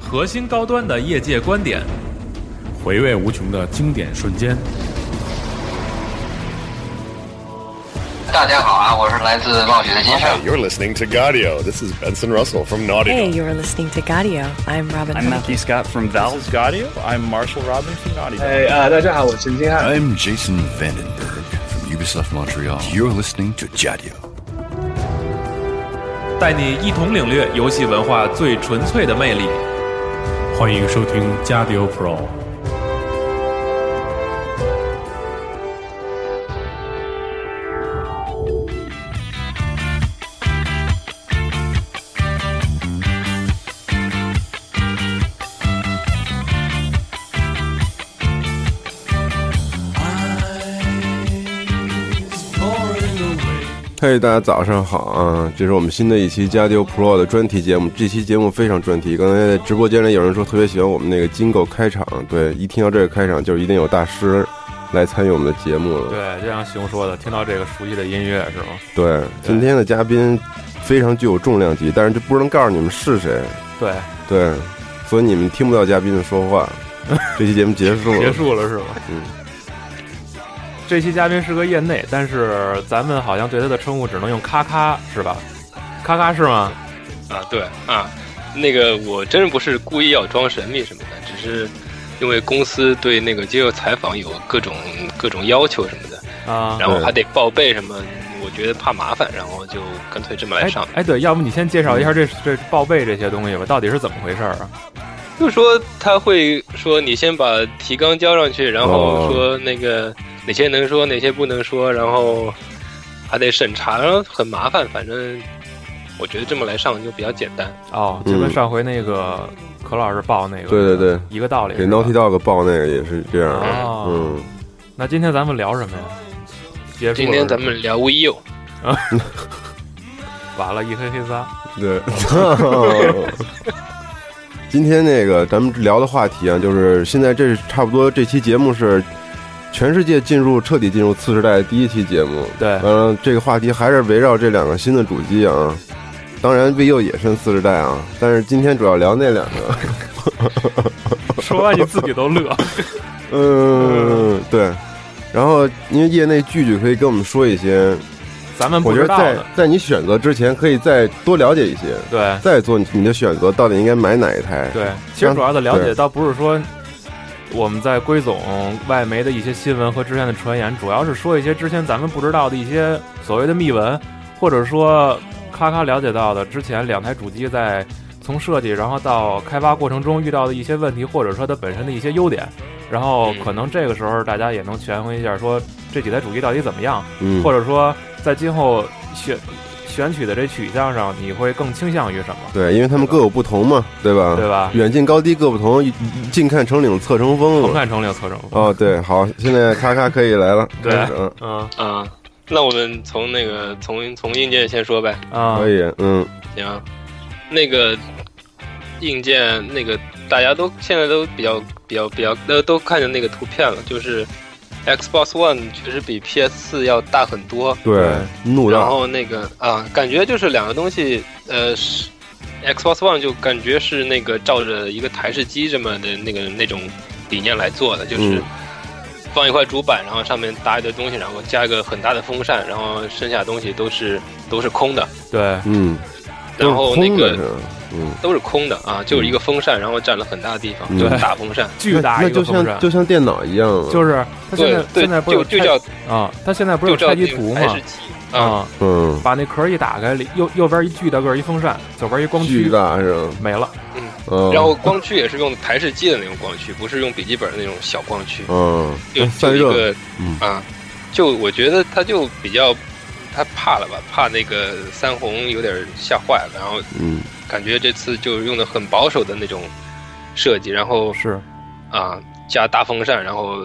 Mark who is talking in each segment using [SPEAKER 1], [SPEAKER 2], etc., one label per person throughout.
[SPEAKER 1] 核心高端的业界观点，
[SPEAKER 2] 回味无穷的经典瞬间。
[SPEAKER 3] 大家好啊，我是来自暴雪的金盛。
[SPEAKER 4] You're listening to Gaudio. This is Benson Russell from Naughty
[SPEAKER 5] Hey,
[SPEAKER 4] Dog.
[SPEAKER 5] you're listening to Gaudio. I'm Robin.
[SPEAKER 6] I'm Matthew Scott from Valve.
[SPEAKER 7] Gaudio. I'm Marshall Robin from Naughty Dog.
[SPEAKER 8] 哎啊，大家好，我陈金汉。
[SPEAKER 9] I'm Jason Vandenberg from Ubisoft Montreal. You're listening to Jadio.
[SPEAKER 1] 带你一同领略游戏文化最纯粹的魅力。
[SPEAKER 2] 欢迎收听《加迪欧 Pro》。
[SPEAKER 10] 嘿大家早上好啊！这是我们新的一期《加丢 Pro》的专题节目。这期节目非常专题。刚才在直播间里有人说特别喜欢我们那个金狗开场，对，一听到这个开场就一定有大师来参与我们的节目了。
[SPEAKER 2] 对，就像熊说的，听到这个熟悉的音乐是吗？
[SPEAKER 10] 对，今天的嘉宾非常具有重量级，但是就不能告诉你们是谁。
[SPEAKER 2] 对，
[SPEAKER 10] 对，所以你们听不到嘉宾的说 话。这期节目结束了，
[SPEAKER 2] 结束了是吗？
[SPEAKER 10] 嗯。
[SPEAKER 2] 这期嘉宾是个业内，但是咱们好像对他的称呼只能用“咔咔”是吧？“咔咔”是吗？
[SPEAKER 11] 啊，对啊，那个我真不是故意要装神秘什么的，只是因为公司对那个接受采访有各种各种要求什么的，
[SPEAKER 2] 啊，
[SPEAKER 11] 然后还得报备什么，我觉得怕麻烦，然后就干脆这么来
[SPEAKER 2] 哎
[SPEAKER 11] 上。
[SPEAKER 2] 哎，对，要不你先介绍一下这这报备这些东西吧，到底是怎么回事儿啊？
[SPEAKER 11] 就是说他会说你先把提纲交上去，然后说那个哪些能说，哪些不能说，然后还得审查，然后很麻烦。反正我觉得这么来上就比较简单。
[SPEAKER 2] 哦，就跟上回那个何老师报那个，
[SPEAKER 10] 对对对，
[SPEAKER 2] 一个道理。
[SPEAKER 10] 给
[SPEAKER 2] 是吧
[SPEAKER 10] Naughty Dog 报那个也是这样的。
[SPEAKER 2] 哦
[SPEAKER 10] 嗯，
[SPEAKER 2] 那今天咱们聊什么呀？结束了
[SPEAKER 11] 今天咱们聊 VU，
[SPEAKER 2] 完了，一黑黑仨。
[SPEAKER 10] 对， 今天那个咱们聊的话题啊，就是现在这差不多这期节目是全世界进入彻底进入次时代的第一期节目。
[SPEAKER 2] 对
[SPEAKER 10] 嗯，这个话题还是围绕这两个新的主机啊，当然 VU 也算次时代啊，但是今天主要聊那 两个。
[SPEAKER 2] 说完你自己都 乐。
[SPEAKER 10] 嗯，对。然后因为业内聚聚可以跟我们说一些，
[SPEAKER 2] 咱们不
[SPEAKER 10] 我觉
[SPEAKER 2] 知
[SPEAKER 10] 得
[SPEAKER 2] 道
[SPEAKER 10] 在
[SPEAKER 2] 的，
[SPEAKER 10] 在你选择之前可以再多了解一些，
[SPEAKER 2] 对
[SPEAKER 10] 再做你的选择到底应该买哪一台。
[SPEAKER 2] 对。其实主要的了解倒不是说我们在归总外媒的一些新闻和之前的传言，主要是说一些之前咱们不知道的一些所谓的秘闻，或者说咔咔了解到的之前两台主机在从设计然后到开发过程中遇到的一些问题，或者说它本身的一些优点。然后可能这个时候大家也能权衡一下，说这几台主机到底怎么样，
[SPEAKER 10] 嗯，
[SPEAKER 2] 或者说在今后选选取的这取向上，你会更倾向于什么，
[SPEAKER 10] 对，因为他们各有不同嘛，对吧？
[SPEAKER 2] 对吧？
[SPEAKER 10] 远近高低各不同，近看成岭侧成峰
[SPEAKER 2] 横
[SPEAKER 10] 嘛。
[SPEAKER 2] 看成岭侧成峰。
[SPEAKER 10] 哦，对，好，现在咔咔可以来了，
[SPEAKER 2] 对
[SPEAKER 10] 开始了
[SPEAKER 2] 嗯
[SPEAKER 11] 啊，那我们从那个从从硬件先说呗，
[SPEAKER 2] 啊，
[SPEAKER 10] 可以，嗯，
[SPEAKER 11] 行啊，那个硬件那个大家都现在都比较比较比较都都看见那个图片了，就是 Xbox One 确实比 PS 四要大很多，
[SPEAKER 10] 对，怒
[SPEAKER 11] 然
[SPEAKER 10] 大，
[SPEAKER 11] 后那个啊，感觉就是两个东西，呃，是 Xbox One 就感觉是那个照着一个台式机这么的那个那种理念来做的，就是
[SPEAKER 10] 嗯
[SPEAKER 11] 放一块主板，然后上面搭一堆东西，然后加一个很大的风扇，然后剩下的东西都是都是空的，
[SPEAKER 2] 对，
[SPEAKER 10] 嗯，都是
[SPEAKER 11] 然后那
[SPEAKER 10] 空的
[SPEAKER 11] 个
[SPEAKER 10] 是吧，嗯，
[SPEAKER 11] 都是空的啊，就是一个风扇，然后占了很大的地方，
[SPEAKER 10] 嗯
[SPEAKER 11] 就是大风扇。
[SPEAKER 2] 巨大
[SPEAKER 10] 那
[SPEAKER 2] 一
[SPEAKER 10] 就
[SPEAKER 2] 个风扇
[SPEAKER 10] 像，就像电脑一样啊嘛，
[SPEAKER 2] 就是它现
[SPEAKER 11] 对
[SPEAKER 2] 在
[SPEAKER 11] 对
[SPEAKER 2] 现在，不是
[SPEAKER 11] 就
[SPEAKER 2] 有
[SPEAKER 11] 就
[SPEAKER 2] 拆
[SPEAKER 11] 叫
[SPEAKER 2] 啊，它现在不是
[SPEAKER 11] 就
[SPEAKER 2] 有
[SPEAKER 11] 叫
[SPEAKER 2] 拆
[SPEAKER 11] 那
[SPEAKER 2] 机
[SPEAKER 11] 个
[SPEAKER 2] 图
[SPEAKER 11] 台式
[SPEAKER 2] 吗？
[SPEAKER 11] 机啊，
[SPEAKER 2] 啊，
[SPEAKER 10] 嗯，
[SPEAKER 2] 把那壳一打开，里右右边一巨大个儿一风扇，左边一光
[SPEAKER 10] 巨
[SPEAKER 2] 驱，
[SPEAKER 10] 大是吧？
[SPEAKER 2] 没了。
[SPEAKER 10] 嗯，
[SPEAKER 11] 然后光驱也是用台式机的那种光驱，不是用笔记本的那种小光驱。
[SPEAKER 10] 嗯，
[SPEAKER 11] 就
[SPEAKER 10] 散
[SPEAKER 11] 就一
[SPEAKER 10] 热
[SPEAKER 11] 个
[SPEAKER 10] 嗯
[SPEAKER 11] 啊，就我觉得他就比较他怕了吧，怕那个三红有点吓坏了，然后
[SPEAKER 10] 嗯，
[SPEAKER 11] 感觉这次就是用的很保守的那种设计，然后
[SPEAKER 2] 是，
[SPEAKER 11] 啊加大风扇，然后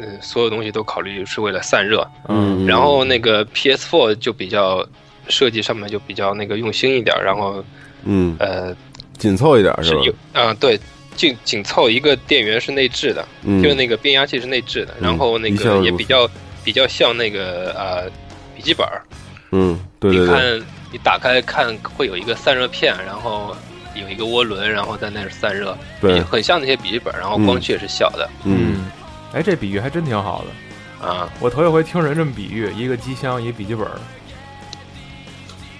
[SPEAKER 11] 呃所有东西都考虑是为了散热，
[SPEAKER 2] 嗯
[SPEAKER 10] 嗯
[SPEAKER 11] 然后那个 PS4 就比较设计上面就比较那个用心一点，然后
[SPEAKER 10] 嗯，
[SPEAKER 11] 呃
[SPEAKER 10] 紧凑一点
[SPEAKER 11] 是
[SPEAKER 10] 是吧？
[SPEAKER 11] 有啊对。紧紧凑一个电源是内置的，
[SPEAKER 10] 嗯，
[SPEAKER 11] 就那个变压器是内置的，
[SPEAKER 10] 嗯
[SPEAKER 11] 然后那
[SPEAKER 10] 一向
[SPEAKER 11] 个
[SPEAKER 10] 如
[SPEAKER 11] 也
[SPEAKER 10] 此
[SPEAKER 11] 比较比较像那个呃笔记本儿，
[SPEAKER 10] 嗯，对对
[SPEAKER 11] 你
[SPEAKER 10] 对，
[SPEAKER 11] 看你打开看会有一个散热片，然后有一个涡轮，然后在那儿散热，
[SPEAKER 10] 对
[SPEAKER 11] 也，很像那些笔记本，然后光区也是小的、
[SPEAKER 10] 嗯，
[SPEAKER 2] 哎，这比喻还真挺好的。
[SPEAKER 11] 啊。
[SPEAKER 2] 我头一回听人这么比喻，一个机箱，一个笔记本儿。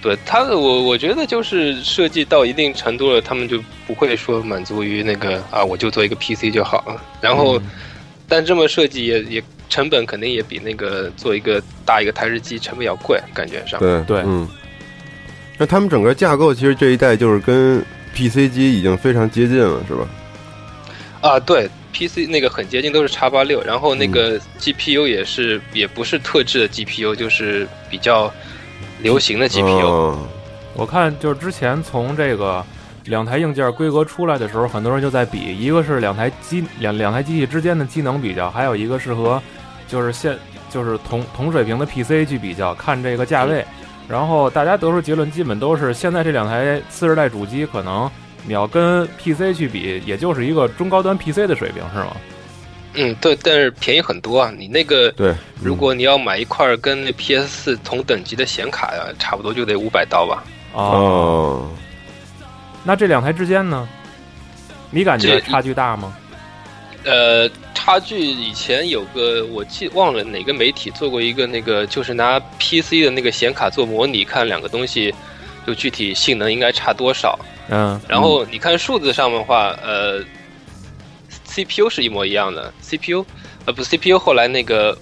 [SPEAKER 11] 对它，我我觉得就是设计到一定程度了，他们就不会说满足于那个啊，我就做一个 PC 就好了。然后，
[SPEAKER 10] 嗯
[SPEAKER 11] 但这么设计也也成本肯定也比那个做一个大一个台式机成本要贵，感觉上。
[SPEAKER 10] 对
[SPEAKER 2] 对
[SPEAKER 10] 嗯。那他们整个架构其实这一代就是跟 PC 机已经非常接近了，是吧？
[SPEAKER 11] 啊，对，PC 那个很接近，都是叉八六，然后那个 GPU 也是，也不是特制的 GPU，就是比较流行的 GPU。
[SPEAKER 10] 哦
[SPEAKER 2] 我看就是之前从这个两台硬件规格出来的时候，很多人就在比，一个是两台机两两台机器之间的机能比较，还有一个是和就是现就是同同水平的 PC 去比较，看这个价位。然后大家得出结论，基本都是现在这两台次世代主机，可能你要跟 PC 去比，也就是一个中高端 PC 的水平，是吗？
[SPEAKER 11] 嗯，对，但是便宜很多啊！你那个，
[SPEAKER 10] 对，嗯
[SPEAKER 11] 如果你要买一块跟那 PS 四同等级的显卡呀、差不多就得五百刀吧。
[SPEAKER 2] 哦，
[SPEAKER 10] 哦，
[SPEAKER 2] 那这两台之间呢？你感觉
[SPEAKER 11] 这
[SPEAKER 2] 差距大吗？
[SPEAKER 11] 呃，差距以前有个我记忘了哪个媒体做过一个那个，就是拿 PC 的那个显卡做模拟，看两个东西就具体性能应该差多少。
[SPEAKER 2] 嗯，
[SPEAKER 11] 然后你看数字上面的话，呃，CPU 是一模一样的，CPU，呃不，CPU 后来那个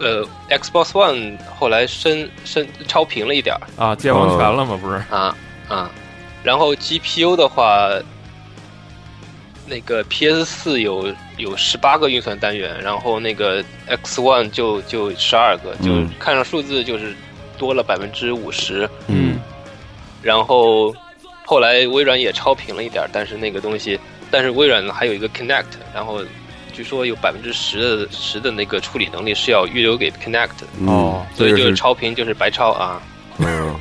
[SPEAKER 11] 呃 Xbox One 后来升升超频了一点儿
[SPEAKER 2] 啊，界王权了吗？不是，
[SPEAKER 11] 啊啊，然后 GPU 的话，那个 PS 四有有十八个运算单元，然后那个 X One 就就十二个，就
[SPEAKER 10] 嗯
[SPEAKER 11] 看上数字就是多了百分之五十。
[SPEAKER 10] 嗯，
[SPEAKER 11] 然后后来微软也超频了一点儿，但是那个东西，但是微软还有一个 Connect，然后据说有百分之十的十的那个处理能力是要预留给 Connect，的
[SPEAKER 10] 嗯
[SPEAKER 2] 哦
[SPEAKER 10] 这
[SPEAKER 11] 所以
[SPEAKER 10] 个
[SPEAKER 11] 就是
[SPEAKER 10] 是，
[SPEAKER 11] 超频就是白超啊。
[SPEAKER 10] 嗯，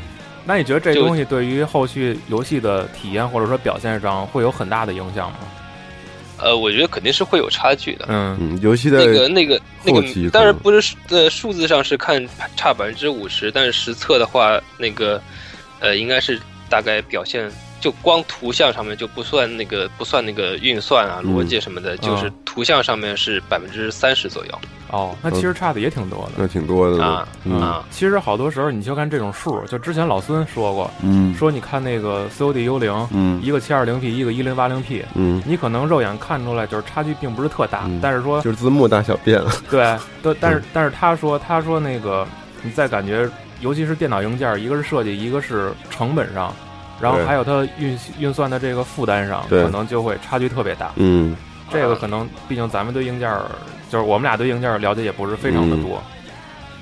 [SPEAKER 2] 那你觉得这
[SPEAKER 11] 就
[SPEAKER 2] 东西对于后续游戏的体验或者说表现上会有很大的影响吗？
[SPEAKER 11] 呃，我觉得肯定是会有差距的。
[SPEAKER 2] 嗯，
[SPEAKER 10] 嗯，尤其在
[SPEAKER 11] 那个、那个、那
[SPEAKER 10] 后期可能
[SPEAKER 11] 个，当然不是数呃数字上是看差百分之五十，但是实测的话，那个呃应该是大概表现就光图像上面就不算那个不算那个运算啊、
[SPEAKER 10] 嗯
[SPEAKER 11] 逻辑什么的，就是
[SPEAKER 2] 啊
[SPEAKER 11] 图像上面是百分之三十左右
[SPEAKER 2] 哦，那其实差的也挺多的。
[SPEAKER 10] 那挺多的
[SPEAKER 11] 啊
[SPEAKER 10] 呢，呃嗯
[SPEAKER 11] 啊，
[SPEAKER 2] 其实好多时候，你就看这种数，就之前老孙说过，
[SPEAKER 9] 嗯
[SPEAKER 2] 说你看那个 COD 幽灵，
[SPEAKER 9] 嗯
[SPEAKER 2] 一个7 2 0 P，一个1 0 8 0 P，
[SPEAKER 10] 嗯，
[SPEAKER 2] 你可能肉眼看出来就是差距并不是特大，
[SPEAKER 10] 嗯
[SPEAKER 2] 但是说
[SPEAKER 10] 就是字嗯幕大小变了，
[SPEAKER 2] 对，都但是但是他说他说那个你在感觉，尤其是电脑硬件，一个是设计，一个是成本上，然后
[SPEAKER 10] 对
[SPEAKER 2] 还有它运运算的这个负担上，
[SPEAKER 10] 对
[SPEAKER 2] 可能就会差距特别大。
[SPEAKER 10] 嗯，
[SPEAKER 2] 这个可能毕竟咱们对硬件儿，就是我们俩对硬件儿了解也不是非常
[SPEAKER 10] 嗯
[SPEAKER 2] 的多。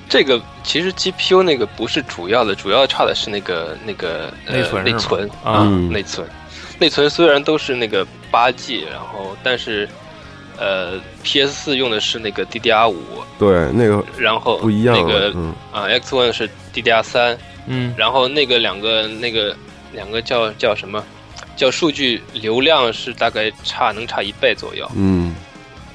[SPEAKER 11] 这个其实 GPU 那个不是主要的，主要差的是那个那个、呃、
[SPEAKER 2] 内存是
[SPEAKER 11] 内
[SPEAKER 2] 吗
[SPEAKER 11] 存
[SPEAKER 2] 啊
[SPEAKER 10] 嗯
[SPEAKER 11] 内存，内存虽然都是那个八 G，然后但是呃 PS 四用的是那个 DDR 五，
[SPEAKER 10] 对，那个
[SPEAKER 11] 然后
[SPEAKER 10] 不一样
[SPEAKER 11] 那个
[SPEAKER 10] 了，嗯
[SPEAKER 11] 啊、X One 是 DDR 三，
[SPEAKER 2] 嗯
[SPEAKER 11] 然后那个两个那个两个叫叫什么？叫数据流量是大概差能差一倍左右。
[SPEAKER 10] 嗯，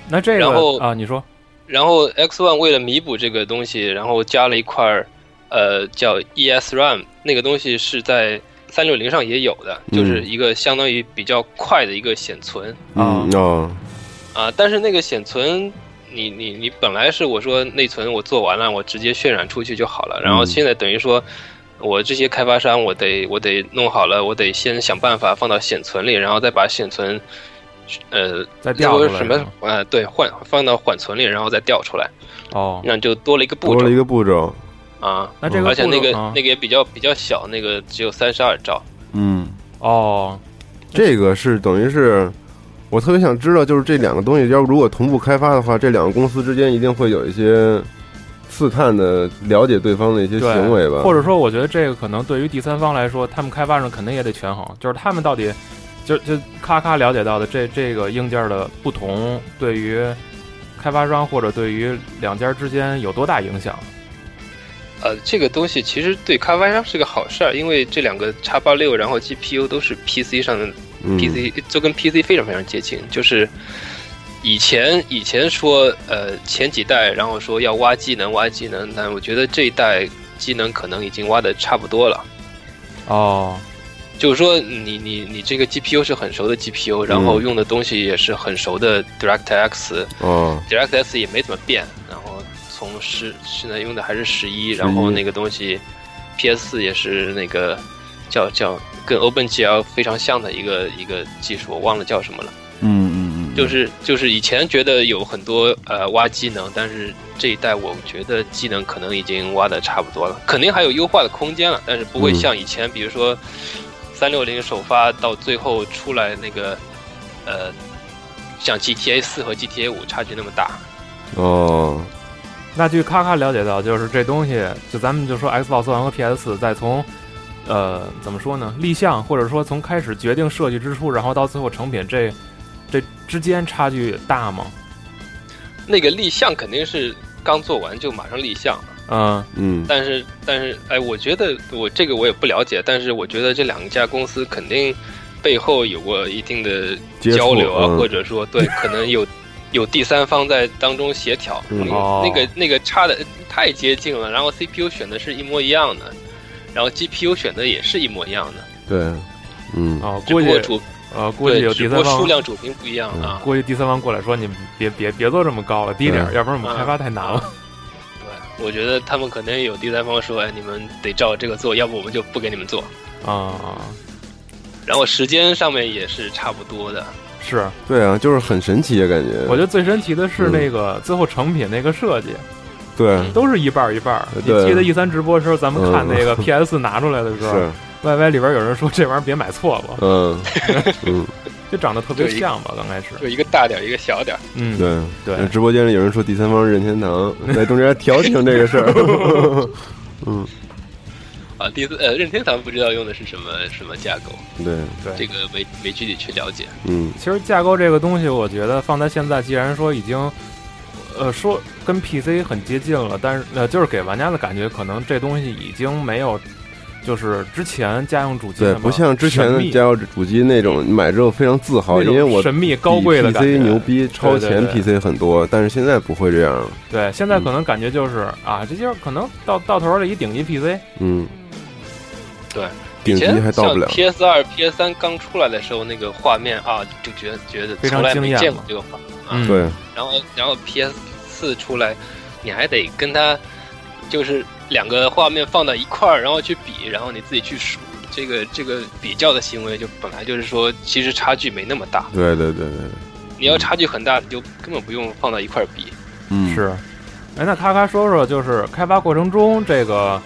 [SPEAKER 2] 那这
[SPEAKER 11] 然后
[SPEAKER 2] 个啊，你说
[SPEAKER 11] 然后 X One 为了弥补这个东西，然后加了一块儿，呃，叫 ESRAM 那个东西是在三六零上也有的，
[SPEAKER 10] 嗯
[SPEAKER 11] 就是一个相当于比较快的一个显存
[SPEAKER 2] 啊
[SPEAKER 10] 嗯哦，
[SPEAKER 11] 啊。但是那个显存，你你你本来是我说内存我做完了，我直接渲染出去就好了。然
[SPEAKER 2] 嗯
[SPEAKER 11] 后现在等于说，我这些开发商我得我得弄好了，我得先想办法放到显存里，然后再把显存，呃，
[SPEAKER 2] 再
[SPEAKER 11] 那
[SPEAKER 2] 调出
[SPEAKER 11] 个
[SPEAKER 2] 来
[SPEAKER 11] 什么
[SPEAKER 2] 是吗
[SPEAKER 11] 呃，对，换放到缓存里，然后再调出来。
[SPEAKER 2] 哦，
[SPEAKER 11] 那就多了一个步
[SPEAKER 10] 多了一
[SPEAKER 11] 骤
[SPEAKER 10] 个步骤，
[SPEAKER 11] 啊。
[SPEAKER 2] 那这个
[SPEAKER 11] 而且那
[SPEAKER 2] 步
[SPEAKER 11] 个
[SPEAKER 2] 骤啊
[SPEAKER 11] 那个也比较比较小，那个只有三十二兆。
[SPEAKER 9] 嗯
[SPEAKER 2] 哦，
[SPEAKER 10] 这个是等于是。我特别想知道，就是这两个东西，要如果同步开发的话，这两个公司之间一定会有一些刺探的了解对方的一些
[SPEAKER 2] 对，
[SPEAKER 10] 行为吧，
[SPEAKER 2] 或者说，我觉得这个可能对于第三方来说，他们开发上肯定也得权衡，就是他们到底就就咔咔了解到的这这个硬件的不同，对于开发商或者对于两家之间有多大影响？
[SPEAKER 11] 呃，这个东西其实对开发商是个好事儿，因为这两个叉八六，然后 GPU 都是 PC 上的
[SPEAKER 10] 嗯
[SPEAKER 11] PC，、就跟 PC 非常非常接近。就是以前以前说呃前几代，然后说要挖技能挖技能，但我觉得这一代技能可能已经挖的差不多了。
[SPEAKER 2] 哦，
[SPEAKER 11] 就是说你你你这个 GPU 是很熟的 GPU，然后用的东西也是很熟的 DirectX，DirectX、
[SPEAKER 10] 哦，
[SPEAKER 11] DirectX 也没怎么变，然后从十现在用的还是十一，然后那个东西 PS 四也是那个叫叫跟 OpenGL 非常像的一个一个技术，我忘了叫什么了。
[SPEAKER 6] 嗯嗯嗯，
[SPEAKER 11] 就是就是以前觉得有很多呃挖技能，但是这一代我觉得技能可能已经挖的差不多了，肯定还有优化的空间了，但是不会
[SPEAKER 10] 嗯
[SPEAKER 11] 像以前，比如说三六零首发到最后出来那个呃，像 GTA 四和 GTA 五差距那么大。
[SPEAKER 10] 哦，
[SPEAKER 2] 那据咔咔了解到，就是这东西，就咱们就说 Xbox One 和 PS 四，再从呃怎么说呢，立项或者说从开始决定设计之初，然后到最后成品这，这之间差距大吗？
[SPEAKER 11] 那个立项肯定是刚做完就马上立项，
[SPEAKER 2] 嗯
[SPEAKER 10] 嗯，
[SPEAKER 11] 但是但是哎，我觉得我这个我也不了解，但是我觉得这两家公司肯定背后有过一定的
[SPEAKER 10] 接触
[SPEAKER 11] 交流啊，
[SPEAKER 10] 嗯
[SPEAKER 11] 或者说对，可能 有有第三方在当中协调，
[SPEAKER 10] 嗯
[SPEAKER 11] 那个、
[SPEAKER 2] 哦
[SPEAKER 11] 那个那个差的太接近了，然后 CPU 选的是一模一样的，然后 GPU 选的也是一模一样的，
[SPEAKER 10] 对，嗯，
[SPEAKER 2] 哦，
[SPEAKER 11] 只
[SPEAKER 2] 估
[SPEAKER 11] 不
[SPEAKER 2] 计
[SPEAKER 11] 过主
[SPEAKER 2] 呃估计
[SPEAKER 11] 对
[SPEAKER 2] 有，
[SPEAKER 11] 只
[SPEAKER 2] 第三
[SPEAKER 11] 不过
[SPEAKER 2] 方嗯
[SPEAKER 11] 数，量主屏不一样啊。
[SPEAKER 2] 估计第三方过来说你们别别别做这么高了，低点儿，
[SPEAKER 10] 对
[SPEAKER 2] 要不然我
[SPEAKER 11] 嗯
[SPEAKER 2] 们开发太难了。
[SPEAKER 11] 啊对，我觉得他们可能有第三方说，哎，你们得照这个做，要不我们就不给你们做。
[SPEAKER 10] 嗯
[SPEAKER 2] 啊、
[SPEAKER 11] 然后时间上面也是差不多的，
[SPEAKER 2] 是，
[SPEAKER 10] 对啊，就是很神奇的感觉。
[SPEAKER 2] 我觉得最神奇的是
[SPEAKER 10] 嗯
[SPEAKER 2] 那个、最后成品那个设计，
[SPEAKER 10] 对，
[SPEAKER 2] 都是一半儿一半儿。你
[SPEAKER 10] 对
[SPEAKER 2] 记得 E 三直播的时候，咱们看
[SPEAKER 10] 嗯
[SPEAKER 2] 那个 PS 拿出来的时候
[SPEAKER 10] 是，
[SPEAKER 2] ，YY 里边有人说这玩意儿别买错了，
[SPEAKER 10] 嗯 嗯，
[SPEAKER 2] 就长得特别
[SPEAKER 11] 对
[SPEAKER 2] 像吧，刚开始。
[SPEAKER 11] 就一个大点儿，一个小点儿。
[SPEAKER 2] 嗯，
[SPEAKER 10] 对
[SPEAKER 2] 对
[SPEAKER 10] 那直播间里有人说第三方任天堂在中间调停这个 事儿，
[SPEAKER 11] 啊，第四呃，任天堂不知道用的是什么什么架构，
[SPEAKER 10] 对，
[SPEAKER 2] 对
[SPEAKER 11] 这个没没具体去了解。
[SPEAKER 10] 嗯
[SPEAKER 2] 其实架构这个东西，我觉得放在现在，既然说已经，呃，说跟 PC 很接近了，但是呃，就是给玩家的感觉，可能这东西已经没有，就是之前家用主机
[SPEAKER 10] 对，
[SPEAKER 2] 那么
[SPEAKER 10] 不像之前
[SPEAKER 2] 神
[SPEAKER 10] 的
[SPEAKER 2] 秘
[SPEAKER 10] 家用主机那种你买之后非常自豪，
[SPEAKER 2] 那种
[SPEAKER 10] 因为我
[SPEAKER 2] 神秘高
[SPEAKER 10] 比
[SPEAKER 2] 贵的感觉
[SPEAKER 10] PC 牛逼，超
[SPEAKER 2] 对
[SPEAKER 10] 前
[SPEAKER 2] 对
[SPEAKER 10] PC 很多，但是现在不会这样了，
[SPEAKER 2] 对，现
[SPEAKER 10] 嗯
[SPEAKER 2] 在可能感觉就是啊，这就是可能到到头了一顶级 PC，
[SPEAKER 10] 嗯，
[SPEAKER 11] 对，
[SPEAKER 10] 顶
[SPEAKER 11] 以
[SPEAKER 10] 级
[SPEAKER 11] 前
[SPEAKER 10] 还到不了
[SPEAKER 11] 像，PS 二、PS 三刚出来的时候，那个画面啊，就觉得觉得
[SPEAKER 2] 非常
[SPEAKER 11] 从来
[SPEAKER 2] 惊
[SPEAKER 11] 没
[SPEAKER 2] 艳
[SPEAKER 11] 见过
[SPEAKER 2] 嘛
[SPEAKER 11] 这个画面啊。
[SPEAKER 2] 嗯
[SPEAKER 10] 对，
[SPEAKER 11] 然后然后 PS 四出来，你还得跟它就是两个画面放到一块儿，然后去比，然后你自己去数。这个这个比较的行为，就本来就是说，其实差距没那么大。
[SPEAKER 10] 对对对对，
[SPEAKER 11] 你要差距很大，你就根本不用放到一块儿比。
[SPEAKER 6] 嗯，
[SPEAKER 2] 是。哎，那咔咔说说，就是开发过程中这个，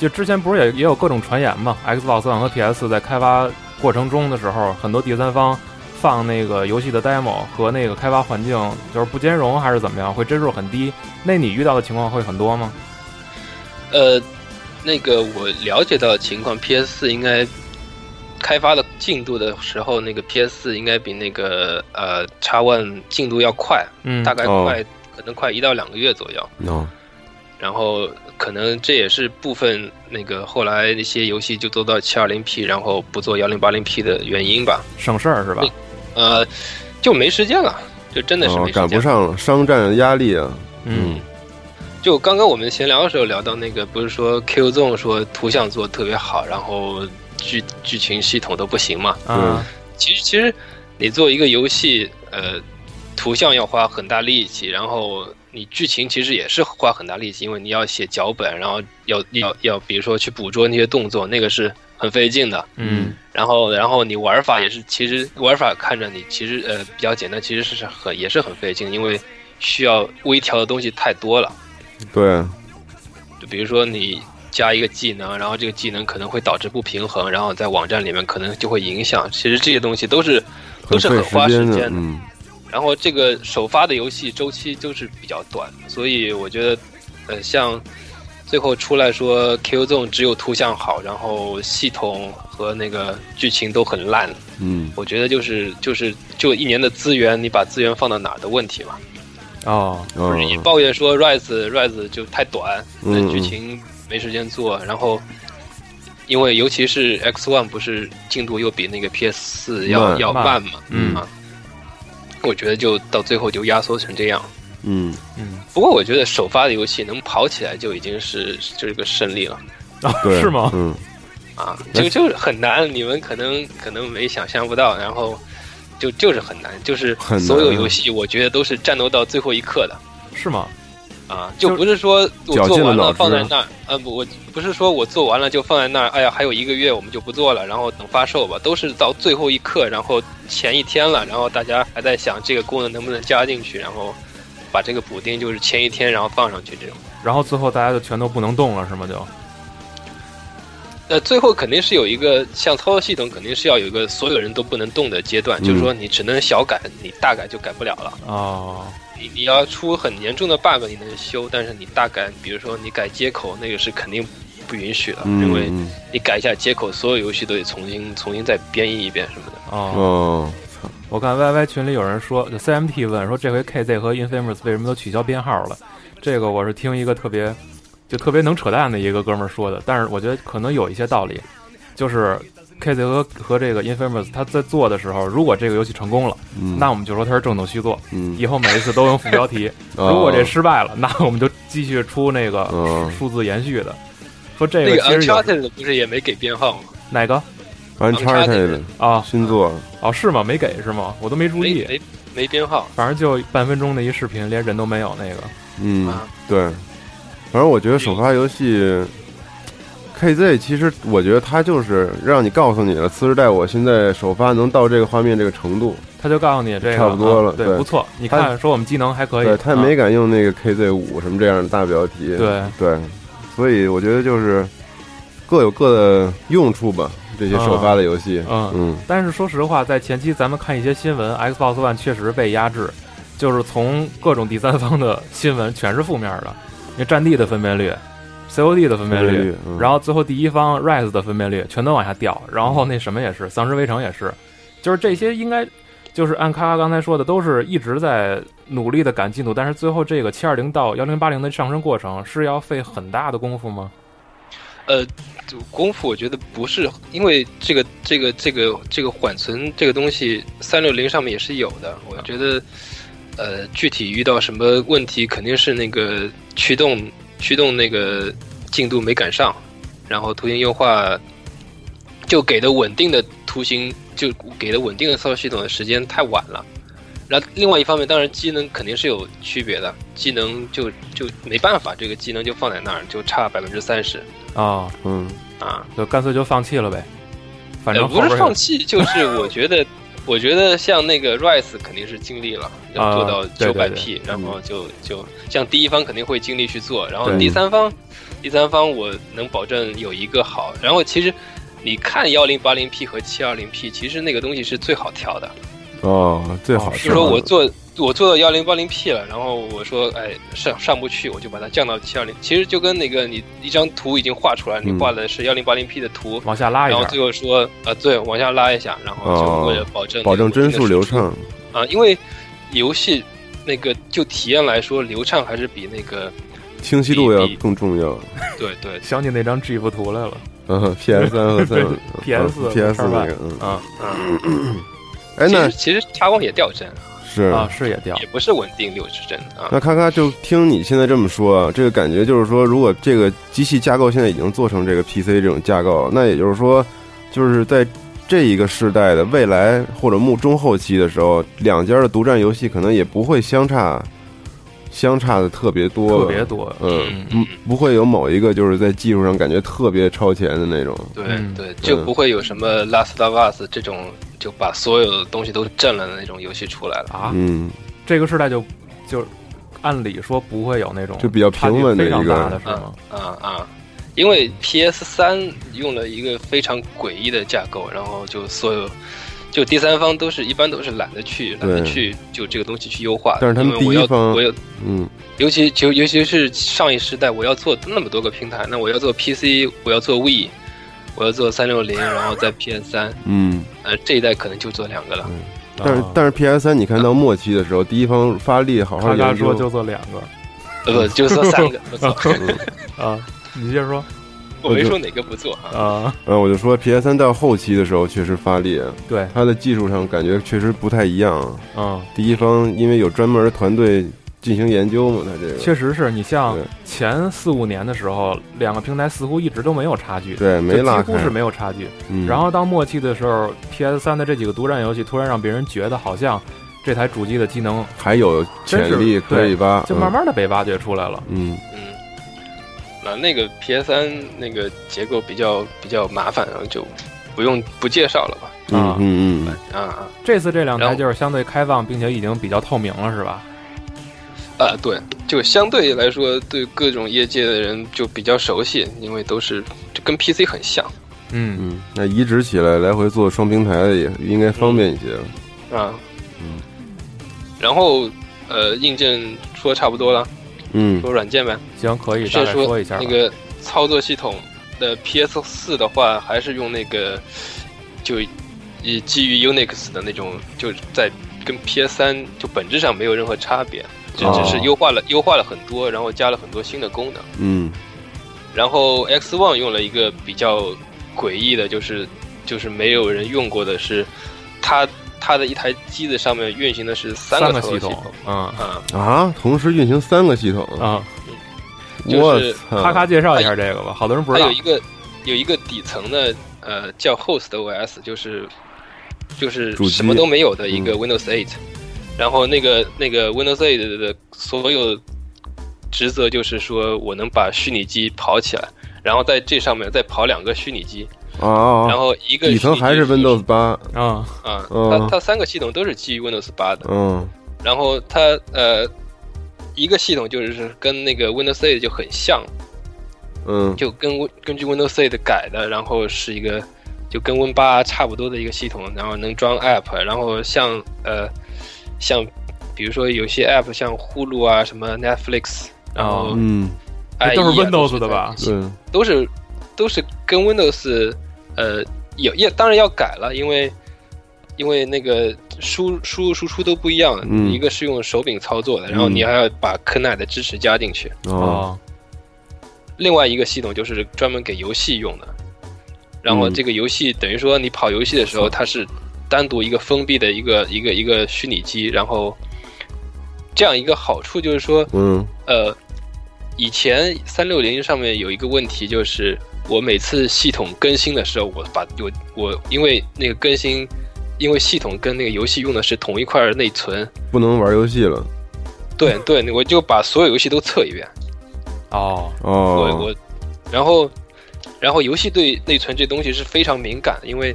[SPEAKER 2] 就之前不是也也有各种传言嘛？Xbox One 和 PS 在开发过程中的时候，很多第三方放那个游戏的 demo 和那个开发环境就是不兼容，还是怎么样，会帧数很低。那你遇到的情况会很多吗？
[SPEAKER 11] 呃，那个我了解到的情况，PS 四应该开发的进度的时候，那个 PS 四应该比那个呃 X One 进度要快，
[SPEAKER 2] 嗯
[SPEAKER 11] 大概
[SPEAKER 10] 哦
[SPEAKER 11] 快、可能快一到两个月左右。
[SPEAKER 10] 哦，
[SPEAKER 11] 然后可能这也是部分那个后来一些游戏就做到 720P，然后不做 1080P 的原因吧。
[SPEAKER 2] 省事儿是吧？
[SPEAKER 11] 呃，就没时间了，就真的是
[SPEAKER 10] 哦
[SPEAKER 11] 没时间了。
[SPEAKER 10] 赶不上了，商战压力啊，
[SPEAKER 2] 嗯，
[SPEAKER 11] 就刚刚我们闲聊的时候聊到那个，不是说 Q Zone 说图像做得特别好，然后剧剧情系统都不行嘛？
[SPEAKER 2] 啊，
[SPEAKER 11] 其实其实你做一个游戏，呃，图像要花很大力气，然后你剧情其实也是花很大力气，因为你要写脚本，然后要要要，比如说去捕捉那些动作，那个是很费劲的。
[SPEAKER 2] 嗯
[SPEAKER 11] 然后然后你玩法也是，其实玩法看着你其实呃比较简单，其实是很也是很费劲，因为需要微调的东西太多了。
[SPEAKER 10] 对，
[SPEAKER 11] 就比如说你加一个技能，然后这个技能可能会导致不平衡，然后在网站里面可能就会影响。其实这些东西都是都是
[SPEAKER 10] 费
[SPEAKER 11] 很花时
[SPEAKER 10] 间的，
[SPEAKER 11] 间的。
[SPEAKER 10] 嗯，
[SPEAKER 11] 然后这个首发的游戏周期就是比较短，所以我觉得，呃，像最后出来说 Q Zone 只有图像好，然后系统和那个剧情都很烂，
[SPEAKER 10] 嗯，
[SPEAKER 11] 我觉得就是就是就一年的资源，你把资源放到哪儿的问题嘛。
[SPEAKER 2] 哦，
[SPEAKER 10] 哦
[SPEAKER 11] 不是也抱怨说 Rise Rise 就太短，呃
[SPEAKER 10] 嗯嗯
[SPEAKER 11] 剧情没时间做，然后因为尤其是 X One 不是进度又比那个 PS 四要
[SPEAKER 10] 慢
[SPEAKER 11] 要
[SPEAKER 2] 慢
[SPEAKER 11] 慢嘛，
[SPEAKER 2] 嗯
[SPEAKER 11] 啊，我觉得就到最后就压缩成这样。
[SPEAKER 10] 嗯，
[SPEAKER 2] 嗯，
[SPEAKER 11] 不过我觉得首发的游戏能跑起来就已经是就是个胜利了。
[SPEAKER 2] 啊
[SPEAKER 10] 对，
[SPEAKER 2] 是吗？
[SPEAKER 10] 嗯，
[SPEAKER 11] 啊，就就是很难，你们可能可能没想象不到，然后就就是很难，就是
[SPEAKER 10] 很难啊
[SPEAKER 11] 所有游戏我觉得都是战斗到最后一刻的
[SPEAKER 2] 是吗？
[SPEAKER 11] 啊，
[SPEAKER 2] 就
[SPEAKER 11] 就不是说我
[SPEAKER 10] 绞
[SPEAKER 11] 做
[SPEAKER 10] 尽了
[SPEAKER 11] 完
[SPEAKER 10] 脑
[SPEAKER 11] 了
[SPEAKER 10] 汁啊
[SPEAKER 11] 放在那儿，呃，不，我不是说我做完了就放在那儿，哎呀，还有一个月我们就不做了，然后等发售吧，都是到最后一刻，然后前一天了，然后大家还在想这个功能能不能加进去，然后把这个补丁就是前一天然后放上去这种。
[SPEAKER 2] 然后最后大家就全都不能动了，是吗？就
[SPEAKER 11] 呃，最后肯定是有一个像操作系统，肯定是要有一个所有人都不能动的阶段，
[SPEAKER 10] 嗯
[SPEAKER 11] 就是说你只能小改，你大改就改不了了。
[SPEAKER 2] 哦，
[SPEAKER 11] 你你要出很严重的 bug 你能修，但是你大改，比如说你改接口，那个是肯定不允许的，因为
[SPEAKER 10] 嗯
[SPEAKER 11] 你改一下接口，所有游戏都得重新重新再编译一遍什么的。
[SPEAKER 10] 嗯
[SPEAKER 2] 哦，
[SPEAKER 10] 哦，
[SPEAKER 2] 我看 YY 群里有人说，就 CMT 问说这回 KZ 和 Infamous 为什么都取消编号了？这个我是听一个特别就特别能扯淡的一个哥们儿说的，但是我觉得可能有一些道理，就是 KZ 和和这个 Infamous 他在做的时候，如果这个游戏成功了，
[SPEAKER 10] 嗯
[SPEAKER 2] 那我们就说它是正统续作，
[SPEAKER 10] 嗯
[SPEAKER 2] 以后每一次都用副标 题。
[SPEAKER 10] 哦
[SPEAKER 2] 如果这失败了，那我们就继续出那个
[SPEAKER 10] 嗯
[SPEAKER 2] 数字延续的。说这
[SPEAKER 11] 那
[SPEAKER 2] 个
[SPEAKER 11] 个
[SPEAKER 2] 其实有
[SPEAKER 11] Uncharted 不是也没给编号吗？
[SPEAKER 2] 哪个
[SPEAKER 10] 哦，Uncharted
[SPEAKER 2] 啊？
[SPEAKER 10] 新作，
[SPEAKER 2] 哦，是吗？没给是吗？我都没注
[SPEAKER 11] 没
[SPEAKER 2] 意，
[SPEAKER 11] 没没编号。
[SPEAKER 2] 反正就半分钟的一视频，连人都没有那个。
[SPEAKER 10] 嗯
[SPEAKER 11] 啊，
[SPEAKER 10] 对，反正我觉得首发游戏 KZ 其实我觉得它就是让你告诉你了，次世代我现在首发能到这个画面这个程度，
[SPEAKER 2] 他就告诉你这个
[SPEAKER 10] 差不多了
[SPEAKER 2] 啊对，
[SPEAKER 10] 对
[SPEAKER 2] 不错。你
[SPEAKER 10] 他
[SPEAKER 2] 看，说我们机能还可以，
[SPEAKER 10] 对，他也
[SPEAKER 2] 啊
[SPEAKER 10] 没敢用那个 KZ 五什么这样的大标题，
[SPEAKER 2] 对
[SPEAKER 10] 对，所以我觉得就是各有各的用处吧，这些首发的游戏，
[SPEAKER 2] 嗯
[SPEAKER 10] 嗯
[SPEAKER 2] 但是说实话，在前期咱们看一些新闻，Xbox One 确实被压制，就是从各种第三方的新闻全是负面的，你战地的分辨率、COD 的分辨
[SPEAKER 10] 分
[SPEAKER 2] 率，
[SPEAKER 10] 辨率嗯
[SPEAKER 2] 然后最后第一方 Rise 的分辨率全都往下掉，然后那什么也是，丧尸围城也是，就是这些应该就是按咔咔刚才说的，都是一直在努力的赶进度，但是最后这个七二零到幺零八零的上升过程是要费很大的功夫吗？
[SPEAKER 11] 呃，就功夫我觉得不是，因为这个这个这个这个缓存这个东西，三六零上面也是有的。我觉得，呃，具体遇到什么问题，肯定是那个驱动驱动那个进度没赶上，然后图形优化就给的稳定的图形，就给的稳定的操作系统的时间太晚了。然后，另外一方面，当然机能肯定是有区别的，机能就就没办法，这个机能就放在那儿，就差百分之三十
[SPEAKER 2] 啊、
[SPEAKER 10] 嗯，
[SPEAKER 11] 啊。
[SPEAKER 2] 就干脆就放弃了呗，反正
[SPEAKER 11] 呃、
[SPEAKER 2] 后
[SPEAKER 11] 不
[SPEAKER 2] 边
[SPEAKER 11] 是
[SPEAKER 2] 也
[SPEAKER 11] 放弃，就是我觉得，我觉得像那个 Rise 肯定是尽力了，要做到
[SPEAKER 2] 啊对对
[SPEAKER 11] 九百
[SPEAKER 2] 对嗯
[SPEAKER 11] P，然后就就像第一方肯定会尽力去做，然后
[SPEAKER 10] 对
[SPEAKER 11] 第三方，第三方我能保证有一个好，然后其实你看幺零八零 P 和七二零 P，其实那个东西是最好调的，
[SPEAKER 10] 哦，最好
[SPEAKER 2] 哦
[SPEAKER 11] 就是是说
[SPEAKER 10] 吧
[SPEAKER 11] 我做我做到幺零八零 P 了，然后我说哎上上不去，我就把它降到七二零，其实就跟那个你一张图已经画出来，你
[SPEAKER 10] 嗯
[SPEAKER 11] 画的是幺零八零 P 的图，
[SPEAKER 2] 往下拉一
[SPEAKER 11] 然后
[SPEAKER 2] 下
[SPEAKER 11] 最。后说，呃，对，往下拉一下，然后
[SPEAKER 10] 哦
[SPEAKER 11] 就为了保证、
[SPEAKER 10] 保证帧数流畅，
[SPEAKER 11] 啊，因为游戏那个就体验来说，流畅还是比那个
[SPEAKER 10] 清晰度要
[SPEAKER 11] 比
[SPEAKER 10] 更重要。
[SPEAKER 11] 对对
[SPEAKER 2] 想起那张 GIF 图来了
[SPEAKER 10] 嗯，PS 三和三
[SPEAKER 2] PS
[SPEAKER 10] PS
[SPEAKER 2] 叉
[SPEAKER 10] 呃那
[SPEAKER 2] 八
[SPEAKER 10] 个，嗯，
[SPEAKER 2] 啊
[SPEAKER 10] 哎，
[SPEAKER 11] 其
[SPEAKER 10] 那
[SPEAKER 11] 实其实叉 o 也掉帧，
[SPEAKER 10] 是
[SPEAKER 2] 啊，是也掉
[SPEAKER 11] 也不是稳定六十帧啊
[SPEAKER 10] 那。咔咔就听你现在这么说，啊，这个感觉就是说，如果这个机器架构现在已经做成这个 PC 这种架构，那也就是说，就是在这一个世代的未来或者幕中后期的时候，两家的独占游戏可能也不会相差相差的特别多吧，
[SPEAKER 2] 特别多，
[SPEAKER 10] 嗯，不不会有某一个就是在技术上感觉特别超前的那种，
[SPEAKER 11] 对
[SPEAKER 2] 嗯
[SPEAKER 11] 对，就不会有什么《Last of Us》这种就把所有东西都占了的那种游戏出来了。
[SPEAKER 2] 啊，
[SPEAKER 10] 嗯，
[SPEAKER 2] 这个时代就就按理说不会有那种
[SPEAKER 10] 就比较
[SPEAKER 2] 差距
[SPEAKER 10] 平稳的
[SPEAKER 2] 非常
[SPEAKER 10] 一个嗯
[SPEAKER 2] 大的是吗？
[SPEAKER 11] 啊啊！因为 PS 三用了一个非常诡异的架构，然后就所有就第三方都是一般都是懒得去懒得
[SPEAKER 10] 对
[SPEAKER 11] 去就这个东西去优化的，
[SPEAKER 10] 但是他们
[SPEAKER 11] 因为我要
[SPEAKER 10] 第一方
[SPEAKER 11] 我要
[SPEAKER 10] 嗯
[SPEAKER 11] 尤其就尤其是上一时代，我要做那么多个平台，那我要做 PC，我要做 We，我要做三 六零，然后再 PS 三，
[SPEAKER 10] 嗯。
[SPEAKER 11] 呃，这一代可能就做两个了。
[SPEAKER 10] 但是
[SPEAKER 2] 啊
[SPEAKER 10] 但是 PS 三，你看到末期的时候，第一方发力好好
[SPEAKER 2] 咔咔
[SPEAKER 10] 研
[SPEAKER 2] 说
[SPEAKER 10] 究，
[SPEAKER 2] 就做两 个
[SPEAKER 11] 呃，不，就做三个，不做，
[SPEAKER 10] 嗯
[SPEAKER 2] 啊，你接着说
[SPEAKER 11] 我没说哪个不做啊。
[SPEAKER 2] 啊，
[SPEAKER 10] 呃，我就说 PS 三到后期的时候确实发力，
[SPEAKER 2] 对，
[SPEAKER 10] 它的技术上感觉确实不太一样。
[SPEAKER 2] 嗯
[SPEAKER 10] 第一方因为有专门的团队进行研究嘛，它这个
[SPEAKER 2] 确实是你像
[SPEAKER 10] 对
[SPEAKER 2] 前四五年的时候，两个平台似乎一直都没有差距，
[SPEAKER 10] 对没
[SPEAKER 2] 就
[SPEAKER 10] 拉
[SPEAKER 2] 几乎
[SPEAKER 10] 开
[SPEAKER 2] 是没有差距。
[SPEAKER 10] 嗯
[SPEAKER 2] 然后到末期的时候，PS 三的这几个独占游戏突然让别人觉得好像这台主机的机能
[SPEAKER 10] 还有
[SPEAKER 2] 真是
[SPEAKER 10] 潜力可以吧？
[SPEAKER 2] 就慢慢的被挖掘出来了。
[SPEAKER 10] 嗯，
[SPEAKER 11] 嗯，那那个 PS 三那个结构比较比较麻烦，然后就不用不介绍了吧？
[SPEAKER 10] 嗯
[SPEAKER 2] 啊
[SPEAKER 10] 嗯嗯嗯，
[SPEAKER 11] 啊啊
[SPEAKER 2] 这次这两
[SPEAKER 11] 然
[SPEAKER 2] 台
[SPEAKER 11] 后
[SPEAKER 2] 就是相对开放，并且已经比较透明了，是吧？
[SPEAKER 11] 啊，对，就相对来说对各种业界的人就比较熟悉，因为都是就跟 PC 很像
[SPEAKER 2] 嗯，
[SPEAKER 10] 嗯，那移植起来来回做双平台的也应该方便一些了。
[SPEAKER 11] 啊。然后呃，硬件说差不多了，
[SPEAKER 10] 嗯
[SPEAKER 11] 说软件呗。
[SPEAKER 2] 行，可以大
[SPEAKER 11] 先
[SPEAKER 2] 概
[SPEAKER 11] 说
[SPEAKER 2] 一下吧
[SPEAKER 11] 那个操作系统的 PS 四的话，还是用那个就以基于 Unix 的那种，就是在跟 PS 三就本质上没有任何差别，就只是
[SPEAKER 10] 哦
[SPEAKER 11] 优化了、优化了很多，然后加了很多新的功能。
[SPEAKER 10] 嗯
[SPEAKER 11] 然后 X One 用了一个比较诡异的，就是就是没有人用过的是，它它的一台机子上面运行的是三
[SPEAKER 2] 三
[SPEAKER 11] 个操
[SPEAKER 2] 系
[SPEAKER 11] 作
[SPEAKER 2] 统，嗯
[SPEAKER 11] 啊，
[SPEAKER 10] 啊，同时运行三个系统，
[SPEAKER 2] 啊，
[SPEAKER 10] 我
[SPEAKER 11] 就是
[SPEAKER 10] 操，
[SPEAKER 2] 嗯咔咔介绍一下这个吧，好多人不
[SPEAKER 11] 它
[SPEAKER 2] 知道
[SPEAKER 11] 有一。个有一个底层的呃叫 Host OS，就是就是
[SPEAKER 10] 主机
[SPEAKER 11] 什么都没有的一个
[SPEAKER 10] 嗯
[SPEAKER 11] Windows 8、然后那个那个 Windows 8的所有职责就是说我能把虚拟机跑起来，然后在这上面再跑两个虚拟机，
[SPEAKER 10] 啊啊，
[SPEAKER 11] 然
[SPEAKER 10] 啊
[SPEAKER 11] 后一个
[SPEAKER 10] 底层
[SPEAKER 11] 虚拟机
[SPEAKER 10] 还是 Windows 八，
[SPEAKER 2] 嗯，
[SPEAKER 11] 啊，
[SPEAKER 10] 嗯
[SPEAKER 11] 它它三个系统都是基于 Windows 8的，
[SPEAKER 10] 嗯
[SPEAKER 11] 然后它呃一个系统就是跟那个 Windows 8就很像，
[SPEAKER 10] 嗯
[SPEAKER 11] 就跟 Win- 根据 Windows 8的改的，然后是一个就跟 Win 八差不多的一个系统，然后能装 App，然后像呃像比如说有些 App 像呼噜啊什么 Netflix，然后
[SPEAKER 10] 嗯，
[SPEAKER 11] 爱
[SPEAKER 2] 哦这
[SPEAKER 11] 艺
[SPEAKER 2] 都
[SPEAKER 11] 啊、
[SPEAKER 2] 是 Windows 的吧
[SPEAKER 11] 都是在一起
[SPEAKER 10] 对，
[SPEAKER 11] 都是都是跟 Windows 呃有也当然要改了，因为因为那个输输入输出都不一样，
[SPEAKER 10] 嗯
[SPEAKER 11] 一个是用手柄操作的，然后
[SPEAKER 10] 嗯
[SPEAKER 11] 你还要把坑奶的支持加进去，
[SPEAKER 10] 哦，
[SPEAKER 2] 哦，
[SPEAKER 11] 另外一个系统就是专门给游戏用的，然后
[SPEAKER 10] 嗯
[SPEAKER 11] 这个游戏等于说你跑游戏的时候，它是单独一个封闭的一个一个一个虚拟机，然后这样一个好处就是说，
[SPEAKER 10] 嗯
[SPEAKER 11] 呃，以前三六零上面有一个问题，就是我每次系统更新的时候，我把我我因为那个更新，因为系统跟那个游戏用的是同一块内存，
[SPEAKER 10] 不能玩游戏了，
[SPEAKER 11] 对对，我就把所有游戏都测一遍。
[SPEAKER 2] 哦，
[SPEAKER 11] 我
[SPEAKER 10] 哦，
[SPEAKER 11] 我，然后然后游戏对内存这东西是非常敏感的，因为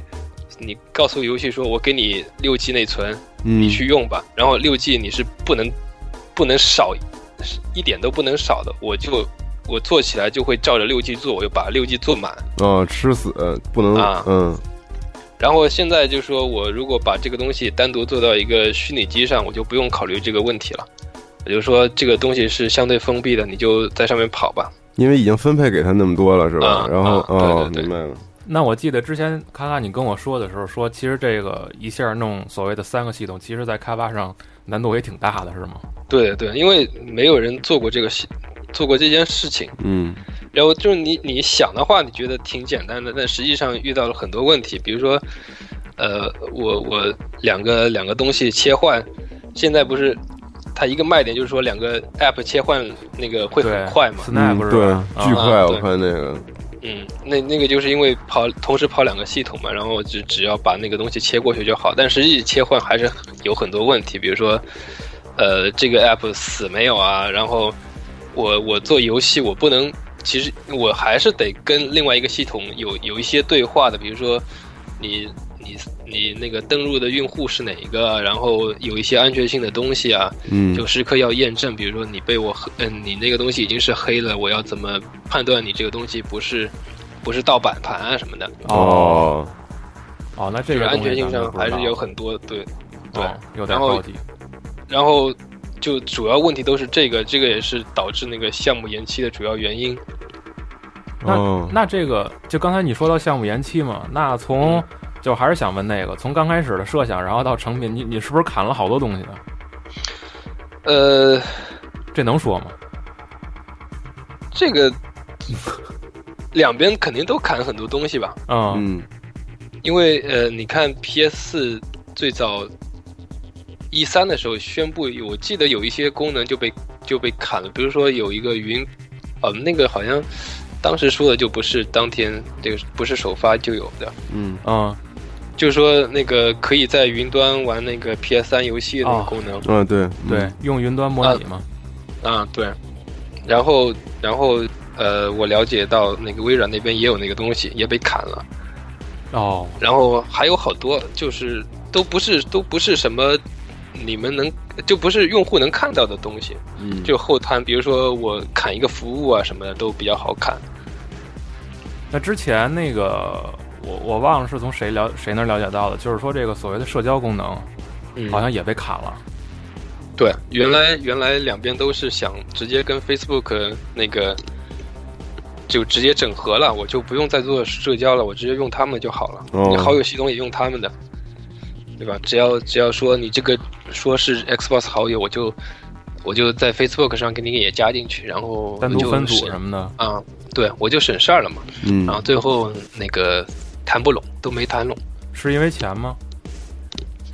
[SPEAKER 11] 你告诉游戏说我给你六 G 内存，
[SPEAKER 10] 你
[SPEAKER 11] 你去用吧，然后六 G 你是不能不能少，一点都不能少的，我就。我做起来就会照着六 G 做，我就把六 G 做满。
[SPEAKER 10] 哦，吃死不能
[SPEAKER 11] 啊，
[SPEAKER 10] 嗯
[SPEAKER 11] 然后现在就说我如果把这个东西单独做到一个虚拟机上，我就不用考虑这个问题了。也就是说这个东西是相对封闭的，你就在上面跑吧。
[SPEAKER 10] 因为已经分配给他那么多了，是吧？
[SPEAKER 11] 啊
[SPEAKER 10] 然后
[SPEAKER 11] 啊
[SPEAKER 10] 哦，
[SPEAKER 11] 对对对
[SPEAKER 10] 明白了，
[SPEAKER 2] 那我记得之前咔咔你跟我说的时候说，其实这个一下弄所谓的三个系统，其实在开发上难度也挺大的，是吗？
[SPEAKER 11] 对对，因为没有人做过这个事，做过这件事情。
[SPEAKER 10] 嗯
[SPEAKER 11] 然后就是你你想的话，你觉得挺简单的，但实际上遇到了很多问题，比如说，呃，我我两个两个东西切换，现在不是它一个卖点就是说两个 app 切换那个会
[SPEAKER 2] 对
[SPEAKER 11] 很快嘛，
[SPEAKER 2] ，Snap
[SPEAKER 10] 嗯
[SPEAKER 2] 是
[SPEAKER 10] 对
[SPEAKER 2] 吧，
[SPEAKER 10] 巨
[SPEAKER 2] 啊
[SPEAKER 10] 快，
[SPEAKER 11] 啊
[SPEAKER 10] 我
[SPEAKER 11] 对
[SPEAKER 10] 看那个，
[SPEAKER 11] 嗯，那那个就是因为跑同时跑两个系统嘛，然后只只要把那个东西切过去就好，但实际切换还是有很多问题，比如说，呃，这个 app 死没有啊？然后我我做游戏我不能，其实我还是得跟另外一个系统有有一些对话的，比如说你你你那个登录的用户是哪一个啊，然后有一些安全性的东西啊，
[SPEAKER 10] 嗯
[SPEAKER 11] 就时刻要验证，比如说你被我黑，嗯、你那个东西已经是黑了，我要怎么判断你这个东西不是不是盗版盘啊什么的？
[SPEAKER 2] 哦
[SPEAKER 10] 哦，
[SPEAKER 2] 哦，那
[SPEAKER 11] 就
[SPEAKER 2] 这
[SPEAKER 11] 是
[SPEAKER 2] 个
[SPEAKER 11] 安全性
[SPEAKER 2] 东西咱
[SPEAKER 11] 上
[SPEAKER 2] 们不
[SPEAKER 11] 还
[SPEAKER 2] 知道
[SPEAKER 11] 是有很多对对、
[SPEAKER 2] 哦有点
[SPEAKER 11] 然后
[SPEAKER 2] 高级，
[SPEAKER 11] 然后就主要问题都是这个，这个也是导致那个项目延期的主要原因。
[SPEAKER 2] 那、
[SPEAKER 10] 哦
[SPEAKER 2] 那这个就刚才你说到项目延期嘛，那从就还是想问那个，从刚开始的设想，然后到成品，你你是不是砍了好多东西啊？
[SPEAKER 11] 呃，
[SPEAKER 2] 这能说吗？
[SPEAKER 11] 这个两边肯定都砍很多东西吧，
[SPEAKER 2] 嗯
[SPEAKER 10] 嗯
[SPEAKER 11] 因为呃，你看 PS 四最早一三的时候宣布，我记得有一些功能就被就被砍了，比如说有一个语音，呃，那个好像当时说的就不是当天这个不是首发就有的，
[SPEAKER 10] 嗯，
[SPEAKER 2] 嗯，
[SPEAKER 11] 就是说那个可以在云端玩那个 PS 三游戏的那个功能、
[SPEAKER 10] 啊，对
[SPEAKER 2] 对，用云端
[SPEAKER 11] 呃
[SPEAKER 2] 模拟嘛，
[SPEAKER 11] 啊，对，然后然后呃，我了解到那个微软那边也有那个东西，也被砍了。
[SPEAKER 2] 哦，
[SPEAKER 11] 然后还有好多就是都不是都不是什么你们能就不是用户能看到的东西，
[SPEAKER 10] 嗯，
[SPEAKER 11] 就后端，比如说我砍一个服务啊什么的都比较好砍。
[SPEAKER 2] 那之前那个我我忘了是从谁了谁那儿了解到的，就是说这个所谓的社交功能
[SPEAKER 11] 嗯
[SPEAKER 2] 好像也被砍了。
[SPEAKER 11] 对，原来原来两边都是想直接跟 Facebook 那个就直接整合了，我就不用再做社交了，我直接用他们就好了。
[SPEAKER 10] 哦
[SPEAKER 11] 你好友系统也用他们的，对吧？只要只要说你这个说是 Xbox 好友，我就我就在 Facebook 上给你也加进去，然后
[SPEAKER 2] 单
[SPEAKER 11] 我就
[SPEAKER 2] 独分组
[SPEAKER 11] 省
[SPEAKER 2] 什么的。
[SPEAKER 11] 啊、对我就省事儿了嘛。
[SPEAKER 10] 嗯
[SPEAKER 11] 然后最后那个谈不拢，都没谈拢。
[SPEAKER 2] 是因为钱吗？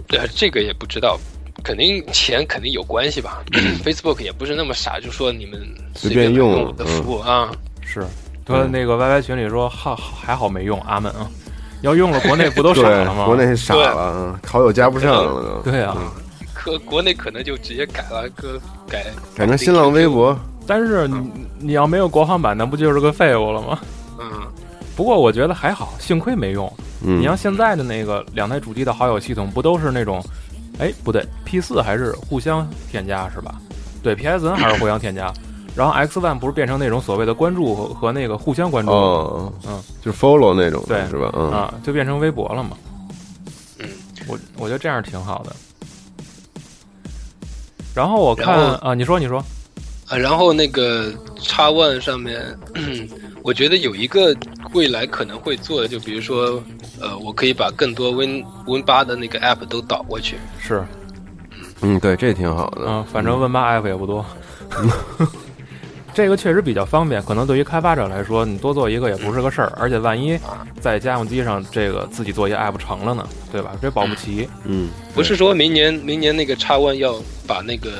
[SPEAKER 11] 对，这个也不知道，肯定钱肯定有关系 吧。Facebook 也不是那么傻，就说你们
[SPEAKER 10] 随
[SPEAKER 11] 便
[SPEAKER 10] 便用嗯
[SPEAKER 11] 买我的服务啊。
[SPEAKER 2] 是，他那个 YY 群里说，还还好没用，阿门啊！ 要用了，国内不都傻
[SPEAKER 10] 对
[SPEAKER 2] 了吗？，
[SPEAKER 10] 国内傻了，嗯好友加不上了都，
[SPEAKER 2] 对啊，
[SPEAKER 11] 可国内可能就直接改了个改，
[SPEAKER 10] 改成新浪微博，
[SPEAKER 2] 但是你你要没有国行版，那不就是个废物了吗？
[SPEAKER 11] 嗯，
[SPEAKER 2] 不过我觉得还好，幸亏没用。
[SPEAKER 10] 嗯，
[SPEAKER 2] 你像现在的那个两台主机的好友系统，不都是那种，哎，不对，P 四还是互相添加是吧？对，PSN 还是互相添加。然后 X One 不是变成那种所谓的关注和和那个互相关注、
[SPEAKER 10] 哦，
[SPEAKER 2] 嗯，
[SPEAKER 10] 就是 follow 那种
[SPEAKER 2] 对
[SPEAKER 10] 的是吧？嗯，
[SPEAKER 2] 啊，就变成微博了嘛。
[SPEAKER 11] 嗯，
[SPEAKER 2] 我我觉得这样挺好的。然后我
[SPEAKER 11] 然
[SPEAKER 2] 看
[SPEAKER 11] 后
[SPEAKER 2] 啊，你说你说，
[SPEAKER 11] 啊，然后那个 X One 上面， 我觉得有一个未来可能会做的，就比如说，呃，我可以把更多 Win Win 八的那个 App 都导过去，
[SPEAKER 2] 是
[SPEAKER 10] 嗯，对，这挺好
[SPEAKER 2] 嗯、
[SPEAKER 10] 的，
[SPEAKER 2] 反正问吧 app 也不多。 这个确实比较方便，可能对于开发者来说，你多做一个也不是个事儿，而且万一在家用机上这个自己做一个 app 成了呢，对吧？这保不齐。
[SPEAKER 10] 嗯，
[SPEAKER 11] 不是说明年明年那个 X One 要把那个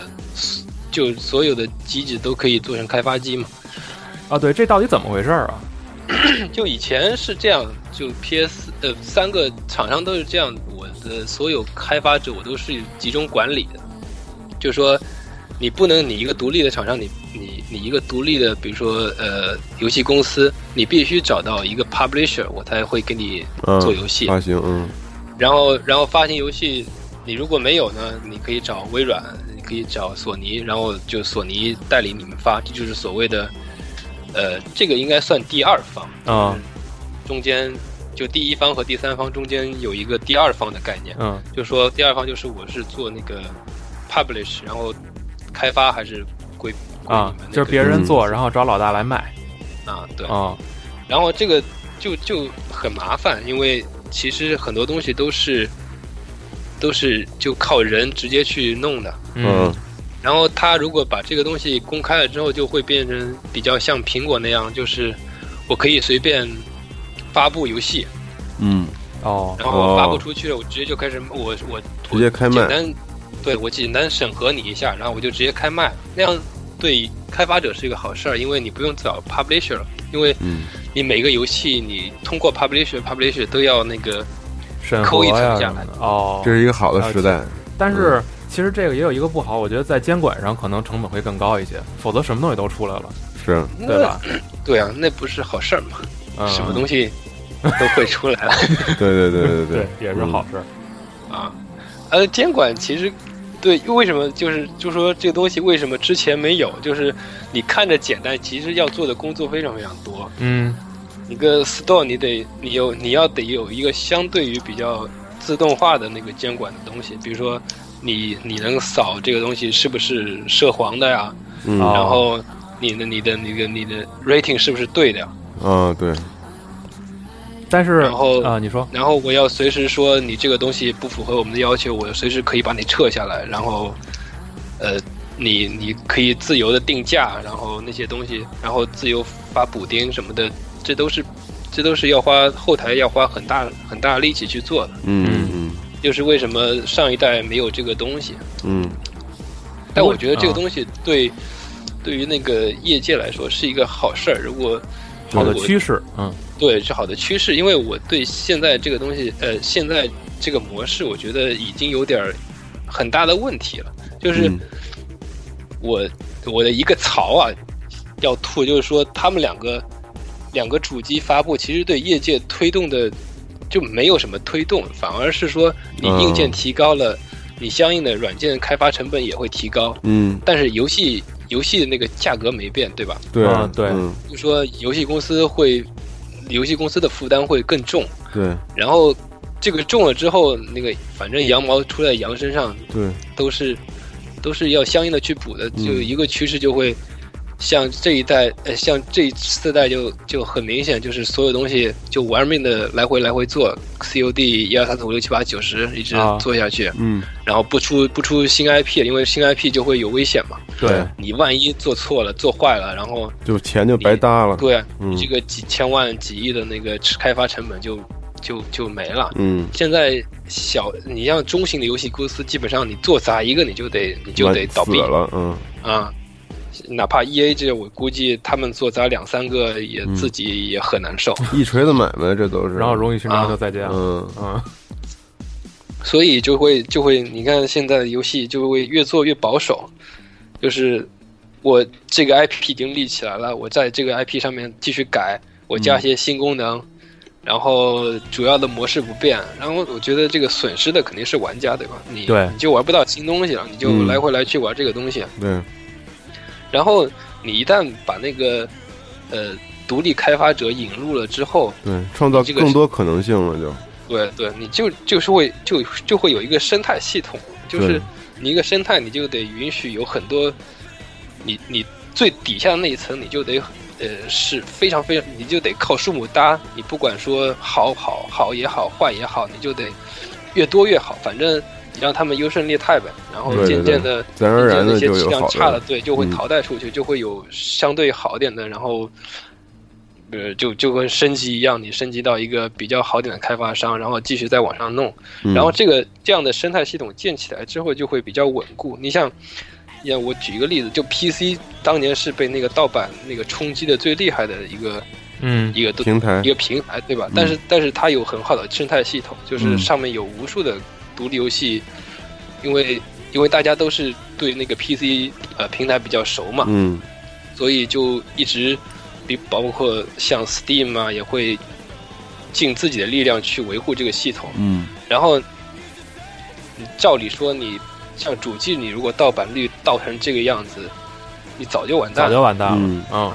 [SPEAKER 11] 就所有的机制都可以做成开发机嘛？
[SPEAKER 2] 啊，对，这到底怎么回事儿啊？
[SPEAKER 11] 就以前是这样，就 PS 呃三个厂商都是这样，我的所有开发者我都是集中管理的，就说你不能你一个独立的厂商，你你你一个独立的，比如说呃游戏公司，你必须找到一个 publisher，我才会给你
[SPEAKER 10] 嗯
[SPEAKER 11] 做游戏。
[SPEAKER 10] 发行，嗯，
[SPEAKER 11] 然后然后发行游戏，你如果没有呢，你可以找微软，你可以找索尼，然后就索尼代理你们发，这就是所谓的，呃，这个应该算第二方，
[SPEAKER 2] 啊，
[SPEAKER 11] 中间就第一方和第三方中间有一个第二方的概念，
[SPEAKER 2] 嗯
[SPEAKER 11] 就说第二方就是我是做那个 publish，然后开发还是归归你
[SPEAKER 2] 啊
[SPEAKER 11] 们、那，个
[SPEAKER 2] 就是别
[SPEAKER 10] 嗯
[SPEAKER 2] 人做，然后找老大来卖
[SPEAKER 11] 啊，嗯对，
[SPEAKER 2] 啊。
[SPEAKER 11] 然后这个就就很麻烦，因为其实很多东西都是都是就靠人直接去弄的。
[SPEAKER 2] 嗯，
[SPEAKER 11] 然后他如果把这个东西公开了之后，就会变成比较像苹果那样，就是我可以随便发布游戏，
[SPEAKER 10] 嗯，
[SPEAKER 2] 哦，
[SPEAKER 11] 然后
[SPEAKER 10] 哦
[SPEAKER 11] 发布出去了，我直接就开始我我
[SPEAKER 10] 直接开
[SPEAKER 11] 简
[SPEAKER 10] 麦，
[SPEAKER 11] 单，对我简单审核你一下，然后我就直接开卖了。那样对开发者是一个好事儿，因为你不用找 publisher 了，因为
[SPEAKER 10] 嗯
[SPEAKER 11] 你每个游戏你通过 publisher publisher 都要那个
[SPEAKER 2] 审
[SPEAKER 11] 扣
[SPEAKER 2] 核
[SPEAKER 11] 一层
[SPEAKER 2] 呀
[SPEAKER 11] 下
[SPEAKER 2] 什么
[SPEAKER 11] 来
[SPEAKER 2] 的哦，
[SPEAKER 10] 这是一个好的时代，
[SPEAKER 2] 但是其实这个也有一个不好，我觉得在监管上可能成本会更高一些，否则什么东西都出来了，
[SPEAKER 10] 是，
[SPEAKER 2] 对 吧？
[SPEAKER 11] 对啊，那不是好事儿嘛？
[SPEAKER 2] 嗯，
[SPEAKER 11] 嗯什么东西都会出来了
[SPEAKER 10] 对对对对
[SPEAKER 11] 嗯
[SPEAKER 2] 对，也是好，事儿。
[SPEAKER 11] 啊。呃，监管其实对，为什么就是就说这个东西为什么之前没有？就是你看着简单，其实要做的工作非常非常多。
[SPEAKER 2] 嗯，
[SPEAKER 11] 你个 store 你得你有你要得有一个相对于比较自动化的那个监管的东西，比如说你你能扫这个东西是不是涉黄的呀，
[SPEAKER 10] 嗯
[SPEAKER 2] 哦
[SPEAKER 10] 嗯，
[SPEAKER 11] 然后你的你的你的你的 rating 是不是对的呀，
[SPEAKER 10] 啊，对，
[SPEAKER 2] 但是
[SPEAKER 11] 然后
[SPEAKER 2] 啊，你说
[SPEAKER 11] 然后我要随时说你这个东西不符合我们的要求，我随时可以把你撤下来，然后呃你你可以自由的定价，然后那些东西，然后自由发补丁什么的，这都是这都是要花后台要花很大很大力气去做的。
[SPEAKER 10] 嗯嗯
[SPEAKER 11] 就是为什么上一代没有这个东西。
[SPEAKER 10] 嗯，
[SPEAKER 11] 但我觉得这个
[SPEAKER 2] 啊
[SPEAKER 11] 东西对、对于那个业界来说是一个好事儿。如果
[SPEAKER 2] 好的
[SPEAKER 11] 我
[SPEAKER 2] 趋势，嗯
[SPEAKER 11] 对，是好的趋势，因为我对现在这个东西，呃，现在这个模式，我觉得已经有点儿很大的问题了。就是
[SPEAKER 10] 嗯
[SPEAKER 11] 我、我的一个槽啊，要吐，就是说他们两个两个主机发布，其实对业界推动的就没有什么推动，反而是说你硬件
[SPEAKER 10] 嗯
[SPEAKER 11] 提高了，你相应的软件开发成本也会提高，
[SPEAKER 10] 嗯，
[SPEAKER 11] 但是游戏游戏的那个价格没变，对吧？
[SPEAKER 10] 对
[SPEAKER 2] 啊对
[SPEAKER 10] 嗯
[SPEAKER 11] 就说游戏公司会，游戏公司的负担会更重，
[SPEAKER 10] 对
[SPEAKER 11] 然后这个重了之后，那个反正羊毛出在羊身上，
[SPEAKER 10] 对，
[SPEAKER 11] 都是都是要相应的去补的，
[SPEAKER 10] 嗯
[SPEAKER 11] 就一个趋势就会像这一代，呃，像这四代就就很明显，就是所有东西就玩命的来回来回做，COD 一二三四五六七八九十一直
[SPEAKER 2] 啊
[SPEAKER 11] 做下去，
[SPEAKER 10] 嗯
[SPEAKER 11] 然后不出不出新 IP，因为新 IP 就会有危险嘛，
[SPEAKER 2] 对，
[SPEAKER 11] 你万一做错了做坏了，然后
[SPEAKER 10] 就钱就白搭了。
[SPEAKER 11] 对、
[SPEAKER 10] 啊
[SPEAKER 11] 啊
[SPEAKER 10] 嗯
[SPEAKER 11] 这个几千万几亿的那个开发成本就就就没了，
[SPEAKER 10] 嗯，
[SPEAKER 11] 现在小，你像中型的游戏公司，基本上你做砸一个，你就得你就得倒闭
[SPEAKER 10] 死了。嗯
[SPEAKER 11] 啊。哪怕 E A 这，我估计他们做砸两三个也，
[SPEAKER 10] 嗯
[SPEAKER 11] 自己也很难受。
[SPEAKER 10] 一锤子买卖这都是。
[SPEAKER 2] 然后荣誉勋
[SPEAKER 11] 啊
[SPEAKER 2] 章就再见了，
[SPEAKER 10] 嗯
[SPEAKER 2] 嗯，
[SPEAKER 11] 所以就会就会，你看现在的游戏就会越做越保守，就是我这个 IP 已经立起来了，我在这个 IP 上面继续改，我
[SPEAKER 10] 嗯
[SPEAKER 11] 加一些新功能，然后主要的模式不变，然后我觉得这个损失的肯定是玩家，对吧？你
[SPEAKER 2] 对
[SPEAKER 11] 你就玩不到新东西了，你就
[SPEAKER 10] 嗯
[SPEAKER 11] 来回来去玩这个东西，
[SPEAKER 10] 对
[SPEAKER 11] 然后你一旦把那个呃独立开发者引入了之后，
[SPEAKER 10] 对，创造
[SPEAKER 11] 这个是
[SPEAKER 10] 更多可能性了就。
[SPEAKER 11] 对对，你就就是会就就会有一个生态系统，就是
[SPEAKER 10] 对
[SPEAKER 11] 你一个生态，你就得允许有很多，你你最底下的那一层，你就得呃是非常非常，你就得靠数目搭，你不管说好好好也好，坏也好，你就得越多越好，反正你让他们优胜劣汰呗，然后
[SPEAKER 10] 对对
[SPEAKER 11] 渐
[SPEAKER 10] 对
[SPEAKER 11] 渐的。
[SPEAKER 10] 自然而然
[SPEAKER 11] 那
[SPEAKER 10] 的
[SPEAKER 11] 些
[SPEAKER 10] 就
[SPEAKER 11] 质
[SPEAKER 10] 有
[SPEAKER 11] 量
[SPEAKER 10] 好
[SPEAKER 11] 差
[SPEAKER 10] 的，
[SPEAKER 11] 对，就会
[SPEAKER 10] 嗯
[SPEAKER 11] 淘汰出去，就会有相对好点的，然后，呃，就就跟升级一样，你升级到一个比较好点的开发商，然后继续再往上弄，
[SPEAKER 10] 嗯
[SPEAKER 11] 然后这个这样的生态系统建起来之后，就会比较稳固。你像，也我举一个例子，就 PC 当年是被那个盗版那个冲击的最厉害的一个
[SPEAKER 2] 嗯，
[SPEAKER 11] 一个
[SPEAKER 10] 平台
[SPEAKER 11] 一个平台，对吧？但是但是它有很好的生态系统，就是
[SPEAKER 10] 嗯
[SPEAKER 11] 上面有无数的独立游戏，因为因为大家都是对那个 PC 呃平台比较熟嘛，
[SPEAKER 10] 嗯
[SPEAKER 11] 所以就一直比包括像 Steam 啊也会尽自己的力量去维护这个系统。
[SPEAKER 10] 嗯
[SPEAKER 11] 然后，你照理说你像主机，你如果盗版率盗成这个样子，你早就完蛋
[SPEAKER 2] 早就
[SPEAKER 11] 了。
[SPEAKER 2] 完蛋了，
[SPEAKER 10] 嗯，
[SPEAKER 2] 嗯，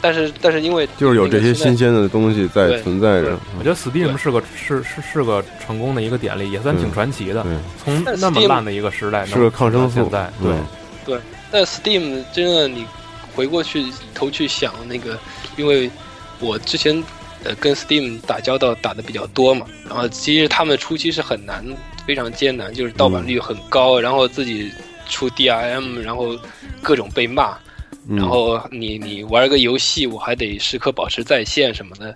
[SPEAKER 11] 但是但是因为
[SPEAKER 10] 就是有
[SPEAKER 11] 那个
[SPEAKER 10] 这些
[SPEAKER 11] 现在
[SPEAKER 10] 新鲜的东西在
[SPEAKER 11] 对
[SPEAKER 10] 存在着。
[SPEAKER 2] 我觉得 Steam 是个是是是个成功的一个典例，也算挺传奇的
[SPEAKER 10] 对，
[SPEAKER 2] 从
[SPEAKER 11] 但
[SPEAKER 2] 那么
[SPEAKER 11] Steam-
[SPEAKER 2] 烂的一个时代，
[SPEAKER 10] 是个抗生素
[SPEAKER 2] 现在对
[SPEAKER 10] 嗯
[SPEAKER 11] 但 Steam 真的你回过去头去想那个，因为我之前呃跟 Steam 打交道打的比较多嘛，然后其实他们初期是很难，非常艰难，就是盗版率很
[SPEAKER 10] 嗯
[SPEAKER 11] 高，然后自己出 DRM，然后各种被骂，
[SPEAKER 10] 嗯
[SPEAKER 11] 然后你你玩个游戏，我还得时刻保持在线什么的，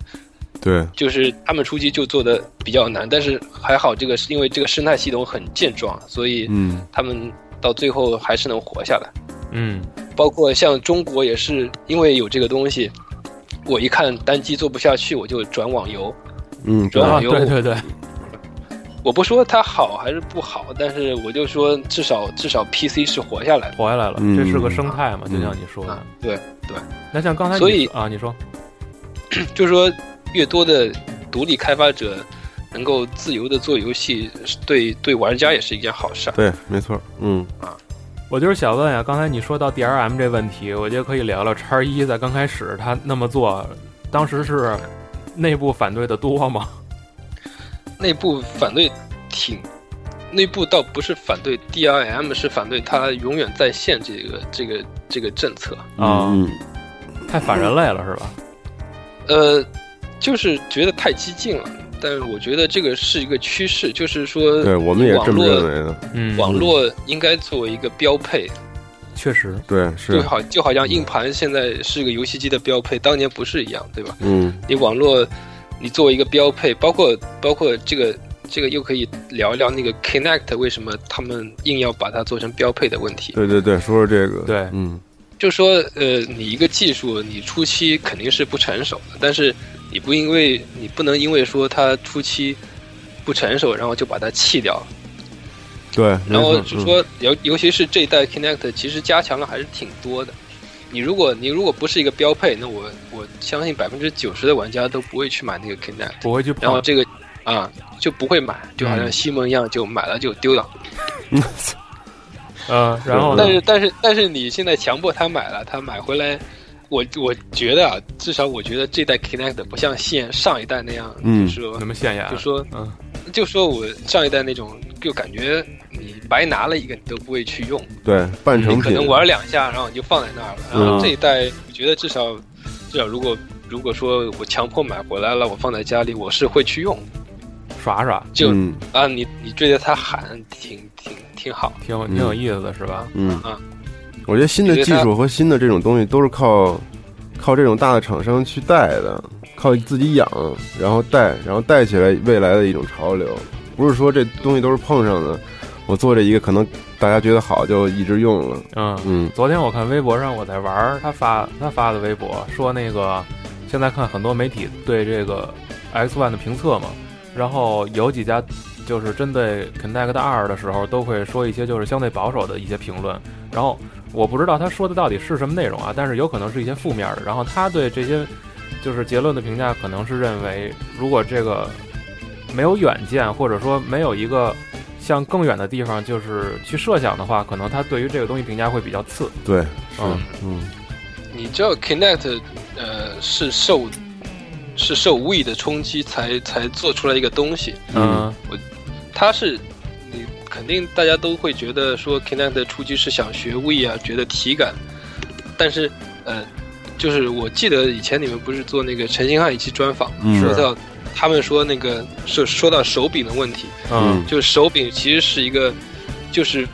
[SPEAKER 10] 对，
[SPEAKER 11] 就是他们初期就做的比较难，但是还好这个是因为这个生态系统很健壮，所以
[SPEAKER 10] 嗯
[SPEAKER 11] 他们到最后还是能活下来。
[SPEAKER 2] 嗯，
[SPEAKER 11] 包括像中国也是因为有这个东西，我一看单机做不下去，我就转网游。
[SPEAKER 10] 嗯，
[SPEAKER 11] 主要
[SPEAKER 2] 啊
[SPEAKER 11] 有
[SPEAKER 2] 对对对，
[SPEAKER 11] 我不说它好还是不好，但是我就说至少至少 PC 是活下来的。
[SPEAKER 2] 活下来了，
[SPEAKER 10] 嗯
[SPEAKER 2] 这是个生态嘛，
[SPEAKER 10] 嗯
[SPEAKER 2] 就像你说的
[SPEAKER 11] 啊，对，
[SPEAKER 2] 那像刚才你
[SPEAKER 11] 所以
[SPEAKER 2] 啊，你说
[SPEAKER 11] 就是说越多的独立开发者能够自由的做游戏，是对对玩家也是一件好事儿。
[SPEAKER 10] 对，没错，嗯
[SPEAKER 2] 我就是想问啊，刚才你说到 DRM 这问题，我觉得可以聊聊叉一在刚开始他那么做，当时是内部反对的多吗？
[SPEAKER 11] 内部反对挺，内部倒不是反对 DRM，是反对它永远在线这个这个这个政策。
[SPEAKER 2] 啊，
[SPEAKER 10] 嗯
[SPEAKER 2] 太反人类了是吧？
[SPEAKER 11] 呃，就是觉得太激进了，但是我觉得这个是一个趋势，就是说，
[SPEAKER 10] 对，我们也这么认
[SPEAKER 11] 网
[SPEAKER 10] 为的，
[SPEAKER 2] 嗯，
[SPEAKER 11] 络网络应该作为一个标配，
[SPEAKER 2] 确实，
[SPEAKER 10] 对，，
[SPEAKER 11] 就是好就好像硬盘现在是个游戏机的标配，当年不是一样，对吧？
[SPEAKER 10] 嗯
[SPEAKER 11] 你网络，你作为一个标配，包括包括这个这个又可以聊一聊那个 Kinect 为什么他们硬要把它做成标配的问题。
[SPEAKER 10] 对对对，说说这个，
[SPEAKER 2] 对
[SPEAKER 10] 嗯，
[SPEAKER 11] 就说呃，你一个技术，你初期肯定是不成熟的，但是你不因为你不能因为说它初期不成熟，然后就把它弃掉。
[SPEAKER 10] 对，
[SPEAKER 11] 然后
[SPEAKER 10] 没错嗯
[SPEAKER 11] 就说嗯尤尤其是这一代 Kinect，其实加强了还是挺多的。你如果你如果不是一个标配，那我我相信百分之九十的玩家都不会去买那个 Kinect。
[SPEAKER 2] 我会去
[SPEAKER 11] 然后
[SPEAKER 2] 碰。
[SPEAKER 11] 这个啊就不会买，就好像西蒙一样，就买了就丢了。
[SPEAKER 2] 嗯，然后呢
[SPEAKER 11] 但？是但是但是你现在强迫他买了，他买回来，我我觉得啊，至少我觉得这代 Kinect 不像现上一代那样，
[SPEAKER 10] 嗯
[SPEAKER 11] 就是说
[SPEAKER 2] 那么现眼，
[SPEAKER 11] 就说
[SPEAKER 2] 嗯，
[SPEAKER 11] 就说我上一代那种，就感觉你白拿了一个你都不会去用，
[SPEAKER 10] 对半成
[SPEAKER 11] 你可
[SPEAKER 10] 品，
[SPEAKER 11] 能玩两下，然后你就放在那儿了。然
[SPEAKER 10] 嗯
[SPEAKER 11] 后这一代，我觉得至少至少如果如果说我强迫买回来了，我放在家里，我是会去用，
[SPEAKER 2] 耍耍，
[SPEAKER 11] 就
[SPEAKER 10] 嗯
[SPEAKER 11] 啊，你你追着他喊，挺挺挺好。
[SPEAKER 2] 挺有挺有意思的，是吧？
[SPEAKER 10] 嗯
[SPEAKER 11] 啊，
[SPEAKER 10] 我觉得新的技
[SPEAKER 11] 我觉得
[SPEAKER 10] 术和新的这种东西都是靠靠这种大的厂商去带的，靠自己养，然后带，然后带起来未来的一种潮流，不是说这东西都是碰上的，我做这一个可能大家觉得好就一直用了，
[SPEAKER 2] 嗯，
[SPEAKER 10] 嗯
[SPEAKER 2] 昨天我看微博上我在玩儿，他发他发的微博说那个，现在看很多媒体对这个 X One 的评测嘛，然后有几家就是针对 Connect 二的时候都会说一些就是相对保守的一些评论，然后我不知道他说的到底是什么内容啊，但是有可能是一些负面的，然后他对这些就是结论的评价可能是认为，如果这个没有远见或者说没有一个向更远的地方就是去设想的话，可能他对于这个东西评价会比较次。
[SPEAKER 10] 对，
[SPEAKER 2] 嗯，
[SPEAKER 10] 嗯
[SPEAKER 11] 你知道 Kinect 呃是受是受 We 的冲击才才做出来一个东西，
[SPEAKER 2] 嗯
[SPEAKER 11] 它是你肯定大家都会觉得说 Kinect 的初期是想学 We 啊，觉得体感，但是呃，就是我记得以前你们不是做那个陈星汉一期专访，
[SPEAKER 10] 嗯
[SPEAKER 11] 说到他们说那个说说到手柄的问题，
[SPEAKER 2] 嗯
[SPEAKER 11] 就是手柄其实是一个，就是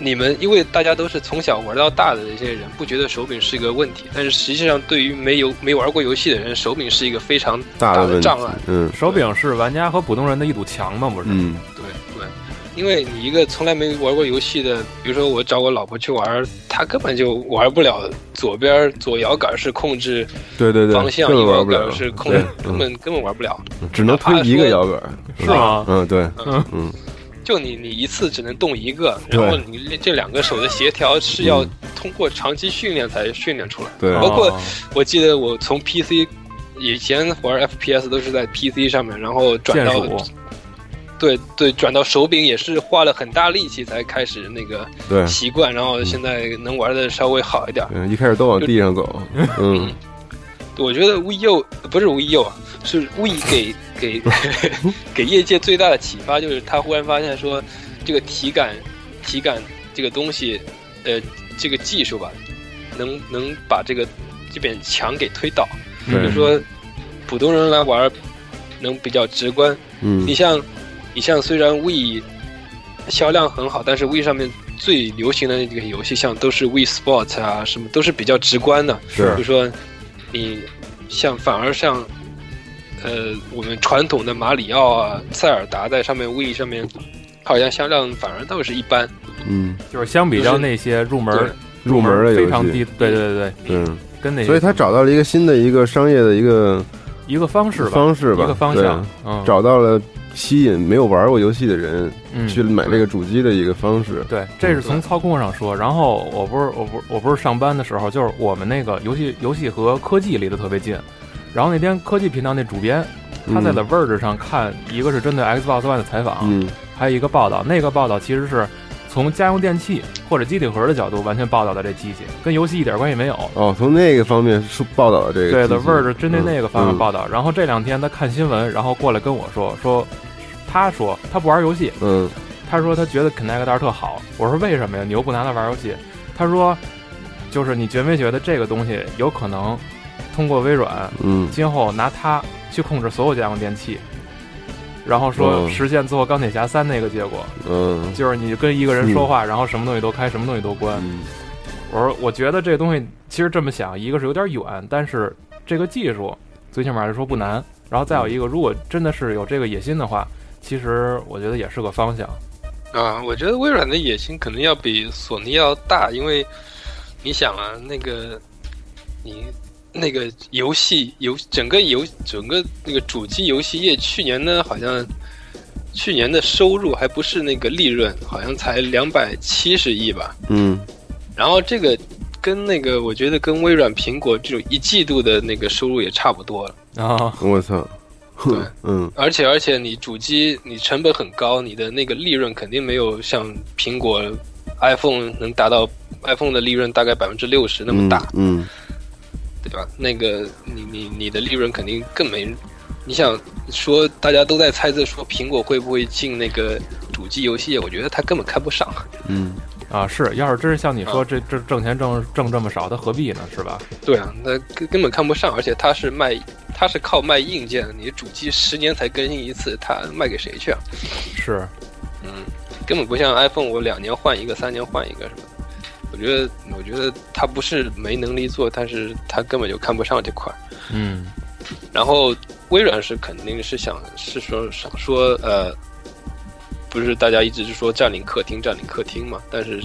[SPEAKER 11] 你们因为大家都是从小玩到大的一些人，不觉得手柄是一个问题，但是实际上对于没有没玩过游戏的人，手柄是一个非常
[SPEAKER 10] 大
[SPEAKER 11] 的
[SPEAKER 10] 问题
[SPEAKER 11] 障碍。，
[SPEAKER 10] 嗯
[SPEAKER 2] 手柄是玩家和普通人的一堵墙嘛，不是？
[SPEAKER 10] 嗯
[SPEAKER 11] 对对，因为你一个从来没玩过游戏的，比如说我找我老婆去玩，她根本就玩不了左边左摇杆是控制
[SPEAKER 10] 对对对，
[SPEAKER 11] 方向，
[SPEAKER 10] 这
[SPEAKER 11] 右
[SPEAKER 10] 个
[SPEAKER 11] 摇
[SPEAKER 10] 玩不了
[SPEAKER 11] 杆，是控
[SPEAKER 10] 对
[SPEAKER 11] 制，，根
[SPEAKER 10] 嗯
[SPEAKER 11] 本根本玩不了。
[SPEAKER 10] 只能推一个摇杆，
[SPEAKER 2] 是吗？
[SPEAKER 10] 嗯对，嗯
[SPEAKER 11] 就你你一次只能动一个，然后你这两个手的协调是要
[SPEAKER 10] 嗯
[SPEAKER 11] 通过长期训练才训练出来。
[SPEAKER 10] 对
[SPEAKER 11] 包括
[SPEAKER 2] 哦
[SPEAKER 11] 我记得我从 PC 以前玩 FPS 都是在 PC 上面，然后转
[SPEAKER 2] 键
[SPEAKER 11] 到
[SPEAKER 2] 鼠，
[SPEAKER 11] 对对转到手柄也是花了很大力气才开始那个
[SPEAKER 10] 对。
[SPEAKER 11] 习惯，然后现在能玩的稍微好一点。
[SPEAKER 10] 嗯，一开始都往地上走，嗯，
[SPEAKER 11] 我觉得 We U 不是 We U 啊，是 We 给给给业界最大的启发就是他忽然发现说，这个体感体感这个东西，呃，这个技术吧，能能把这个这边墙给推倒，
[SPEAKER 10] 对
[SPEAKER 2] 嗯
[SPEAKER 11] 就说普通人来玩儿能比较直观。
[SPEAKER 10] 嗯
[SPEAKER 11] 你，像你像虽然 We 销量很好，但是 We 上面最流行的这个游戏像都是 We Sport 啊，什么都是比较直观的。
[SPEAKER 10] 是
[SPEAKER 11] 就，说你像反而像呃我们传统的马里奥啊、塞尔达在上面 We 上面，好像销量反而倒是一般。
[SPEAKER 10] 嗯，
[SPEAKER 2] 就是相比较那些入门
[SPEAKER 11] 对
[SPEAKER 10] 入门的游戏
[SPEAKER 2] 非常低，对对对
[SPEAKER 10] 嗯。
[SPEAKER 2] 对，跟那些
[SPEAKER 10] 所以他找到了一个新的一个商业的一个
[SPEAKER 2] 一个方式吧，
[SPEAKER 10] 方式吧，
[SPEAKER 2] 一个方向，嗯
[SPEAKER 10] 对，，找到了吸引没有玩过游戏的人
[SPEAKER 2] 嗯
[SPEAKER 10] 去嗯买这个主机的一个方式。
[SPEAKER 2] 对，这是从操控上说。然后我不是我不是我不是上班的时候，就是我们那个游戏游戏和科技离得特别近。然后那天科技频道那主编，他在
[SPEAKER 10] 嗯
[SPEAKER 2] The Verge 上看，一个是针对 Xbox One 的采访，
[SPEAKER 10] 嗯
[SPEAKER 2] 还有一个报道。那个报道其实是从家用电器或者机顶盒的角度完全报道的这机器，跟游戏一点关系没有。
[SPEAKER 10] 哦，从那个方面说报道的这
[SPEAKER 2] 对
[SPEAKER 10] 个
[SPEAKER 2] 的
[SPEAKER 10] 机器，
[SPEAKER 2] 味儿是针对那个方向
[SPEAKER 10] 嗯
[SPEAKER 2] 报道。然后这两天他看新闻，然后过来跟我说说，他说他不玩游戏，
[SPEAKER 10] 嗯
[SPEAKER 2] 他说他觉得 Connect 二特好。我说为什么呀？你又不拿它玩游戏？他说，就是你觉没觉得这个东西有可能通过微软
[SPEAKER 10] 嗯，
[SPEAKER 2] 今后拿它去控制所有家用电器？然后说
[SPEAKER 10] 嗯
[SPEAKER 2] 实现最后钢铁侠三那个结果，
[SPEAKER 10] 嗯
[SPEAKER 2] 就是你跟一个人说话，然后什么东西都开，什么东西都关。
[SPEAKER 10] 嗯
[SPEAKER 2] 我说，我觉得这东西其实这么想，一个是有点远，但是这个技术最起码来说不难。
[SPEAKER 10] 嗯
[SPEAKER 2] 然后再有一个，如果真的是有这个野心的话，其实我觉得也是个方向。
[SPEAKER 11] 啊，我觉得微软的野心可能要比索尼要大，因为你想啊，那个你那个游戏游整个游整个那个主机游戏业去年呢，好像去年的收入还不是那个利润，好像才两百七十亿吧。
[SPEAKER 10] 嗯
[SPEAKER 11] 然后这个跟那个我觉得跟微软、苹果这种一季度的那个收入也差不多了。
[SPEAKER 2] 啊，
[SPEAKER 10] 嗯我操，
[SPEAKER 11] 对，
[SPEAKER 10] 嗯
[SPEAKER 11] 而且而且你主机你成本很高，你的那个利润肯定没有像苹果 iPhone 能达到 iPhone 的利润大概百分之六十那么大，
[SPEAKER 10] 嗯
[SPEAKER 11] 对吧？那个你你你的利润肯定更没。你想说大家都在猜测说苹果会不会进那个主机游戏业，我觉得他根本看不上。
[SPEAKER 10] 嗯
[SPEAKER 2] 啊，是，要是真是像你说
[SPEAKER 11] 啊
[SPEAKER 2] 这这挣钱挣挣这么少，他何必呢？是吧？
[SPEAKER 11] 对啊，那根根本看不上，而且他是卖他是靠卖硬件，你主机十年才更新一次，他卖给谁去啊？
[SPEAKER 2] 是，
[SPEAKER 11] 嗯，根本不像 iPhone，我两年换一个，三年换一个什么的。我觉得，我觉得他不是没能力做，但是他根本就看不上这块儿。
[SPEAKER 2] 嗯
[SPEAKER 11] 然后微软是肯定是想是说想说呃，不是大家一直是说占领客厅占领客厅嘛，但是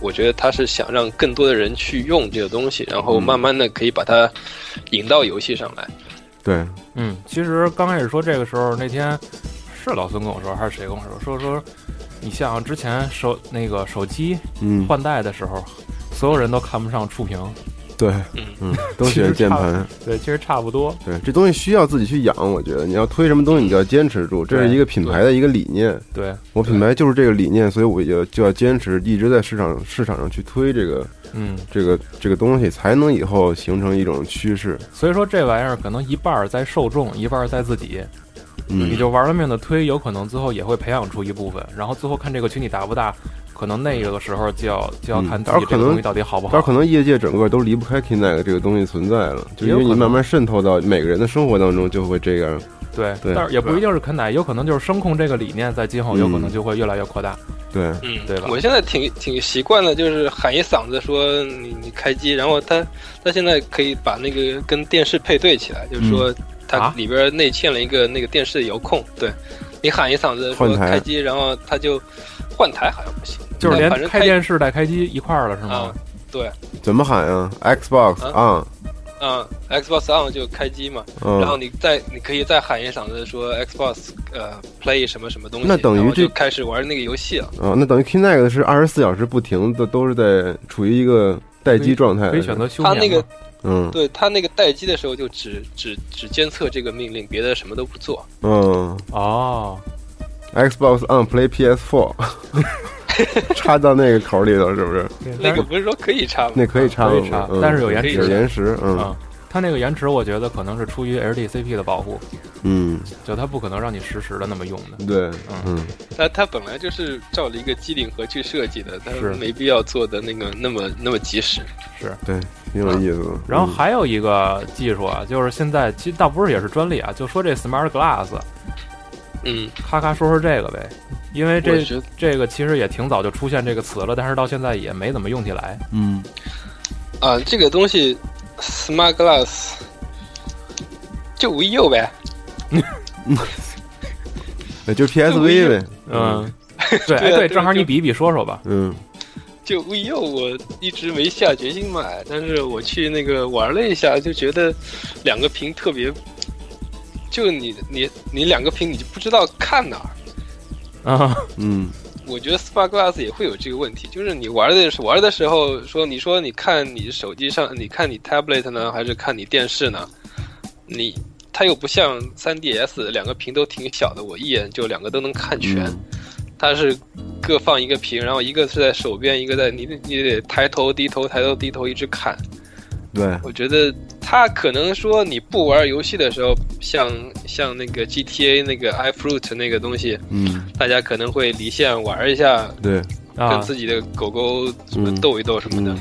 [SPEAKER 11] 我觉得他是想让更多的人去用这个东西，然后慢慢的可以把它引到游戏上来。
[SPEAKER 10] 对，
[SPEAKER 2] 嗯。其实刚开始说这个时候，那天是老孙跟我说，还是谁跟我说，说说你像之前手那个手机
[SPEAKER 10] 嗯
[SPEAKER 2] 换代的时候，所有人都看不上触屏，
[SPEAKER 10] 对，
[SPEAKER 11] 嗯
[SPEAKER 10] 嗯，都喜欢键盘。
[SPEAKER 2] 对，其实差不多。
[SPEAKER 10] 对，这东西需要自己去养，我觉得你要推什么东西，你就要坚持住，这是一个品牌的一个理念。
[SPEAKER 2] 对，
[SPEAKER 10] 我品牌就是这个理念，所以我也就要坚持一直在市场市场上去推这个
[SPEAKER 2] 嗯，
[SPEAKER 10] 这个这个东西，才能以后形成一种趋势。
[SPEAKER 2] 所以说这玩意儿可能一半儿在受众，一半儿在自己，你
[SPEAKER 10] 嗯
[SPEAKER 2] 就玩了命的推，有可能最后也会培养出一部分，然后最后看这个群体大不大，可能那个时候就要就要看
[SPEAKER 10] 嗯
[SPEAKER 2] 自
[SPEAKER 10] 但
[SPEAKER 2] 己
[SPEAKER 10] 是可
[SPEAKER 2] 这个
[SPEAKER 10] 能
[SPEAKER 2] 东西到底好不好。
[SPEAKER 10] 但是可能业界整个都离不开 Kinect 这个东西存在了，就因为你慢慢渗透到每个人的生活当中，就会这样。
[SPEAKER 2] 对，
[SPEAKER 10] 对嗯
[SPEAKER 2] 但是也不一定是肯奶，有可能就是声控这个理念在今后有可能就会越来越扩大。
[SPEAKER 10] 对，
[SPEAKER 11] 嗯，
[SPEAKER 2] 对吧
[SPEAKER 11] 我现在挺挺习惯的，就是喊一嗓子说你你开机，然后它它现在可以把那个跟电视配对起来，就是说它
[SPEAKER 2] 啊
[SPEAKER 11] 里边内嵌了一个那个电视的遥控，对你喊一嗓子说
[SPEAKER 10] 换台
[SPEAKER 11] 开机，然后它就换台好像不行，
[SPEAKER 2] 就是
[SPEAKER 11] 但反
[SPEAKER 2] 连
[SPEAKER 11] 正
[SPEAKER 2] 开
[SPEAKER 11] 开
[SPEAKER 2] 电视带开机一块儿了，是吗
[SPEAKER 11] 啊？对
[SPEAKER 10] 怎么喊啊？Xbox 啊，
[SPEAKER 11] 嗯 Xbox on 就开机嘛，然后
[SPEAKER 10] 嗯，
[SPEAKER 11] 你再你可以再喊一嗓子说 Xbox 呃 Play 什么什么东西，
[SPEAKER 10] 那等于
[SPEAKER 11] 然后就
[SPEAKER 10] 这
[SPEAKER 11] 开始玩那个游戏了。
[SPEAKER 10] 啊，那等于 Kinect 是二十四小时不停的都是在处于一个待机状态
[SPEAKER 2] 可以，选择休眠吗。
[SPEAKER 11] 它那个
[SPEAKER 10] 嗯
[SPEAKER 11] 对它那个待机的时候就只只只监测这个命令，别的什么都不做。
[SPEAKER 10] 嗯
[SPEAKER 2] 哦，
[SPEAKER 10] ，Xbox on Play PS4，插到那个口里头是不是？
[SPEAKER 11] 那个不是说可以插啊吗？
[SPEAKER 10] 那可以插
[SPEAKER 2] 可
[SPEAKER 10] 吗
[SPEAKER 2] 以插
[SPEAKER 10] 嗯
[SPEAKER 2] 但是有延迟
[SPEAKER 10] 有延时，嗯
[SPEAKER 2] 啊，它那个延迟，我觉得可能是出于 HDCP 的保护，
[SPEAKER 10] 嗯，
[SPEAKER 2] 就它不可能让你实时的那么用的。
[SPEAKER 10] 对，嗯
[SPEAKER 11] 它它本来就是照着一个机顶盒去设计的，它
[SPEAKER 2] 是
[SPEAKER 11] 没必要做的那个那么那么及时。
[SPEAKER 10] 对，挺有意思嗯的。
[SPEAKER 2] 啊然后还有一个技术啊，就是现在其实倒不是也是专利啊，就说这 Smart Glass，
[SPEAKER 11] 嗯，
[SPEAKER 2] 咔咔说说这个呗，因为
[SPEAKER 11] 我
[SPEAKER 2] 这
[SPEAKER 11] 觉得
[SPEAKER 2] 这个其实也挺早就出现这个词了，但是到现在也没怎么用起来。
[SPEAKER 10] 嗯
[SPEAKER 11] 啊，这个东西 Smart Glass 就 V U 呗，
[SPEAKER 10] 嗯，也就 PSV 呗，
[SPEAKER 2] 嗯，对，哎对，
[SPEAKER 11] 对啊这个
[SPEAKER 2] 正好你
[SPEAKER 11] 就
[SPEAKER 2] 比一比说说吧。
[SPEAKER 10] 嗯
[SPEAKER 11] 就 V U 我一直没下决心买，但是我去那个玩了一下，就觉得两个屏特别，就你你你两个屏你就不知道看哪儿。
[SPEAKER 2] 啊，
[SPEAKER 10] 嗯
[SPEAKER 11] 我觉得 Smart Glass 也会有这个问题，就是你玩的玩的时候说，你说你看你手机上，你看你 tablet 呢，还是看你电视呢？你它又不像 3DS 两个屏都挺小的，我一眼就两个都能看全。
[SPEAKER 10] 嗯
[SPEAKER 11] 它是各放一个屏，然后一个是在手边，一个在你得你得抬头低头抬头低头一直看。
[SPEAKER 10] 对，
[SPEAKER 11] 我觉得它可能说你不玩游戏的时候，像像那个 GTA 那个 iFruit 那个东西，
[SPEAKER 10] 嗯
[SPEAKER 11] 大家可能会离线玩一下，
[SPEAKER 10] 对，
[SPEAKER 11] 跟
[SPEAKER 2] 啊，
[SPEAKER 11] 自己的狗狗什么斗一斗什么的。
[SPEAKER 10] 嗯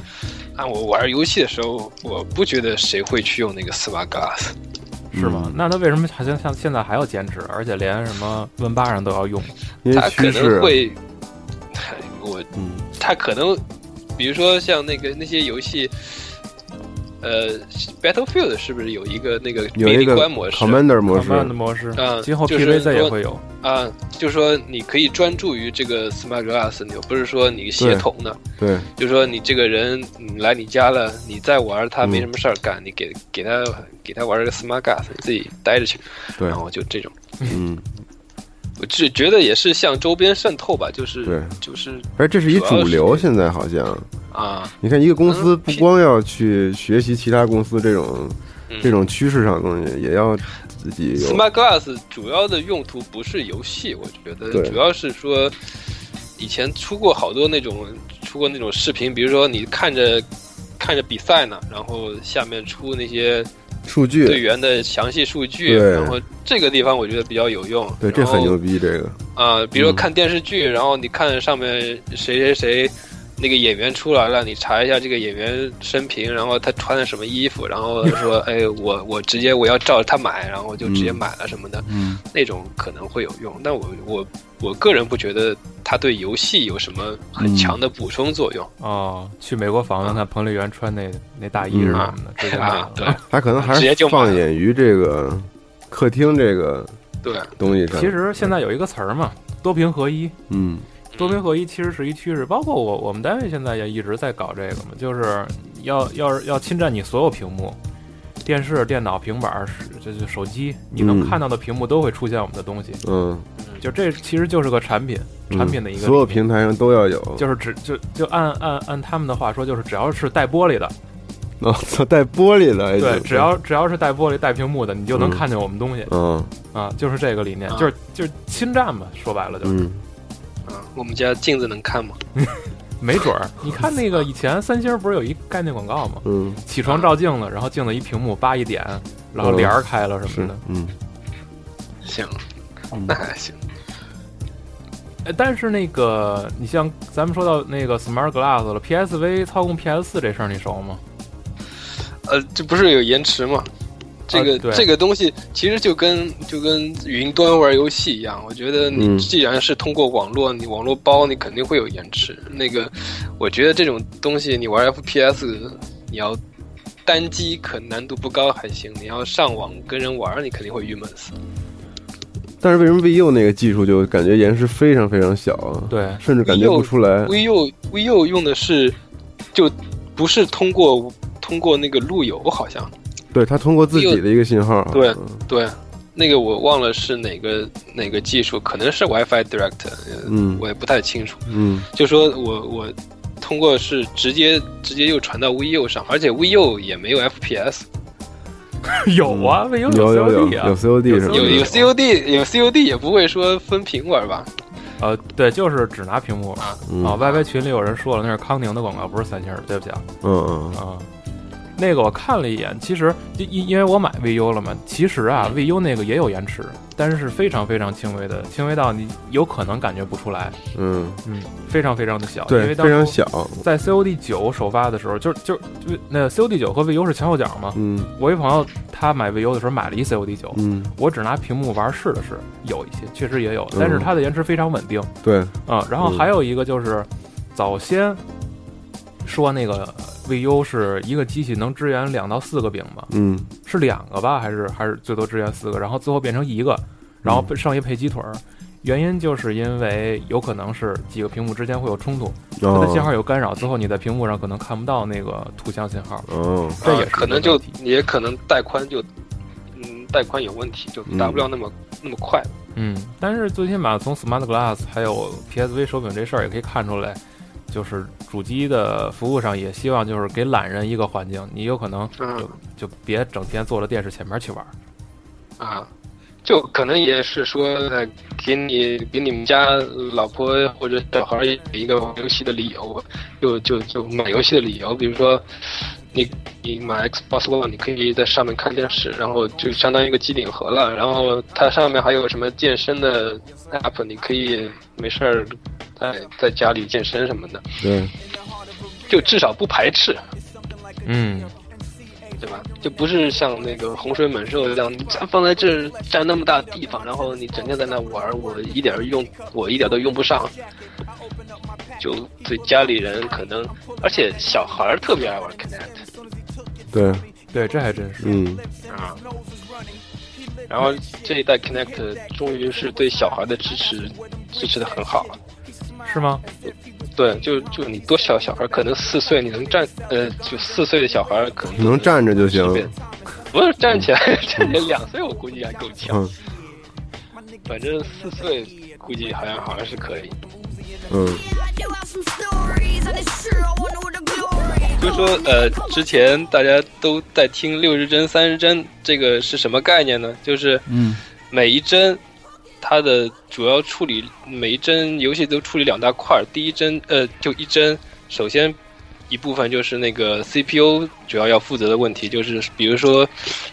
[SPEAKER 11] 啊，我玩游戏的时候，我不觉得谁会去用那个 Smart Glass。
[SPEAKER 2] 是吗？嗯那他为什么好像像现在还要坚持，而且连什么 Win 八上都要用？
[SPEAKER 10] 因
[SPEAKER 11] 它
[SPEAKER 10] 为
[SPEAKER 11] 可
[SPEAKER 10] 趋势啊
[SPEAKER 11] 能，会，哎我
[SPEAKER 10] 嗯
[SPEAKER 11] 它可能，比如说像那个那些游戏，呃，Battlefield 是不是有一个那个
[SPEAKER 10] 有
[SPEAKER 11] 别
[SPEAKER 10] 一
[SPEAKER 11] 离
[SPEAKER 10] 个
[SPEAKER 11] 关模式
[SPEAKER 10] Commander 模式，
[SPEAKER 2] Command 模式
[SPEAKER 11] 啊，
[SPEAKER 2] 今后
[SPEAKER 11] 就是
[SPEAKER 2] PVC 也
[SPEAKER 11] 说
[SPEAKER 2] 会有。
[SPEAKER 11] 啊？就是说你可以专注于这个 Smart Glass，你不是说你协同的，
[SPEAKER 10] 对，
[SPEAKER 11] 就是说你这个人你来你家了，你再玩儿他
[SPEAKER 10] 嗯
[SPEAKER 11] 没什么事儿干，你给给他给他玩儿个 Smart Glass，你自己待着去，
[SPEAKER 10] 对
[SPEAKER 11] 然，后就这种。
[SPEAKER 10] 嗯，
[SPEAKER 11] 我只觉得也是向周边渗透吧，就是
[SPEAKER 10] 对
[SPEAKER 11] 就是
[SPEAKER 10] 而这是一主
[SPEAKER 11] 主要
[SPEAKER 10] 流，
[SPEAKER 11] 是
[SPEAKER 10] 现在好像
[SPEAKER 11] 啊，
[SPEAKER 10] 你看一个公司
[SPEAKER 11] 嗯
[SPEAKER 10] 不光要去学习其他公司这种
[SPEAKER 11] 嗯
[SPEAKER 10] 这种趋势上的东西，也要自己有
[SPEAKER 11] Smart Glass 主要的用途不是游戏，我觉得
[SPEAKER 10] 对
[SPEAKER 11] 主要是说，以前出过好多那种出过那种视频，比如说你看着看着比赛呢，然后下面出那些
[SPEAKER 10] 数
[SPEAKER 11] 队
[SPEAKER 10] 据，
[SPEAKER 11] 员的详细数据，
[SPEAKER 10] 对
[SPEAKER 11] 然后这个地方我觉得比较有用。
[SPEAKER 10] 对，这
[SPEAKER 11] 然后
[SPEAKER 10] 很牛逼，这个
[SPEAKER 11] 啊、比如说
[SPEAKER 10] 嗯
[SPEAKER 11] 看电视剧，然后你看上面谁谁谁那个演员出来了，你查一下这个演员生平，然后他穿的什么衣服，然后说，哎，我我直接我要照着他买，然后我就直接
[SPEAKER 10] 嗯
[SPEAKER 11] 买了什么的，
[SPEAKER 9] 嗯
[SPEAKER 11] 那种可能会有用。但我我我个人不觉得它对游戏有什么很强的补充作用、
[SPEAKER 2] 哦，去美国访问看彭丽媛穿那那大衣是什么的，最近买
[SPEAKER 11] 啊
[SPEAKER 2] 的。
[SPEAKER 11] 对
[SPEAKER 10] 他可能还
[SPEAKER 11] 直接
[SPEAKER 10] 是
[SPEAKER 11] 就买了
[SPEAKER 10] 放眼于这个客厅这个
[SPEAKER 11] 对，
[SPEAKER 10] 东西上。
[SPEAKER 2] 其，实现在有一个词儿嘛，多屏合一。
[SPEAKER 10] 嗯，
[SPEAKER 2] 多屏合一其实是一趋势，包括我我们单位现在也一直在搞这个嘛，就是要要要侵占你所有屏幕，电视、电脑、平板儿、是就是手机，你能
[SPEAKER 10] 嗯
[SPEAKER 2] 看到的屏幕都会出现我们的东西。
[SPEAKER 10] 嗯，
[SPEAKER 2] 就这其实就是个产品，
[SPEAKER 10] 嗯
[SPEAKER 2] 产品的一个
[SPEAKER 10] 所有平台上都要有，
[SPEAKER 2] 就是只就就按按按他们的话说，就是只要是带玻璃的，
[SPEAKER 10] 哦，操带玻璃的，哎
[SPEAKER 2] 对，
[SPEAKER 10] 就
[SPEAKER 2] 只要只要是带玻璃、带屏幕的，你就能
[SPEAKER 10] 嗯
[SPEAKER 2] 看见我们东西
[SPEAKER 10] 嗯
[SPEAKER 2] 啊，就是这个理念，
[SPEAKER 11] 啊
[SPEAKER 2] 就是就是侵占嘛，说白了就是。
[SPEAKER 10] 嗯，
[SPEAKER 11] 啊，我们家镜子能看吗？
[SPEAKER 2] 没准儿，你看那个以前三星不是有一概念广告吗？
[SPEAKER 10] 嗯，
[SPEAKER 2] 起床照镜子，然后镜子一屏幕叭一点，然后帘儿开了什么
[SPEAKER 10] 是
[SPEAKER 2] 的。，
[SPEAKER 10] 嗯，
[SPEAKER 11] 行，那还 行，
[SPEAKER 2] 哎，但是那个你像咱们说到那个 Smart Glass 了，PSV 操控 PS 四这事儿你熟吗？
[SPEAKER 11] 呃，这不是有延迟吗？这
[SPEAKER 2] 啊
[SPEAKER 11] 个、
[SPEAKER 2] 对
[SPEAKER 11] 这个东西其实就跟就跟云端玩游戏一样，我觉得
[SPEAKER 10] 嗯
[SPEAKER 11] 你既然是通过网络，你网络包你肯定会有延迟。那个，我觉得这种东西你玩 FPS，你要单机可难度不高还行，你要上网跟人玩，你肯定会郁闷死。
[SPEAKER 10] 但是为什么 VU 那个技术就感觉延时非常非常小啊？，
[SPEAKER 2] 对，
[SPEAKER 10] 甚至感觉不出来。
[SPEAKER 11] vivo vivo 用的是就不是通过通过那个路由，好像
[SPEAKER 10] 对，它通过自己的一个信号，
[SPEAKER 11] 对
[SPEAKER 10] 嗯
[SPEAKER 11] 对，那个我忘了是哪个哪个技术，可能是 WiFi Direct，呃
[SPEAKER 10] 嗯
[SPEAKER 11] 我也不太清楚。
[SPEAKER 10] 嗯
[SPEAKER 11] 就说我我通过是直接直接又传到 VU 上，而且 VU 也没有 FPS，
[SPEAKER 2] 有啊，为有
[SPEAKER 10] 有有有
[SPEAKER 2] COD 啊
[SPEAKER 10] 有，COD 是吧？
[SPEAKER 11] 有
[SPEAKER 2] 嗯
[SPEAKER 11] 有 COD 有 COD 也不会说分屏玩吧？
[SPEAKER 2] 呃，对，就是只拿屏幕啊。
[SPEAKER 10] 嗯嗯
[SPEAKER 2] YY 群里有人说了，那是康宁的广告，不是三星儿，对不起啊。
[SPEAKER 10] 嗯
[SPEAKER 2] 啊，那个我看了一眼，其实就因因为我买 VU 了嘛，其实啊
[SPEAKER 10] 嗯
[SPEAKER 2] VU 那个也有延迟，但是是非常非常轻微的，轻微到你有可能感觉不出来，
[SPEAKER 10] 嗯，
[SPEAKER 2] 嗯，非常非常的小，因
[SPEAKER 10] 对，
[SPEAKER 2] 为
[SPEAKER 10] 非常
[SPEAKER 2] 当初
[SPEAKER 10] 小，
[SPEAKER 2] 在 COD 九首发的时候，就就就那 COD 九和 VU 是前后脚嘛，
[SPEAKER 10] 嗯
[SPEAKER 2] 我一朋友他买 VU 的时候买了一 COD 九。
[SPEAKER 10] 嗯，
[SPEAKER 2] 我只拿屏幕玩试了试，有一些确实也有，
[SPEAKER 10] 嗯
[SPEAKER 2] 但是它的延迟非常稳定
[SPEAKER 10] 对，
[SPEAKER 2] 啊、然后
[SPEAKER 10] 嗯
[SPEAKER 2] 还有一个就是，早先说那个 VU 是一个机器能支援两到四个饼嘛，
[SPEAKER 10] 嗯
[SPEAKER 2] 是两个吧，还是还是最多支援四个，然后最后变成一个，然
[SPEAKER 10] 嗯
[SPEAKER 2] 后剩下配鸡腿儿。原因就是因为有可能是几个屏幕之间会有冲突，它的信号
[SPEAKER 10] 哦
[SPEAKER 2] 有干扰，之后你在屏幕上可能看不到那个图像信号，
[SPEAKER 10] 哦，
[SPEAKER 2] 这也是
[SPEAKER 11] 啊
[SPEAKER 2] 一个
[SPEAKER 11] 可能就
[SPEAKER 2] 问题
[SPEAKER 11] 也可能带宽就嗯带宽有问题，就达不了那么、那么快。
[SPEAKER 2] 嗯，但是最起码从 Smart Glass 还有 PSV 手柄这事儿也可以看出来，就是主机的服务上也希望就是给懒人一个环境，你有可能
[SPEAKER 11] 嗯
[SPEAKER 2] 就别整天坐着电视前面去玩儿。
[SPEAKER 11] 啊，就可能也是说，呃给你给你们家老婆或者小孩儿一个玩游戏的理由，就就就买游戏的理由，比如说。你你买 Xbox One，你可以在上面看电视，然后就相当于一个机顶盒了。然后它上面还有什么健身的 app，你可以没事儿在在家里健身什么的，
[SPEAKER 10] 对，
[SPEAKER 11] 就至少不排斥。
[SPEAKER 2] 嗯，
[SPEAKER 11] 对吧？就不是像那个洪水猛兽一样，你放在这儿占那么大地方，然后你整天在那玩儿，我一点儿用，我一点儿都用不上。就对家里人可能，而且小孩儿特别爱玩 Connect，
[SPEAKER 10] 对，
[SPEAKER 2] 对，这还真是。
[SPEAKER 10] 嗯，
[SPEAKER 11] 啊。然后这一代 Connect 终于是对小孩的支持支持的很好，
[SPEAKER 2] 是吗？
[SPEAKER 11] 对，就就你多小小孩，可能四岁你能站，呃，就四岁的小孩可能
[SPEAKER 10] 能站着就行。
[SPEAKER 11] 随便不是站起来，站起来两岁我估计还够呛，
[SPEAKER 10] 嗯
[SPEAKER 11] 反正四岁估计好像好像是可以。
[SPEAKER 10] 嗯，
[SPEAKER 11] 就说呃，之前大家都在听六十帧、三十帧，这个是什么概念呢？就是
[SPEAKER 7] 嗯，
[SPEAKER 11] 每一帧它的主要处理，每一帧游戏都处理两大块儿。第一帧呃，就一帧，首先一部分就是那个 CPU 主要要负责的问题，就是比如说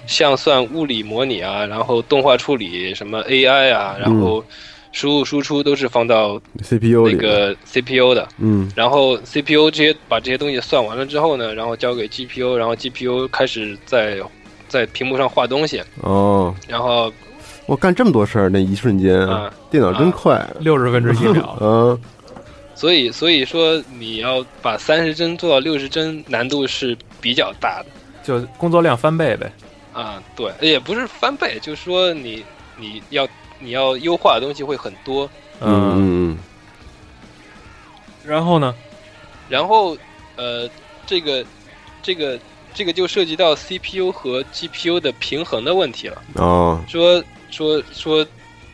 [SPEAKER 11] 像算物理模拟啊，然后动画处理、什么 AI 啊，然后输入输出都是放到
[SPEAKER 10] CPU
[SPEAKER 11] 那
[SPEAKER 10] 里，
[SPEAKER 11] 个 CPU 的。
[SPEAKER 10] 嗯
[SPEAKER 11] 然后 CPU 这些把这些东西算完了之后呢，然后交给 GPU，然后 GPU 开始在在屏幕上画东西，
[SPEAKER 10] 哦，
[SPEAKER 11] 然后
[SPEAKER 10] 我干这么多事儿，那一瞬间，
[SPEAKER 11] 啊
[SPEAKER 10] 电脑真快，
[SPEAKER 2] 六十分之一 秒，
[SPEAKER 10] 嗯
[SPEAKER 11] 所以所以说你要把三十帧做到六十帧，难度是比较大的
[SPEAKER 2] 就工作量翻倍呗。
[SPEAKER 11] 啊。对，也不是翻倍，就是说你你要你要优化的东西会很多。
[SPEAKER 2] 嗯，
[SPEAKER 10] 嗯嗯
[SPEAKER 2] 然后呢？
[SPEAKER 11] 然后呃，这个这个这个就涉及到 CPU 和 GPU 的平衡的问题了。
[SPEAKER 10] 嗯，哦，
[SPEAKER 11] 说说说，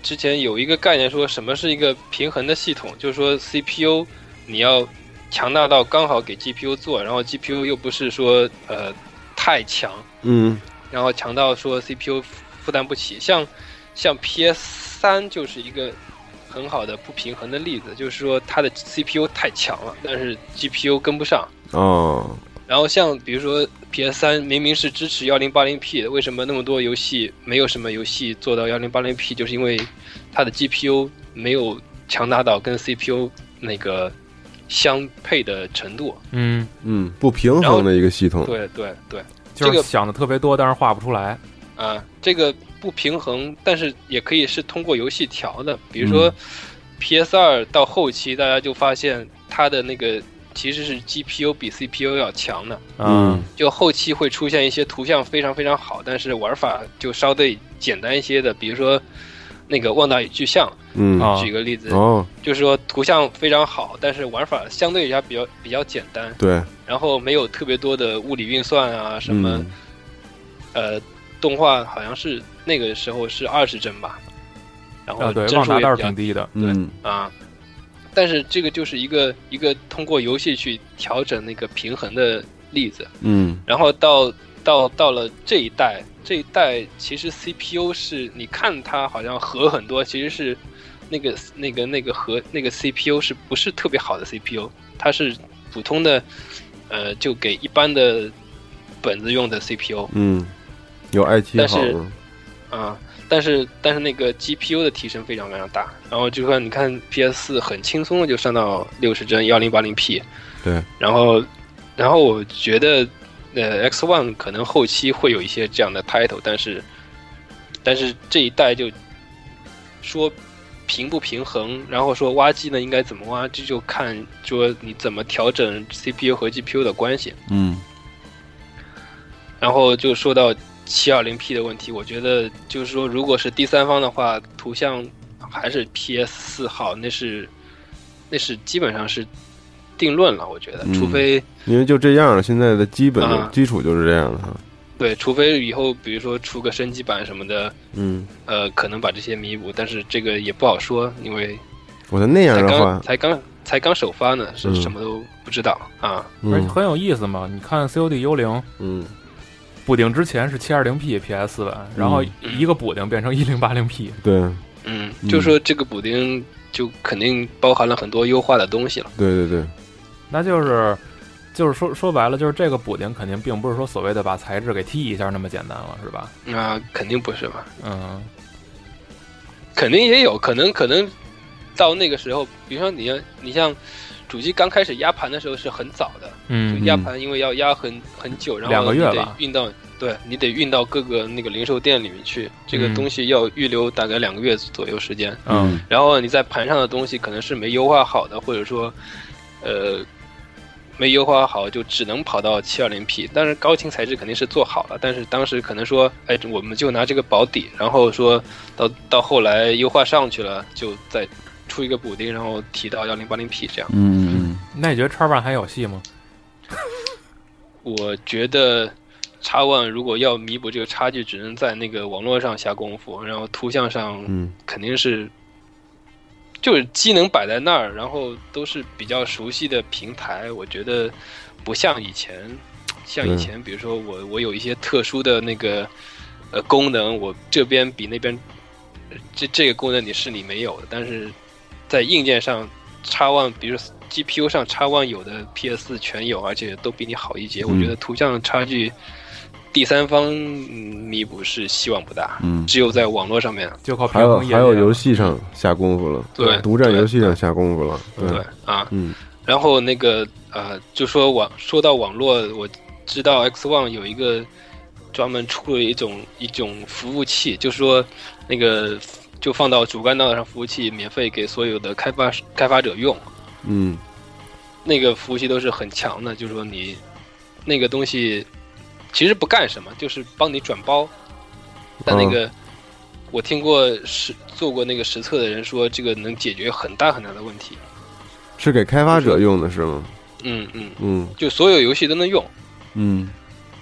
[SPEAKER 11] 之前有一个概念说什么是一个平衡的系统，就是说 CPU 你要强大到刚好给 GPU 做，然后 GPU 又不是说呃太强，
[SPEAKER 10] 嗯
[SPEAKER 11] 然后强到说 CPU 负担不起。像像 PS 三就是一个很好的不平衡的例子，就是说它的 CPU 太强了，但是 GPU 跟不上。
[SPEAKER 10] 哦，
[SPEAKER 11] 然后像比如说 PS 三明明是支持幺零八零 P 的，为什么那么多游戏没有什么游戏做到幺零八零 P？就是因为它的 GPU 没有强大到跟 CPU 那个相配的程度。
[SPEAKER 2] 嗯，
[SPEAKER 10] 嗯，不平
[SPEAKER 11] 然后
[SPEAKER 10] 衡的一个系统，
[SPEAKER 11] 对对对，
[SPEAKER 2] 就
[SPEAKER 11] 这
[SPEAKER 2] 是
[SPEAKER 11] 个
[SPEAKER 2] 想的特别多，但是画不出来。
[SPEAKER 11] 啊，这个不平衡，但是也可以是通过游戏调的。比如说 PS 二到后期，大家就发现它的那个其实是 GPU 比 CPU 要强的。
[SPEAKER 10] 嗯，
[SPEAKER 11] 就后期会出现一些图像非常非常好，但是玩法就稍对简单一些的，比如说那个《旺达与巨像》，
[SPEAKER 10] 嗯
[SPEAKER 2] 啊
[SPEAKER 11] 举个例子，
[SPEAKER 10] 哦，
[SPEAKER 11] 就是说图像非常好，但是玩法相对一下比较比较简单，
[SPEAKER 10] 对，
[SPEAKER 11] 然后没有特别多的物理运算啊，什么、
[SPEAKER 10] 嗯
[SPEAKER 11] 呃，动画好像是那个时候是二十帧吧，然后
[SPEAKER 2] 啊，对
[SPEAKER 11] 帧，
[SPEAKER 2] 旺
[SPEAKER 11] 数
[SPEAKER 2] 达
[SPEAKER 11] 嗯也
[SPEAKER 2] 倒
[SPEAKER 11] 比
[SPEAKER 2] 是
[SPEAKER 11] 较
[SPEAKER 2] 挺低的。
[SPEAKER 10] 嗯
[SPEAKER 11] 啊。但是这个就是一个一个通过游戏去调整那个平衡的例子，
[SPEAKER 10] 嗯
[SPEAKER 11] 然后到到到了这一代，这一代其实 CPU 是你看它好像核很多，其实是那个那个那个核那个 CPU 是不是特别好的 CPU？它是普通的，呃，就给一般的本子用的 CPU
[SPEAKER 10] 嗯，有 IT
[SPEAKER 11] 但
[SPEAKER 10] 好
[SPEAKER 11] 是
[SPEAKER 10] 吗？
[SPEAKER 11] 啊。但是但是那个 GPU 的提升非常非常大，然后就说你看 PS 四很轻松的就上到六十帧幺零八零 P，
[SPEAKER 10] 对，
[SPEAKER 11] 然后，然后我觉得，呃，X One 可能后期会有一些这样的 title，但是，但是这一代就说平不平衡，然后说挖机呢应该怎么挖，这就看说你怎么调整 CPU 和 GPU 的关系。
[SPEAKER 10] 嗯
[SPEAKER 11] 然后就说到七二零 P 的问题，我觉得就是说，如果是第三方的话，图像还是 PS 四好，那是那是基本上是定论了，我觉得，
[SPEAKER 10] 嗯
[SPEAKER 11] 除非。
[SPEAKER 10] 因为就这样了，现在的基本的
[SPEAKER 11] 啊
[SPEAKER 10] 基础就是这样了哈。
[SPEAKER 11] 对，除非以后比如说出个升级版什么的，
[SPEAKER 10] 嗯，
[SPEAKER 11] 呃，可能把这些弥补，但是这个也不好说，因为
[SPEAKER 10] 我的那样
[SPEAKER 11] 才
[SPEAKER 10] 的
[SPEAKER 11] 刚
[SPEAKER 10] 话，
[SPEAKER 11] 才刚才刚首发呢，是
[SPEAKER 10] 嗯
[SPEAKER 11] 什么都不知道啊。
[SPEAKER 2] 而且
[SPEAKER 10] 嗯
[SPEAKER 2] 很有意思嘛。你看 COD 幽灵
[SPEAKER 10] 嗯
[SPEAKER 2] 补丁之前是七二零 P PS 版，然后一个补丁变成一零八零 P。
[SPEAKER 10] 对
[SPEAKER 11] 嗯，
[SPEAKER 10] 嗯
[SPEAKER 11] 就说这个补丁就肯定包含了很多优化的东西了。
[SPEAKER 10] 对对对，
[SPEAKER 2] 那就是就是说说白了，就是这个补丁肯定并不是说所谓的把材质给踢一下那么简单了，是吧？
[SPEAKER 11] 那、肯定不是嘛，
[SPEAKER 2] 嗯，
[SPEAKER 11] 肯定也有可能，可能到那个时候，比如说你要你像主机刚开始压盘的时候是很早的，
[SPEAKER 2] 嗯
[SPEAKER 11] 就压盘，因为要压很很久，然后
[SPEAKER 2] 两个月
[SPEAKER 11] 你得
[SPEAKER 2] 吧
[SPEAKER 11] 运到，对你得运到各个那个零售店里面去。这个
[SPEAKER 2] 嗯
[SPEAKER 11] 东西要预留大概两个月左右时间。
[SPEAKER 2] 嗯
[SPEAKER 11] 然后你在盘上的东西可能是没优化好的，或者说，呃，没优化好，就只能跑到七二零 P。但是高清材质肯定是做好了，但是当时可能说，哎，我们就拿这个保底，然后说到到后来优化上去了，就再出一个补丁，然后提到幺零八零 P 这样。
[SPEAKER 6] 嗯，
[SPEAKER 2] 那你觉得叉 One 还有戏吗？
[SPEAKER 11] 我觉得叉 One 如果要弥补这个差距，只能在那个网络上下功夫，然后图像上
[SPEAKER 10] 嗯
[SPEAKER 11] 肯定是就是机能摆在那儿，然后都是比较熟悉的平台，我觉得不像以前，像以前，比如说我我有一些特殊的那个呃功能，我这边比那边呃这这个功能你是你没有的，但是在硬件上叉 One，比如说 GPU 上叉 One 有的 PS 全有，而且都比你好一截，我觉得图像差距。第三方嗯弥补是希望不大，
[SPEAKER 6] 嗯
[SPEAKER 11] 只有在网络上面
[SPEAKER 2] 就靠
[SPEAKER 10] 还
[SPEAKER 2] 平
[SPEAKER 10] 有
[SPEAKER 2] 衡演
[SPEAKER 10] 还有游戏上下功夫了，
[SPEAKER 11] 对
[SPEAKER 10] 独占游戏上下功夫了，
[SPEAKER 11] 对啊，
[SPEAKER 10] 嗯，
[SPEAKER 11] 然后那个呃，就说网说到网络，我知道 X One 有一个专门出了一种一种服务器，就是说那个就放到主干道上服务器免费给所有的开发开发者用，
[SPEAKER 10] 嗯
[SPEAKER 11] 那个服务器都是很强的，就是说你那个东西其实不干什么，就是帮你转包，但那个。我听过实做过那个实测的人说，这个能解决很大很大的问题。
[SPEAKER 10] 是给开发者用的是吗？
[SPEAKER 11] 嗯嗯，
[SPEAKER 10] 嗯
[SPEAKER 11] 就所有游戏都能用，
[SPEAKER 6] 嗯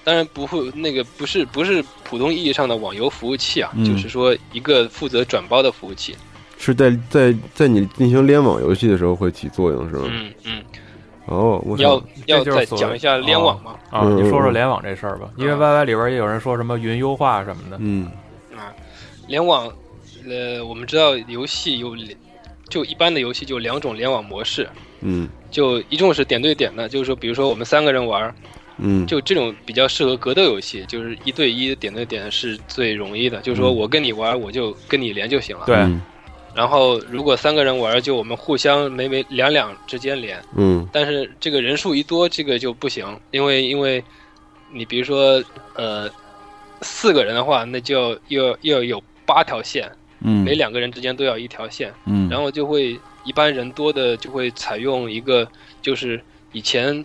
[SPEAKER 11] 当然不会，那个不是不是普通意义上的网游服务器啊，
[SPEAKER 6] 嗯
[SPEAKER 11] 就是说一个负责转包的服务器。，
[SPEAKER 10] 是在在在你进行联网游戏的时候会起作用是吗？
[SPEAKER 11] 嗯嗯，
[SPEAKER 10] 哦，我
[SPEAKER 11] 你要
[SPEAKER 10] 操
[SPEAKER 11] 要
[SPEAKER 2] 这就是
[SPEAKER 11] 再
[SPEAKER 2] 所谓
[SPEAKER 11] 讲一下联网嘛？
[SPEAKER 2] 啊，
[SPEAKER 10] 嗯
[SPEAKER 2] 你说说联网这事儿吧，因为 YY 里边也有人说什么云优化什么的，
[SPEAKER 10] 嗯
[SPEAKER 11] 啊，联网，呃，我们知道游戏有两，就一般的游戏就两种联网模式，
[SPEAKER 10] 嗯
[SPEAKER 11] 就一种是点对点的，就是说比如说我们三个人玩儿，
[SPEAKER 10] 嗯，
[SPEAKER 11] 就这种比较适合格斗游戏，就是一对一点对点是最容易的，就是说我跟你玩儿，我就跟你连就行了。
[SPEAKER 2] 嗯对，
[SPEAKER 6] 嗯
[SPEAKER 11] 然后如果三个人玩儿，就我们互相每每两两之间连。
[SPEAKER 10] 嗯
[SPEAKER 11] 但是这个人数一多，这个就不行，因为因为你比如说呃四个人的话，那就要又要又要有八条线，
[SPEAKER 6] 嗯，
[SPEAKER 11] 每两个人之间都要一条线，
[SPEAKER 6] 嗯，
[SPEAKER 11] 然后就会一般人多的就会采用一个就是以前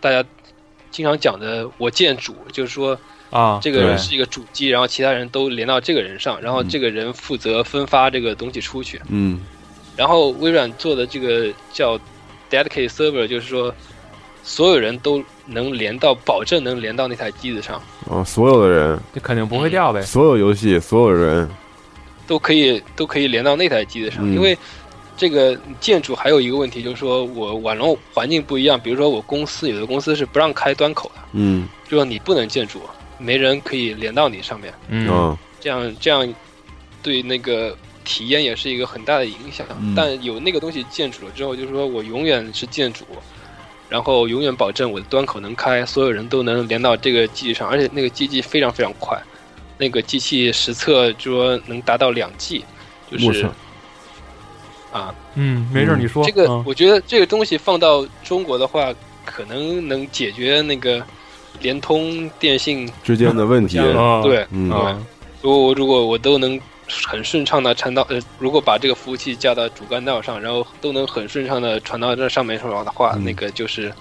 [SPEAKER 11] 大家经常讲的“我见主”，就是说
[SPEAKER 2] 啊，
[SPEAKER 11] 这个人
[SPEAKER 2] 对
[SPEAKER 11] 是一个主机，然后其他人都连到这个人上，然后
[SPEAKER 6] 嗯
[SPEAKER 11] 这个人负责分发这个东西出去。
[SPEAKER 6] 嗯
[SPEAKER 11] 然后微软做的这个叫 Dedicate Server，就是说所有人都能连到，保证能连到那台机子上，
[SPEAKER 10] 哦，所有的人，
[SPEAKER 2] 这肯定不会掉呗，
[SPEAKER 10] 所有游戏，所有人，
[SPEAKER 11] 都可以都可以连到那台机子上。
[SPEAKER 10] 嗯
[SPEAKER 11] 因为这个建筑还有一个问题，就是说我网络环境不一样，比如说我公司有的公司是不让开端口的，
[SPEAKER 10] 嗯
[SPEAKER 11] 就说你不能建筑，没人可以连到你上面，
[SPEAKER 2] 嗯，
[SPEAKER 10] 啊
[SPEAKER 11] 这样这样对那个。体验也是一个很大的影响，
[SPEAKER 6] 嗯
[SPEAKER 11] 但有那个东西建筑了之后，就是说我永远是建筑，然后永远保证我的端口能开，所有人都能连到这个机器上，而且那个机器非常非常快，那个机器实测就说能达到两 G，就
[SPEAKER 10] 我
[SPEAKER 11] 是
[SPEAKER 10] 操
[SPEAKER 11] 啊，
[SPEAKER 2] 嗯，没事儿，你说
[SPEAKER 11] 这个
[SPEAKER 2] 嗯
[SPEAKER 11] 我觉得这个东西放到中国的话，可能能解决那个联通、电信
[SPEAKER 10] 之间的 问题，
[SPEAKER 2] 啊
[SPEAKER 11] 对。
[SPEAKER 10] 嗯
[SPEAKER 2] 啊，
[SPEAKER 11] 如果我如果我都能很顺畅的传到呃，如果把这个服务器架到主干道上，然后都能很顺畅的传到这上面上的话，那个就是，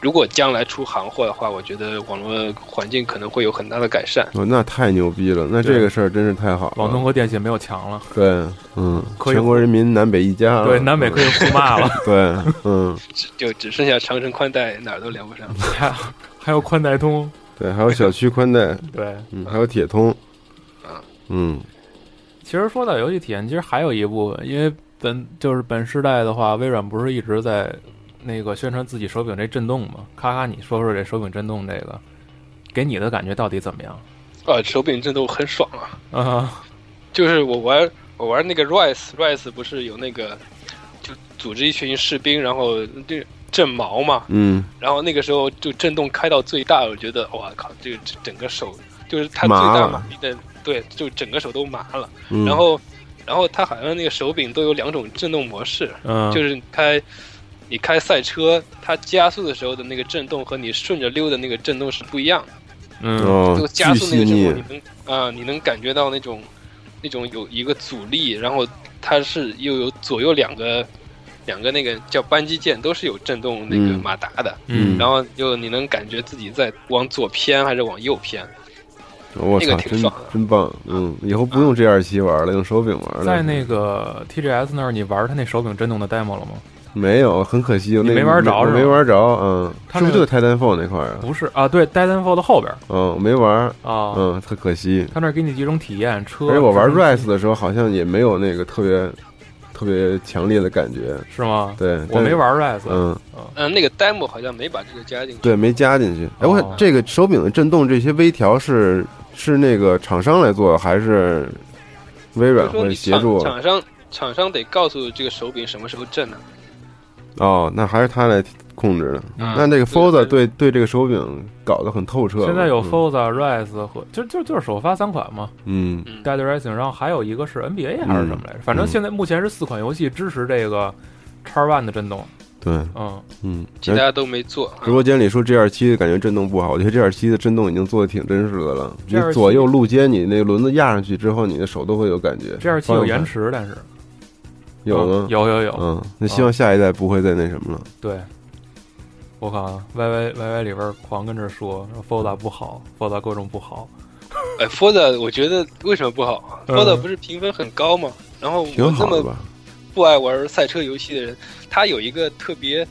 [SPEAKER 11] 如果将来出行货的话，我觉得网络环境可能会有很大的改善。
[SPEAKER 10] 哦，那太牛逼了，那这个事儿真是太好了，
[SPEAKER 2] 网通和电信没有墙了，
[SPEAKER 10] 对，嗯，
[SPEAKER 2] 可以
[SPEAKER 10] 全国人民南北一家，
[SPEAKER 2] 对，南北可以互骂了，
[SPEAKER 10] 嗯， 对，嗯，
[SPEAKER 11] 只就只剩下长城宽带哪儿都连不上。
[SPEAKER 2] 还有还有宽带通，
[SPEAKER 10] 对，还有小区宽带，
[SPEAKER 2] 对，
[SPEAKER 10] 嗯，还有铁通，
[SPEAKER 11] 啊
[SPEAKER 10] 嗯
[SPEAKER 2] 其实说到游戏体验，其实还有一部分，因为本就是本世代的话，微软不是一直在那个宣传自己手柄这震动吗？咔咔，你说说这手柄震动这个，给你的感觉到底怎么样？
[SPEAKER 11] 啊，手柄震动很爽啊！
[SPEAKER 10] 嗯
[SPEAKER 2] 啊，
[SPEAKER 11] 就是我玩我玩那个 Rise Rise 不是有那个就组织一群士兵，然后这震毛嘛，
[SPEAKER 10] 嗯，
[SPEAKER 11] 然后那个时候就震动开到最大，我觉得哇靠，这个整个手就是它最
[SPEAKER 10] 麻
[SPEAKER 11] 大
[SPEAKER 10] 了
[SPEAKER 11] 马力的，对，就整个手都麻了。
[SPEAKER 10] 嗯
[SPEAKER 11] 然后，然后它好像那个手柄都有两种震动模式，
[SPEAKER 2] 嗯，
[SPEAKER 11] 就是你开你开赛车，它加速的时候的那个震动和你顺着溜的那个震动是不一样的。
[SPEAKER 2] 嗯
[SPEAKER 10] 哦
[SPEAKER 11] 就，加
[SPEAKER 10] 巨
[SPEAKER 11] 速
[SPEAKER 10] 细
[SPEAKER 11] 那个时候，
[SPEAKER 10] 腻
[SPEAKER 11] 你，能啊、你能感觉到那种那种有一个阻力，然后它是又有左右两个两个那个叫扳机键都是有震动那个
[SPEAKER 10] 嗯
[SPEAKER 11] 马达的，
[SPEAKER 2] 嗯
[SPEAKER 11] 然后就你能感觉自己在往左偏还是往右偏。
[SPEAKER 10] 我
[SPEAKER 11] 那
[SPEAKER 10] 操，
[SPEAKER 11] 个挺
[SPEAKER 10] 真
[SPEAKER 11] 爽的啊
[SPEAKER 10] 真棒！嗯，以后不用 G 二七玩了，用手柄玩了。
[SPEAKER 2] 在那个 TGS 那儿，你玩他那手柄震动的 demo 了吗？
[SPEAKER 10] 没有，很可惜，我
[SPEAKER 2] 你
[SPEAKER 10] 那
[SPEAKER 2] 没玩着
[SPEAKER 10] 我
[SPEAKER 2] 是吧
[SPEAKER 10] 没玩着。嗯，
[SPEAKER 2] 他
[SPEAKER 10] 是
[SPEAKER 2] 那
[SPEAKER 10] 不
[SPEAKER 2] 个
[SPEAKER 10] 是就 Titanfall 那块儿啊？
[SPEAKER 2] 不是啊，对，Titanfall 的后边
[SPEAKER 10] 嗯，我没玩。
[SPEAKER 2] 啊，
[SPEAKER 10] 嗯，特可惜。
[SPEAKER 2] 他那儿给你几种体验，车。
[SPEAKER 10] 而且哎我玩
[SPEAKER 2] 直升
[SPEAKER 10] Rise 的时候，好像也没有那个特别特别强烈的感觉。
[SPEAKER 2] 机是吗？
[SPEAKER 10] 对，
[SPEAKER 2] 我
[SPEAKER 10] 但
[SPEAKER 2] 没。玩 Rise，
[SPEAKER 10] 嗯，
[SPEAKER 11] 嗯、那个 demo 好像没把这个加进去。
[SPEAKER 10] 对，没加进去。哎，我
[SPEAKER 2] 哦
[SPEAKER 10] 想这个手柄的震动这些微调是是那个厂商来做，还是微
[SPEAKER 11] 就
[SPEAKER 10] 软
[SPEAKER 11] 是说
[SPEAKER 10] 会
[SPEAKER 11] 你
[SPEAKER 10] 协助
[SPEAKER 11] 厂？厂商厂商得告诉这个手柄什么时候震呢、
[SPEAKER 10] 哦，那还是他来控制的。
[SPEAKER 11] 嗯
[SPEAKER 10] 那这个
[SPEAKER 11] 对
[SPEAKER 10] Forza
[SPEAKER 11] 对
[SPEAKER 10] 对对这个手柄搞得很透彻。
[SPEAKER 2] 现在有
[SPEAKER 10] 嗯
[SPEAKER 2] Forza、Rise 和就就就是首发三款嘛
[SPEAKER 10] 嗯
[SPEAKER 11] 嗯
[SPEAKER 2] ，Dead Rising，然后还有一个是 NBA 还是什么来着？反正现在目前是四款游戏支持这个 X One 的震动，
[SPEAKER 10] 对
[SPEAKER 2] 嗯，
[SPEAKER 10] 嗯。
[SPEAKER 11] 其他都没做。
[SPEAKER 10] 直播间里说 G 二七感觉震动不好，我觉得 G 二七的震动已经做的挺真实的了。你
[SPEAKER 2] GR7
[SPEAKER 10] 左右路肩，你那个轮子压上去之后，你的手都会有感觉。
[SPEAKER 2] 这样期有延
[SPEAKER 10] 方向
[SPEAKER 2] 迟，
[SPEAKER 10] 盘
[SPEAKER 2] 但是
[SPEAKER 10] 有吗？
[SPEAKER 2] 有哦有有，
[SPEAKER 10] 嗯，那希望下一代不会再那什么了。
[SPEAKER 2] 对。我靠啊，Y Y Y Y 里边狂跟这说说 Forza 不好，Forza 各种不好，
[SPEAKER 11] 哎，Forza 我觉得为什么不好啊、
[SPEAKER 2] 嗯
[SPEAKER 11] f o r z a 不是评分很高吗？然后我
[SPEAKER 10] 挺
[SPEAKER 11] 这
[SPEAKER 10] 好的
[SPEAKER 11] 么
[SPEAKER 10] 吧？
[SPEAKER 11] 不爱玩赛车游戏的人，他有一个特别，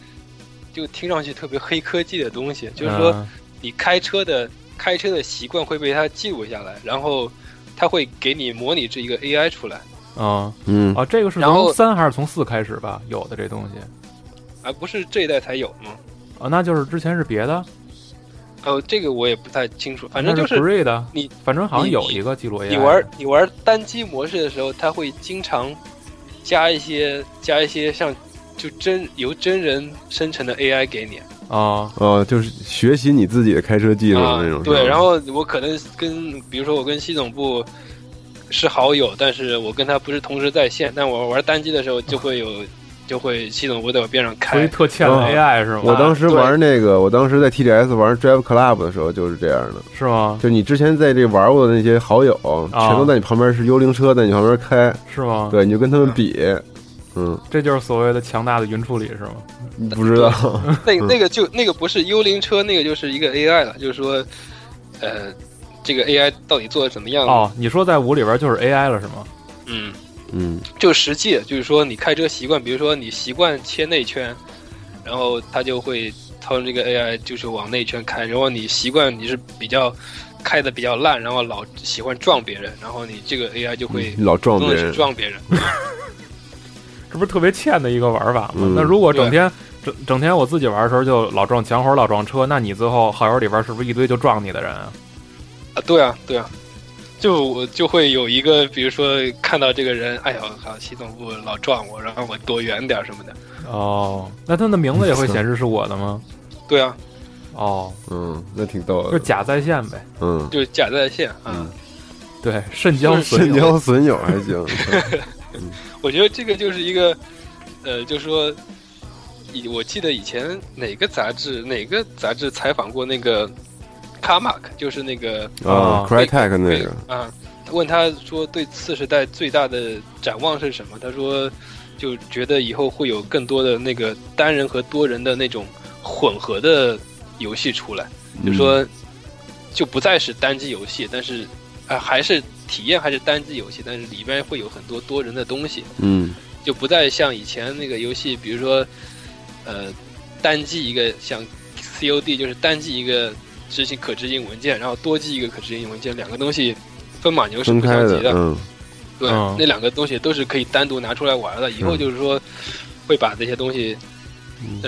[SPEAKER 11] 就听上去特别黑科技的东西，就是说
[SPEAKER 2] 嗯
[SPEAKER 11] 你开车的开车的习惯会被它记录下来，然后它会给你模拟这一个 AI 出来，
[SPEAKER 2] 嗯
[SPEAKER 10] 嗯，
[SPEAKER 2] 啊，这个是
[SPEAKER 11] 然
[SPEAKER 2] 从
[SPEAKER 11] 后
[SPEAKER 2] 三还是从四开始吧？有的这东西
[SPEAKER 11] 而不是这一代才有吗？
[SPEAKER 2] 啊，那就是之前是别的，
[SPEAKER 11] 哦，这个我也不太清楚，反正
[SPEAKER 2] 那
[SPEAKER 11] 就是
[SPEAKER 2] Free 的，
[SPEAKER 11] 你
[SPEAKER 2] 反正好像
[SPEAKER 11] 你
[SPEAKER 2] 有
[SPEAKER 11] 你
[SPEAKER 2] 一个记录 AI
[SPEAKER 11] 你玩你玩单机模式的时候，它会经常加一些加一些像就真由真人生成的 AI 给你
[SPEAKER 2] 啊，
[SPEAKER 10] 哦，就是学习你自己的开车技能
[SPEAKER 11] 啊
[SPEAKER 10] 那种。，
[SPEAKER 11] 对，
[SPEAKER 10] 是吧
[SPEAKER 11] 然后我可能跟比如说我跟系统部是好友，但是我跟他不是同时在线，但我玩单机的时候就会有就会系统部在我边上
[SPEAKER 2] 所以
[SPEAKER 11] 开，
[SPEAKER 2] 特欠了
[SPEAKER 10] 啊
[SPEAKER 2] AI 是吗？
[SPEAKER 10] 我当时
[SPEAKER 11] 对
[SPEAKER 10] 玩那个，我当时在 TGS 玩 Drive Club 的时候就是这样的，
[SPEAKER 2] 是吗？
[SPEAKER 10] 就你之前在这玩过的那些好友，
[SPEAKER 2] 啊
[SPEAKER 10] 全都在你旁边是幽灵车在你旁边开，
[SPEAKER 2] 是吗？，
[SPEAKER 10] 对，你就跟他们比，嗯，
[SPEAKER 2] 这就是所谓的强大的云处理是吗？
[SPEAKER 10] 不知道，
[SPEAKER 11] 那那个就那个不是幽灵车，那个就是一个 AI 了，就是说呃这个 AI 到底做的怎么样？
[SPEAKER 2] 哦，你说在五里边就是 AI 了是吗？
[SPEAKER 11] 嗯。
[SPEAKER 10] 嗯，
[SPEAKER 11] 就实际，就是说你开车习惯，比如说你习惯切内圈，然后它就会操纵这个 AI 就是往内圈开。如果你习惯你是比较开的比较烂，然后老喜欢撞别人，然后你这个 AI 就会
[SPEAKER 10] 老撞
[SPEAKER 11] 主动
[SPEAKER 10] 别
[SPEAKER 11] 的去
[SPEAKER 10] 人，
[SPEAKER 11] 撞别人。
[SPEAKER 2] 这不是特别欠的一个玩法吗？
[SPEAKER 10] 嗯
[SPEAKER 2] 那如果整天整整天我自己玩的时候就老撞墙或者老撞车，那你最后好友里边是不是一堆就撞你的人啊？
[SPEAKER 11] 啊，对啊，对啊，就我就会有一个，比如说看到这个人，哎呀，我靠，系统部老撞我，然后我躲远点儿什么的。
[SPEAKER 2] 哦，那他的名字也会显示是我的吗？
[SPEAKER 11] 对啊，
[SPEAKER 2] 哦，
[SPEAKER 10] 嗯，那挺逗
[SPEAKER 2] 就
[SPEAKER 10] 的，
[SPEAKER 2] 假在线呗。
[SPEAKER 10] 嗯，
[SPEAKER 11] 就是假在线啊。
[SPEAKER 2] 对，慎 交损
[SPEAKER 10] 慎
[SPEAKER 2] 友
[SPEAKER 10] 交损友还 行，
[SPEAKER 11] 我觉得这个就是一个，呃，就说，以我记得以前哪个杂志哪个杂志采访过那个卡马克，就是那个
[SPEAKER 10] 啊 c r y t e c 那个，
[SPEAKER 11] 对啊，问他说对次时代最大的展望是什么？他说就觉得以后会有更多的那个单人和多人的那种混合的游戏出来，就说就不再是单机游戏，但是啊、还是体验还是单机游戏，但是里边会有很多多人的东西。
[SPEAKER 10] 嗯
[SPEAKER 11] 就不再像以前那个游戏，比如说，呃，单记一个像 COD 就是单记一个执行可执行文件，然后多记一个可执行文件，两个东西分马牛是
[SPEAKER 10] 分
[SPEAKER 11] 不
[SPEAKER 10] 开
[SPEAKER 11] 相
[SPEAKER 10] 的
[SPEAKER 11] 及，的。
[SPEAKER 10] 嗯
[SPEAKER 11] 对，
[SPEAKER 2] 嗯
[SPEAKER 11] 那两个东西都是可以单独拿出来玩的。以后
[SPEAKER 10] 嗯
[SPEAKER 11] 就是说，会把这些东西，嗯、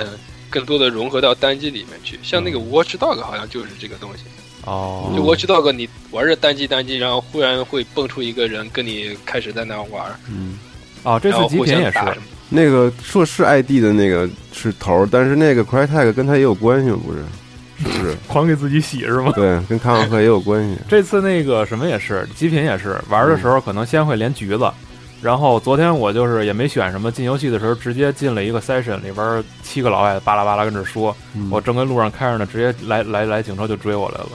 [SPEAKER 11] 更多的融合到单机里面去。像那
[SPEAKER 10] 嗯
[SPEAKER 11] 个 Watch Dog 好像就是这个东西。
[SPEAKER 2] 哦
[SPEAKER 11] 就 Watch Dog，你玩着单机单机，然后忽然会蹦出一个人跟你开始在那玩，
[SPEAKER 10] 嗯。
[SPEAKER 2] 哦，这
[SPEAKER 11] 然后
[SPEAKER 2] 次极
[SPEAKER 11] 互
[SPEAKER 2] 品
[SPEAKER 11] 相
[SPEAKER 2] 也是
[SPEAKER 11] 打什么。
[SPEAKER 10] 那个硕士 ID 的那个是头儿，但是那个 Crytek 跟他也有关系吗？不 是，是不是？
[SPEAKER 2] 狂给自己洗是吗？
[SPEAKER 10] 对，跟卡马克也有关系。
[SPEAKER 2] 这次那个什么也是，极品也是，玩的时候可能先会连橘子，然后昨天我就是也没选什么，进游戏的时候直接进了一个 session 里边，七个老外巴拉巴拉跟这说，我正跟路上开着呢，直接来来来警车就追我来了，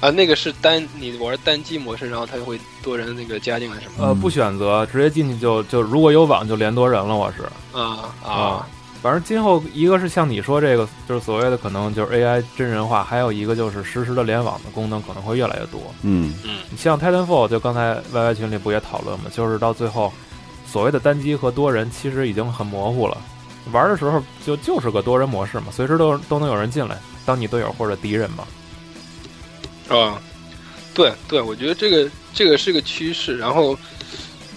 [SPEAKER 11] 啊，那个是单你玩单机模式，然后它会多人那个加进来是吗？
[SPEAKER 2] 呃，不选择，直接进去就就如果有网就连多人了，我是
[SPEAKER 11] 啊
[SPEAKER 2] 啊
[SPEAKER 11] 啊，。
[SPEAKER 2] 反正今后一个是像你说这个，就是所谓的可能就是 AI 真人化，还有一个就是实时的联网的功能可能会越来越多。
[SPEAKER 10] 嗯
[SPEAKER 11] 嗯
[SPEAKER 2] 你像 Titanfall，就刚才 YY 群里不也讨论嘛，就是到最后，所谓的单机和多人其实已经很模糊了。玩的时候就就是个多人模式嘛，随时都都能有人进来当你队友或者敌人嘛。
[SPEAKER 11] 啊，对对，我觉得这个这个是个趋势，然后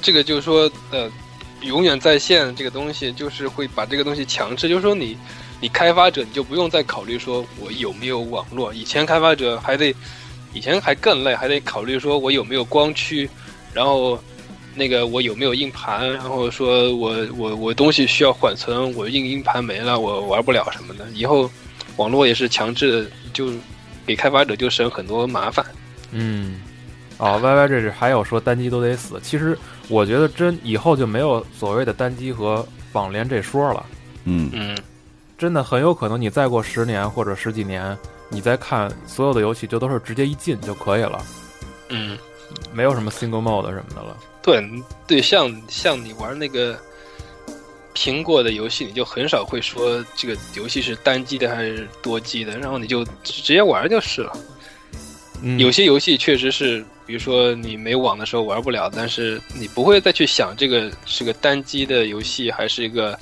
[SPEAKER 11] 这个就是说，呃，永远在线这个东西就是会把这个东西强制，就是说你你开发者你就不用再考虑说我有没有网络，以前开发者还得以前还更累，还得考虑说我有没有光驱，然后。那个我有没有硬盘？然后说我我我东西需要缓存，我硬硬盘没了，我玩不了什么的。以后网络也是强制的，就给开发者就省很多麻烦。
[SPEAKER 2] 嗯，哦，Y Y 这是还有说单机都得死，其实我觉得真以后就没有所谓的单机和网联这说了，
[SPEAKER 10] 嗯
[SPEAKER 11] 嗯，
[SPEAKER 2] 真的很有可能你再过十年或者十几年，你再看所有的游戏就都是直接一进就可以了，
[SPEAKER 11] 嗯，
[SPEAKER 2] 没有什么 single mode 什么的了。
[SPEAKER 11] 对对，像像你玩那个苹果的游戏，你就很少会说这个游戏是单机的还是多机的，然后你就直接玩就是了。
[SPEAKER 2] 嗯，
[SPEAKER 11] 有些游戏确实是，比如说你没网的时候玩不了，但是你不会再去想这个是个单机的游戏还是一个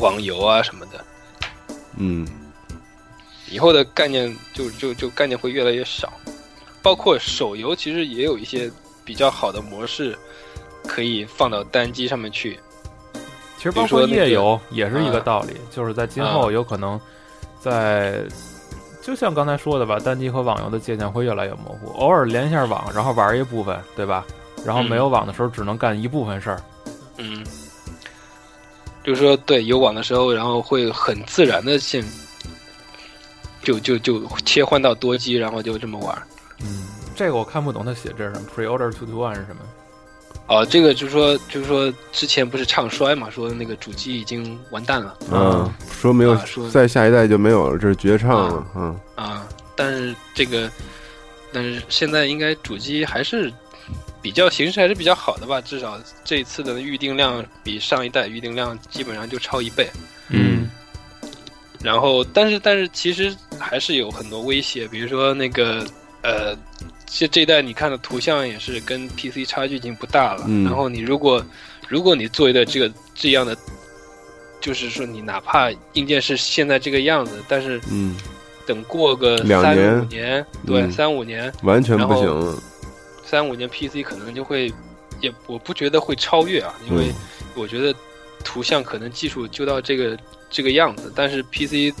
[SPEAKER 11] 网游啊什么的。
[SPEAKER 10] 嗯
[SPEAKER 11] 以后的概念就就就概念会越来越少，包括手游其实也有一些比较好的模式可以放到单机上面去。
[SPEAKER 2] 其实包括
[SPEAKER 11] 比如说那个啊
[SPEAKER 2] 夜游也是一个道理，就是在今后有可能在，就像刚才说的吧，单机和网游的界限会越来越模糊，偶尔连一下网，然后玩一部分，对吧？然后没有网的时候只能干一部分事儿。
[SPEAKER 11] 嗯，就是说对有网的时候，然后会很自然的先就就就切换到多机，然后就这么玩。
[SPEAKER 2] 嗯，这个我看不懂他写这是什么 pre-order two to one 是什么？
[SPEAKER 11] 哦，这个就是说，就是说，之前不是唱衰嘛，说那个主机已经完蛋了
[SPEAKER 10] 啊，说没有
[SPEAKER 11] 啊说
[SPEAKER 10] 再下一代就没有了，这是绝唱了，嗯
[SPEAKER 11] 啊，但是这个，但是现在应该主机还是比较形势还是比较好的吧，至少这一次的预定量比上一代预定量基本上就超一倍。
[SPEAKER 2] 嗯
[SPEAKER 11] 然后，但是但是其实还是有很多威胁，比如说那个呃，这这一代你看的图像也是跟 PC 差距已经不大了。
[SPEAKER 10] 嗯
[SPEAKER 11] 然后你如果如果你做一个这个这样的，就是说你哪怕硬件是现在这个样子，但是
[SPEAKER 10] 嗯，
[SPEAKER 11] 等过个
[SPEAKER 10] 两
[SPEAKER 11] 三
[SPEAKER 10] 年
[SPEAKER 11] 五年，对，
[SPEAKER 10] 嗯
[SPEAKER 11] 三五年，
[SPEAKER 10] 完全不行
[SPEAKER 11] 然
[SPEAKER 10] 了，
[SPEAKER 11] 三五年 PC 可能就会，也我不觉得会超越啊，因为
[SPEAKER 10] 嗯
[SPEAKER 11] 我觉得图像可能技术就到这个这个样子，但是 PC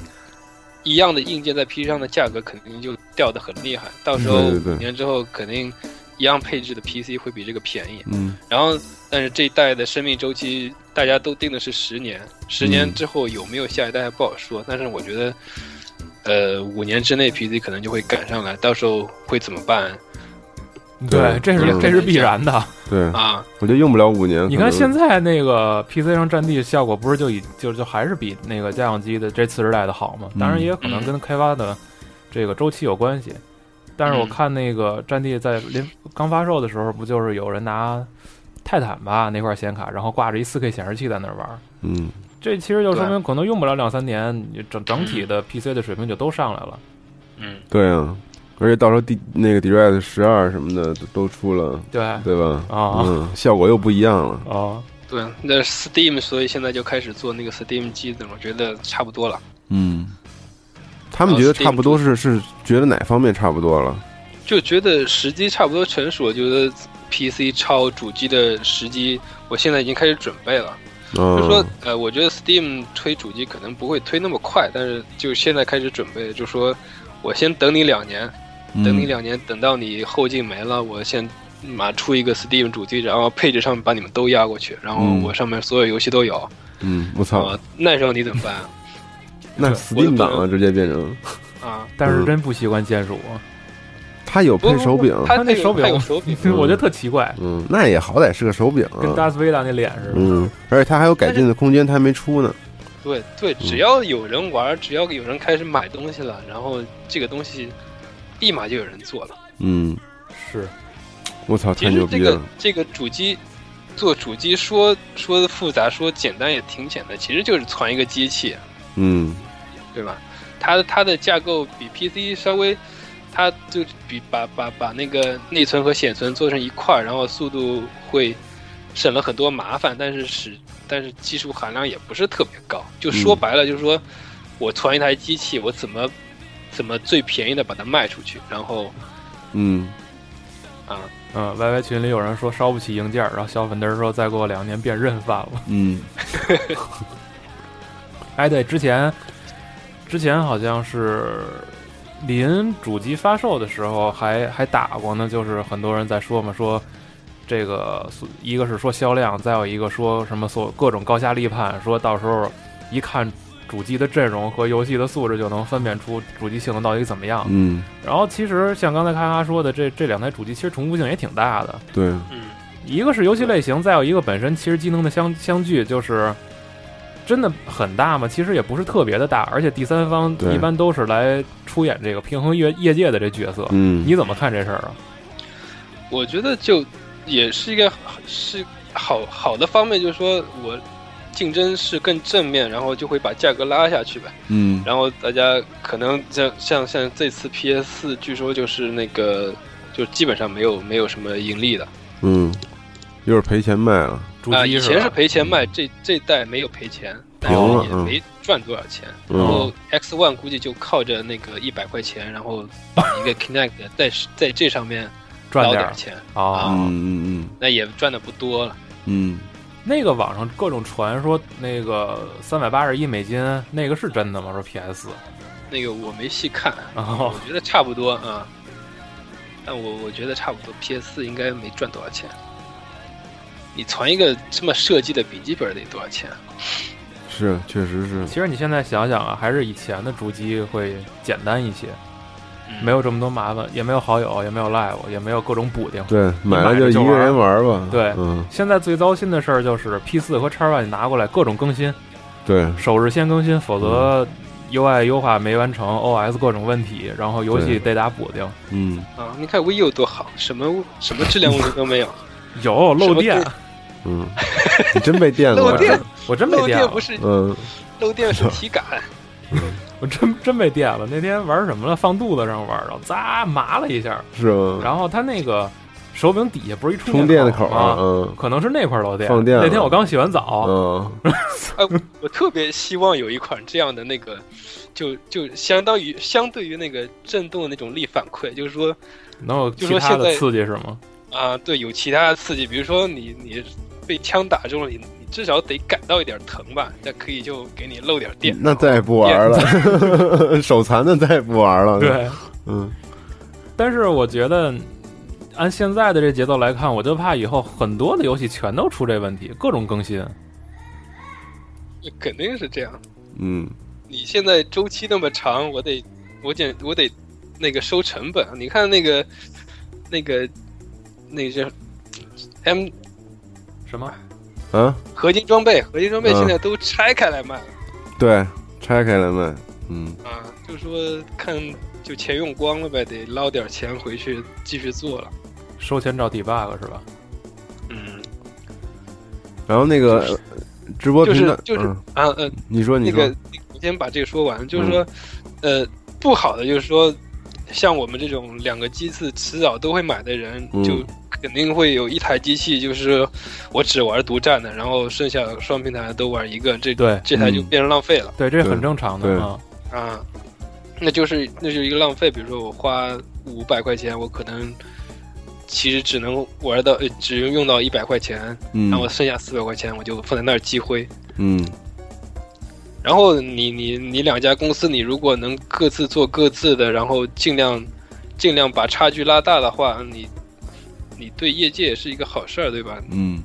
[SPEAKER 11] 一样的硬件在 PC 上的价格肯定就掉的很厉害，到时候
[SPEAKER 10] 嗯对对对
[SPEAKER 11] 五年之后肯定一样配置的 PC 会比这个便宜。
[SPEAKER 10] 嗯
[SPEAKER 11] 然后，但是这一代的生命周期大家都定的是十年，十年
[SPEAKER 10] 嗯
[SPEAKER 11] 之后有没有下一代还不好说。但是我觉得，呃，五年之内 PC 可能就会赶上来，到时候会怎么办
[SPEAKER 2] 对，
[SPEAKER 10] 对
[SPEAKER 2] 这是
[SPEAKER 10] 嗯
[SPEAKER 2] 这是必然的。
[SPEAKER 10] 对，
[SPEAKER 11] 啊？
[SPEAKER 10] 我觉得用不了五年，
[SPEAKER 2] 你
[SPEAKER 10] 可
[SPEAKER 2] 看
[SPEAKER 10] 能
[SPEAKER 2] 现在那个 PC 上占地效果，不是就以就就还是比那个家用机的这次时代的好吗？
[SPEAKER 10] 嗯
[SPEAKER 2] 当然也可能跟开发的这个周期有关系。但是我
[SPEAKER 11] 嗯
[SPEAKER 2] 看那个占地在临刚发售的时候，不就是有人拿泰坦吧那块显卡，然后挂着一 4K 显示器在那儿玩儿，
[SPEAKER 10] 嗯
[SPEAKER 2] 这其实就说明可能用不了两三年，你整整体的 PC 的水平就都上来了。
[SPEAKER 11] 嗯，
[SPEAKER 10] 对啊，而且到时候 D 那个 Direct 十二什么的都都出了，
[SPEAKER 2] 对，
[SPEAKER 10] 对吧？
[SPEAKER 2] 啊
[SPEAKER 10] 嗯，效果又不一样了，
[SPEAKER 2] 哦，
[SPEAKER 11] 对，那 Steam 所以现在就开始做那个 Steam 机子，我觉得差不多了。
[SPEAKER 10] 嗯。他们觉得差不多
[SPEAKER 2] 哦
[SPEAKER 10] 是是觉得哪方面差不多了？
[SPEAKER 11] 就觉得时机差不多成熟，我觉得 PC 超主机的时机，我现在已经开始准备了。
[SPEAKER 10] 嗯，
[SPEAKER 11] 就说呃，我觉得 Steam 推主机可能不会推那么快，但是就现在开始准备，就说我先等你两年，等你
[SPEAKER 10] 嗯
[SPEAKER 11] 两年，等到你后劲没了，我先马出一个 Steam 主机，然后配置上面把你们都压过去，然后
[SPEAKER 10] 嗯
[SPEAKER 11] 我上面所有游戏都有，
[SPEAKER 10] 嗯，我操
[SPEAKER 11] 啊，，那时候你怎么办啊
[SPEAKER 10] 那
[SPEAKER 2] 对
[SPEAKER 10] Steam
[SPEAKER 11] 我的
[SPEAKER 10] 档了，直接变成
[SPEAKER 11] 啊？
[SPEAKER 2] 但
[SPEAKER 10] 嗯
[SPEAKER 2] 是真不习惯键鼠，啊
[SPEAKER 10] 它有配手柄，
[SPEAKER 11] 他
[SPEAKER 2] 它那手柄
[SPEAKER 11] 有手柄，
[SPEAKER 2] 我觉得特奇怪，
[SPEAKER 10] 嗯，那也好歹是个手柄啊，
[SPEAKER 2] 跟达斯维达那脸似的。
[SPEAKER 10] 嗯，而且它还有改进的空间，它还没出呢。
[SPEAKER 11] 对
[SPEAKER 10] 嗯
[SPEAKER 11] 对，只要有人玩，只要有人开始买东西了，然后这个东西立马就有人做了。
[SPEAKER 10] 嗯，
[SPEAKER 2] 是
[SPEAKER 10] 我操，
[SPEAKER 11] 其
[SPEAKER 10] 太
[SPEAKER 11] 实
[SPEAKER 10] 牛
[SPEAKER 11] 这
[SPEAKER 10] 逼
[SPEAKER 11] 个
[SPEAKER 10] 了！
[SPEAKER 11] 这个主机做主机说说的复杂，说简单也挺简单，其实就是传一个机器，啊
[SPEAKER 10] 嗯
[SPEAKER 11] 对吧？它它的架构比 PC 稍微，它就比把把把那个内存和显存做成一块儿，然后速度会省了很多麻烦，但是使但是技术含量也不是特别高。就说
[SPEAKER 10] 嗯
[SPEAKER 11] 白了，就是说我传一台机器，我怎么怎么最便宜的把它卖出去，然后
[SPEAKER 10] 嗯，
[SPEAKER 11] 啊，
[SPEAKER 2] 嗯，YY 群里有人说烧不起硬件儿，然后小粉灯说再过两年变认饭了。
[SPEAKER 10] 嗯，
[SPEAKER 2] 哎，对，之前之前好像是临主机发售的时候还还打过呢，就是很多人在说嘛，说这个所一个是说销量，再有一个说什么所各种高下立判，说到时候一看主机的阵容和游戏的素质就能分辨出主机性能到底怎么样。
[SPEAKER 10] 嗯，
[SPEAKER 2] 然后其实像刚才咔咔说的，这这两台主机其实重复性也挺大的，
[SPEAKER 10] 对，
[SPEAKER 11] 嗯，
[SPEAKER 2] 一个是游戏类型，再有一个本身其实机能的相相距就是真的很大嘛，其实也不是特别的大，而且第三方
[SPEAKER 10] 对
[SPEAKER 2] 一般都是来出演这个平衡业业界的这角色，
[SPEAKER 10] 嗯，
[SPEAKER 2] 你怎么看这事儿啊？
[SPEAKER 11] 我觉得就也是一个是好好的方面，就是说我竞争是更正面，然后就会把价格拉下去呗。
[SPEAKER 10] 嗯
[SPEAKER 11] 然后大家可能像像像这次 PS 四，据说就是那个就基本上没有没有什么盈利的
[SPEAKER 10] 嗯，又是赔钱卖了，
[SPEAKER 2] 主
[SPEAKER 11] 啊、
[SPEAKER 2] 机
[SPEAKER 11] 以前
[SPEAKER 2] 吧嗯
[SPEAKER 11] 是赔钱卖，这这代没有赔钱，但是
[SPEAKER 10] 了
[SPEAKER 11] 也
[SPEAKER 10] 嗯
[SPEAKER 11] 没赚多少钱。然
[SPEAKER 10] 嗯
[SPEAKER 11] 后 X One 估计就靠着那个一百块钱，然后把一个 Kinect 在在这上面
[SPEAKER 2] 赚
[SPEAKER 11] 捞
[SPEAKER 2] 点
[SPEAKER 11] 点
[SPEAKER 2] 儿
[SPEAKER 11] 钱，
[SPEAKER 2] 啊。
[SPEAKER 10] 嗯嗯
[SPEAKER 11] 那也赚的不多了。
[SPEAKER 10] 嗯
[SPEAKER 2] 那个网上各种传说那个三百八十一美金，那个是真的吗？说 PS
[SPEAKER 11] 那个我没细看，
[SPEAKER 2] 哦
[SPEAKER 11] 我觉得差不多啊。但我我觉得差不多，PS 四应该没赚多少钱。你传一个这么设计的笔记本得多少钱啊？
[SPEAKER 10] 嗯，是，确实是，
[SPEAKER 2] 其实你现在想想啊，还是以前的主机会简单一些，没有这么多麻烦，也没有好友，也没有 Live，也没有各种补丁。
[SPEAKER 10] 对，买了就一个人玩儿吧，
[SPEAKER 2] 对
[SPEAKER 10] 嗯，
[SPEAKER 2] 现在最糟心的事儿就是 P 四和 X Y 拿过来各种更新，
[SPEAKER 10] 对，
[SPEAKER 2] 首日先更新，否则 UI 优化没完成，OS 各种问题，然后游戏得
[SPEAKER 10] 对
[SPEAKER 2] 打补丁，
[SPEAKER 10] 嗯
[SPEAKER 11] 啊！你看 VU 多好，什么什么质量问题都没有。
[SPEAKER 2] 有
[SPEAKER 11] 什
[SPEAKER 2] 漏
[SPEAKER 11] 么
[SPEAKER 2] 电
[SPEAKER 11] 都，
[SPEAKER 10] 嗯，你真被电过
[SPEAKER 11] 漏
[SPEAKER 10] 呀，
[SPEAKER 11] 电，
[SPEAKER 2] 我 真被
[SPEAKER 11] 漏
[SPEAKER 2] 电啊
[SPEAKER 11] 电
[SPEAKER 2] 了
[SPEAKER 11] 不，是
[SPEAKER 10] 嗯，
[SPEAKER 11] 漏电是 体感，
[SPEAKER 2] 我真真被电了。那天玩什么了？放肚子上玩了，咂麻了一下，
[SPEAKER 10] 是吗？
[SPEAKER 2] 然后它那个手柄底下不是一
[SPEAKER 10] 充电的口
[SPEAKER 2] 口
[SPEAKER 10] 儿啊，嗯
[SPEAKER 2] 可能是那块儿漏电。
[SPEAKER 10] 放电了
[SPEAKER 2] 那天我刚洗完澡，
[SPEAKER 10] 嗯，
[SPEAKER 11] 我特别希望有一款这样的那个，就就相当于相对于那个震动的那种力反馈，就是说
[SPEAKER 2] 能有其
[SPEAKER 11] 就说
[SPEAKER 2] 他
[SPEAKER 11] 现
[SPEAKER 2] 的
[SPEAKER 11] 在
[SPEAKER 2] 刺激是吗？
[SPEAKER 11] 啊，对，有其他的刺激，比如说你你被枪打中了，你你至少得感到一点疼吧，那可以就给你漏点电。
[SPEAKER 10] 那再也不玩了， 手残的再也不玩了，，
[SPEAKER 2] 对，
[SPEAKER 10] 嗯
[SPEAKER 2] 但是我觉得，按现在的这节奏来看，我就怕以后很多的游戏全都出这问题，各种更新。
[SPEAKER 11] 肯定是这样。
[SPEAKER 10] 嗯，
[SPEAKER 11] 你现在周期那么长，我得我得我得那个收成本。啊你看那个那个那个叫 M
[SPEAKER 2] 什么？
[SPEAKER 10] 啊，
[SPEAKER 11] 合金装备，合金装备
[SPEAKER 10] 嗯
[SPEAKER 11] 现在都拆开来卖了、
[SPEAKER 10] 对，拆开来卖，嗯，
[SPEAKER 11] 啊，就说看就钱用光了呗，得捞点钱回去继续做了。
[SPEAKER 2] 收钱找 debug 是吧？
[SPEAKER 11] 嗯
[SPEAKER 10] 然后那个
[SPEAKER 11] 就是
[SPEAKER 10] 呃直播
[SPEAKER 11] 就是
[SPEAKER 10] 频道，
[SPEAKER 11] 就是
[SPEAKER 10] 嗯
[SPEAKER 11] 啊呃
[SPEAKER 10] 你说你
[SPEAKER 11] 那
[SPEAKER 10] 说嗯
[SPEAKER 11] 个，我先把这个说完，就是说，呃，不好的就是说，像我们这种两个机子迟早都会买的人，
[SPEAKER 10] 嗯
[SPEAKER 11] 就肯定会有一台机器就是我只玩独占的，然后剩下的双平台都玩一个，这
[SPEAKER 2] 对
[SPEAKER 11] 这台就
[SPEAKER 10] 嗯
[SPEAKER 11] 变成浪费了、
[SPEAKER 2] 对，这
[SPEAKER 10] 对
[SPEAKER 2] 很正常
[SPEAKER 10] 对
[SPEAKER 2] 的啊。
[SPEAKER 11] 啊，那就是那就是一个浪费。比如说我花五百块钱，我可能。其实只能玩到，呃，只用用到一百块钱，
[SPEAKER 10] 嗯
[SPEAKER 11] 那我剩下四百块钱我就放在那儿积灰。
[SPEAKER 10] 嗯
[SPEAKER 11] 然后你你你两家公司，你如果能各自做各自的，然后尽量尽量把差距拉大的话，你你对业界也是一个好事儿，对吧？
[SPEAKER 10] 嗯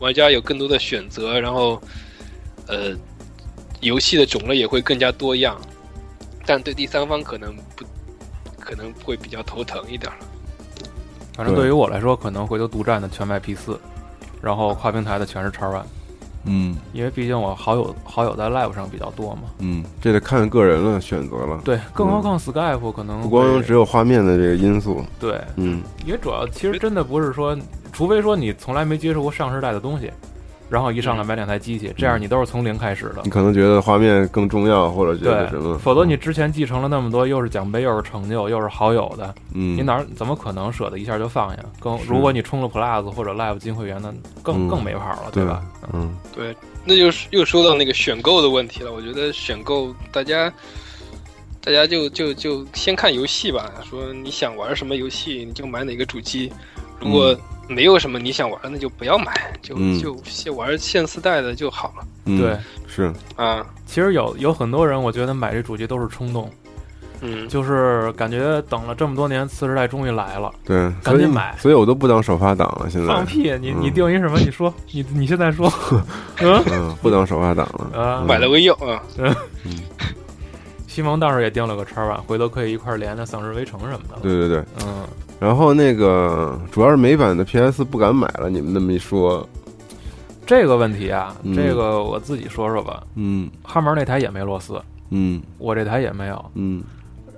[SPEAKER 11] 玩家有更多的选择，然后呃，游戏的种类也会更加多样，但对第三方可能不可能会比较头疼一点儿。
[SPEAKER 2] 反正
[SPEAKER 10] 对
[SPEAKER 2] 对于我来说，可能回头独占的全卖 P 四，然后跨平台的全是 X Y。
[SPEAKER 10] 嗯
[SPEAKER 2] 因为毕竟我好友好友在 Live 上比较多嘛。
[SPEAKER 10] 嗯，这得看个人了，选择了，
[SPEAKER 2] 对，更何况 Skype 可能
[SPEAKER 10] 不光
[SPEAKER 2] 会
[SPEAKER 10] 只有画面的这个因素，
[SPEAKER 2] 对，
[SPEAKER 10] 嗯
[SPEAKER 2] 也主要其实真的不是说，除非说你从来没接触过上世代的东西，然后一
[SPEAKER 10] 嗯
[SPEAKER 2] 上来买两台机器，这样你都是从零开始的
[SPEAKER 10] 你。可能觉得画面更重要，或者觉得什么
[SPEAKER 2] 对，，否则你之前继承了那么多，又是奖杯，又是成就，又是好友的，
[SPEAKER 10] 嗯，
[SPEAKER 2] 你哪儿怎么可能舍得一下就放下？更
[SPEAKER 10] 是
[SPEAKER 2] 如果你充了 Plus 或者 Live 金会员，那更
[SPEAKER 10] 嗯
[SPEAKER 2] 更没跑了，
[SPEAKER 10] 对
[SPEAKER 2] 吧？
[SPEAKER 10] 嗯
[SPEAKER 11] 对，那就是又说到那个选购的问题了。我觉得选购大家，大家就就就先看游戏吧。说你想玩什么游戏，你就买哪个主机。如果
[SPEAKER 2] 嗯
[SPEAKER 11] 没有什么你想玩的，那就不要买，就、
[SPEAKER 10] 嗯
[SPEAKER 11] 就先玩现四代的就好了
[SPEAKER 10] 嗯
[SPEAKER 2] 对，
[SPEAKER 10] 是
[SPEAKER 11] 啊。
[SPEAKER 2] 其实有有很多人，我觉得买这主机都是冲动，
[SPEAKER 11] 嗯，
[SPEAKER 2] 就是感觉等了这么多年，次世代终于来了，
[SPEAKER 10] 对，
[SPEAKER 2] 赶
[SPEAKER 10] 所以
[SPEAKER 2] 紧买
[SPEAKER 10] 所以我都不当首发党了，现
[SPEAKER 2] 放
[SPEAKER 10] 在，
[SPEAKER 2] 屁！你
[SPEAKER 10] 嗯
[SPEAKER 2] 你定一什么？你说，你你现在 说，嗯
[SPEAKER 10] 嗯，不当首发党 了，
[SPEAKER 2] 啊，
[SPEAKER 11] 买了 V 友啊，
[SPEAKER 2] 西蒙当时也定了个叉吧，回头可以一块儿连连《丧尸围城》什么的。，
[SPEAKER 10] 对对对，
[SPEAKER 2] 嗯，
[SPEAKER 10] 然后那个主要是美版的 PS 不敢买了，你们那么一说，
[SPEAKER 2] 这个问题啊，
[SPEAKER 10] 嗯
[SPEAKER 2] 这个我自己说说吧。
[SPEAKER 10] 嗯
[SPEAKER 2] 汉门那台也没螺丝，
[SPEAKER 10] 嗯
[SPEAKER 2] 我这台也没有。
[SPEAKER 10] 嗯，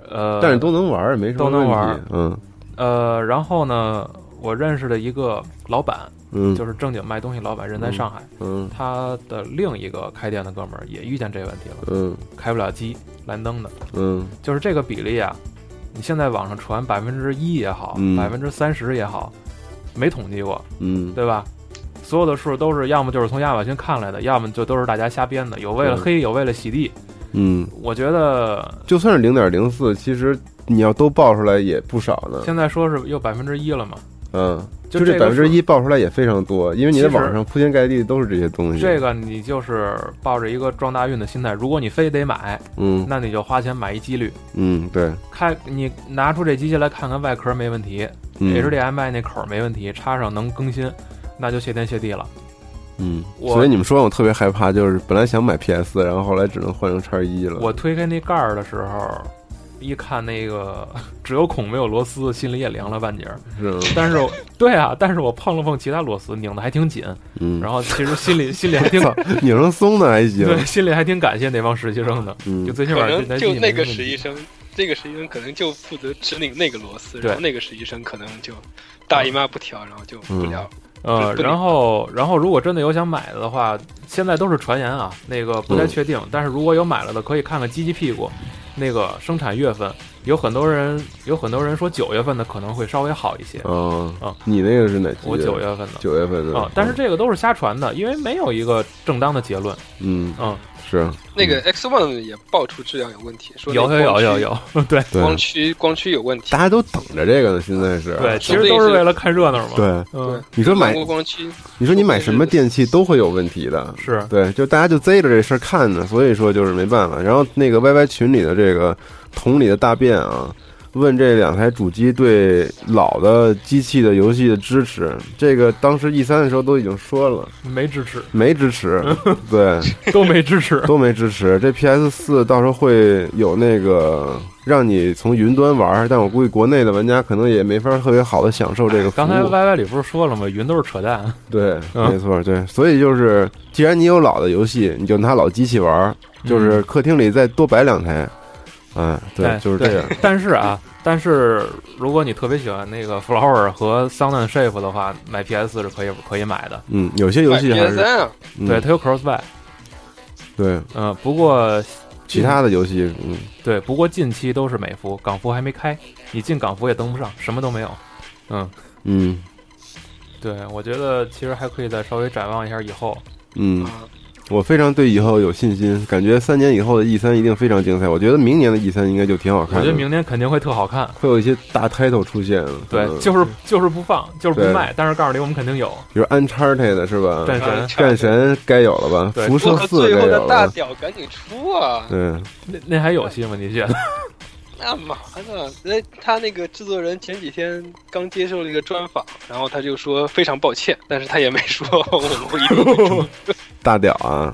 [SPEAKER 2] 呃，
[SPEAKER 10] 但是都能玩儿，没什么
[SPEAKER 2] 都能
[SPEAKER 10] 问题
[SPEAKER 2] 玩儿，
[SPEAKER 10] 嗯
[SPEAKER 2] 呃，然后呢，我认识的一个老板，
[SPEAKER 10] 嗯，
[SPEAKER 2] 就是是正经卖东西老板，人在上海，
[SPEAKER 10] 嗯
[SPEAKER 2] 他的另一个开店的哥们儿也遇见这个问题了，
[SPEAKER 10] 嗯
[SPEAKER 2] 开不了机，蓝灯的，
[SPEAKER 10] 嗯
[SPEAKER 2] 就是这个比例啊。你现在网上传百分之一也好，
[SPEAKER 10] 嗯
[SPEAKER 2] 百分之三十也好，没统计过，
[SPEAKER 10] 嗯，
[SPEAKER 2] 对吧？所有的数都是要么就是从亚马逊看来的，要么就都是大家瞎编的，有为了黑，有为了洗地。
[SPEAKER 10] 嗯，
[SPEAKER 2] 我觉得
[SPEAKER 10] 就算是零点零四，其实你要都报出来也不少呢，
[SPEAKER 2] 现在说是又百分之一了嘛，
[SPEAKER 10] 嗯，
[SPEAKER 2] 就
[SPEAKER 10] 这
[SPEAKER 2] 这
[SPEAKER 10] 百
[SPEAKER 2] 个
[SPEAKER 10] 分之
[SPEAKER 2] 数
[SPEAKER 10] 一报出来也非常多，因为你在
[SPEAKER 2] 其实
[SPEAKER 10] 网上铺天盖地都是这些东西，
[SPEAKER 2] 这个你就是抱着一个撞大运的心态，如果你非得买，
[SPEAKER 10] 嗯
[SPEAKER 2] 那你就花钱买一几率。
[SPEAKER 10] 嗯对，
[SPEAKER 2] 开你拿出这机器来看看外壳没问题、
[SPEAKER 10] 嗯
[SPEAKER 2] h d m i 那口儿没问题，插上能更新，那就谢天谢地了。
[SPEAKER 10] 嗯，
[SPEAKER 2] 我
[SPEAKER 10] 所以你们说我特别害怕，就是本来想买 PS，然后后来只能换成叉一了。
[SPEAKER 2] 我推开那盖儿的时候，一看那个 只有孔没有螺丝，心里也凉了半截儿。
[SPEAKER 10] 是 吗
[SPEAKER 2] 但是我，对啊，但是我碰了碰其他螺丝，拧的还挺紧，
[SPEAKER 10] 嗯，
[SPEAKER 2] 然后其实心里心里还 挺
[SPEAKER 10] 操，拧成松的还行，
[SPEAKER 2] 对，心里还挺感谢那帮实习生的，
[SPEAKER 10] 嗯
[SPEAKER 2] 就最起
[SPEAKER 11] 可
[SPEAKER 2] 码这
[SPEAKER 11] 能
[SPEAKER 2] 台
[SPEAKER 11] 就
[SPEAKER 2] 机器
[SPEAKER 11] 那
[SPEAKER 2] 没
[SPEAKER 11] 个
[SPEAKER 2] 什么
[SPEAKER 11] 实习生，那个实习生可能就负责指拧那个螺丝，
[SPEAKER 2] 对
[SPEAKER 11] 然后那个实习生可能就大姨妈不调，然后就不聊。
[SPEAKER 2] 呃，
[SPEAKER 11] 对
[SPEAKER 2] 然后然后如果真的有想买的的话，现在都是传言啊，那个不太
[SPEAKER 10] 嗯
[SPEAKER 2] 确定。但是如果有买了的，可以看看机器屁股，那个生产月份，有很多人有很多人说九月份的可能会稍微好一些，
[SPEAKER 10] 嗯
[SPEAKER 2] 啊
[SPEAKER 10] 你那个是哪几？
[SPEAKER 2] 我九月份的。
[SPEAKER 10] 九月份的
[SPEAKER 2] 啊、但是这个都是瞎传的，因为没有一个正当的结论。
[SPEAKER 10] 嗯
[SPEAKER 2] 嗯，
[SPEAKER 10] 是
[SPEAKER 11] 那个 X One 也爆出质量有问题，说那
[SPEAKER 2] 有有有有有， 对
[SPEAKER 10] 嗯对，
[SPEAKER 11] 光驱光驱光驱有问题
[SPEAKER 10] 大。家都等着这个呢，现在是
[SPEAKER 2] 对，其
[SPEAKER 11] 说不
[SPEAKER 2] 实
[SPEAKER 11] 定
[SPEAKER 2] 都是
[SPEAKER 11] 是
[SPEAKER 2] 为了看热闹嘛。，
[SPEAKER 10] 对。
[SPEAKER 11] 对
[SPEAKER 2] 嗯，，
[SPEAKER 10] 你说买
[SPEAKER 11] 韩，国光驱，
[SPEAKER 10] 你说你买什么电器都会有问题的，
[SPEAKER 2] 是
[SPEAKER 10] 对，就大家就贼着这事儿看呢，所以说就是没办法。然后那个 YY 群里的这个桶里的大便啊，问这两台主机对老的机器的游戏的支持，这个当时 E 三的时候都已经说了，
[SPEAKER 2] 没支持，
[SPEAKER 10] 没 支持，对，
[SPEAKER 2] 都没支 持。
[SPEAKER 10] 都没支持。这 PS 四到时候会有那个让你从云端玩儿，但我估计国内的玩家可能也没法特别好的享受这个服务。
[SPEAKER 2] 哎刚才 Y Y 里不是说了吗？云都是扯淡。
[SPEAKER 10] 对，
[SPEAKER 2] 嗯
[SPEAKER 10] 没错，对，所以就是，既然你有老的游戏，你就拿老机器玩儿，
[SPEAKER 2] 嗯
[SPEAKER 10] 就是客厅里再多摆两台，嗯，对，
[SPEAKER 2] 哎
[SPEAKER 10] 就是这样，
[SPEAKER 2] 但是啊，但是如果你特别喜欢那个 Flower 和 Sound and Shape 的话，买 PS 是可以可以买的。
[SPEAKER 10] 嗯，有些游
[SPEAKER 11] 买
[SPEAKER 10] 戏
[SPEAKER 11] PS
[SPEAKER 10] 还是
[SPEAKER 11] 三啊，
[SPEAKER 10] 嗯
[SPEAKER 2] 对，它有 Crossbuy。
[SPEAKER 10] 对，
[SPEAKER 2] 嗯、不过
[SPEAKER 10] 其他的游戏，嗯，
[SPEAKER 2] 对，不过近期都是美服，港服还没开，你进港服也登不上，什么都没有。嗯，
[SPEAKER 10] 嗯
[SPEAKER 2] 对，我觉得其实还可以再稍微展望一下以后。
[SPEAKER 10] 嗯，
[SPEAKER 11] 啊
[SPEAKER 10] 我非常对以后有信心，感觉三年以后的 E 三一定非常精彩，我觉得明年的 E 三应该就挺好
[SPEAKER 2] 我
[SPEAKER 10] 看的，
[SPEAKER 2] 觉得明年肯定会特好看。
[SPEAKER 10] 会有一些大 title 出现，
[SPEAKER 2] 对，
[SPEAKER 10] 嗯
[SPEAKER 2] 就是就是不放，就是
[SPEAKER 10] 对
[SPEAKER 2] 不卖，但是告诉你我们肯定有。
[SPEAKER 10] 比如 Uncharted 是吧？
[SPEAKER 2] 战神
[SPEAKER 11] 啊
[SPEAKER 10] 战神该有了吧？
[SPEAKER 2] 对
[SPEAKER 10] 辐射
[SPEAKER 11] 我靠
[SPEAKER 10] 四
[SPEAKER 11] 最
[SPEAKER 10] 该
[SPEAKER 11] 后
[SPEAKER 10] 有
[SPEAKER 11] 的大
[SPEAKER 10] 了，
[SPEAKER 11] 屌赶紧出啊！
[SPEAKER 10] 对，
[SPEAKER 2] 那那还有戏吗？你觉得？
[SPEAKER 11] 那嘛呢？那他那个制作人前几天刚接受了一个专访，然后他就说非常抱歉，但是他也没说 我们会一定会 出。
[SPEAKER 10] 大屌啊，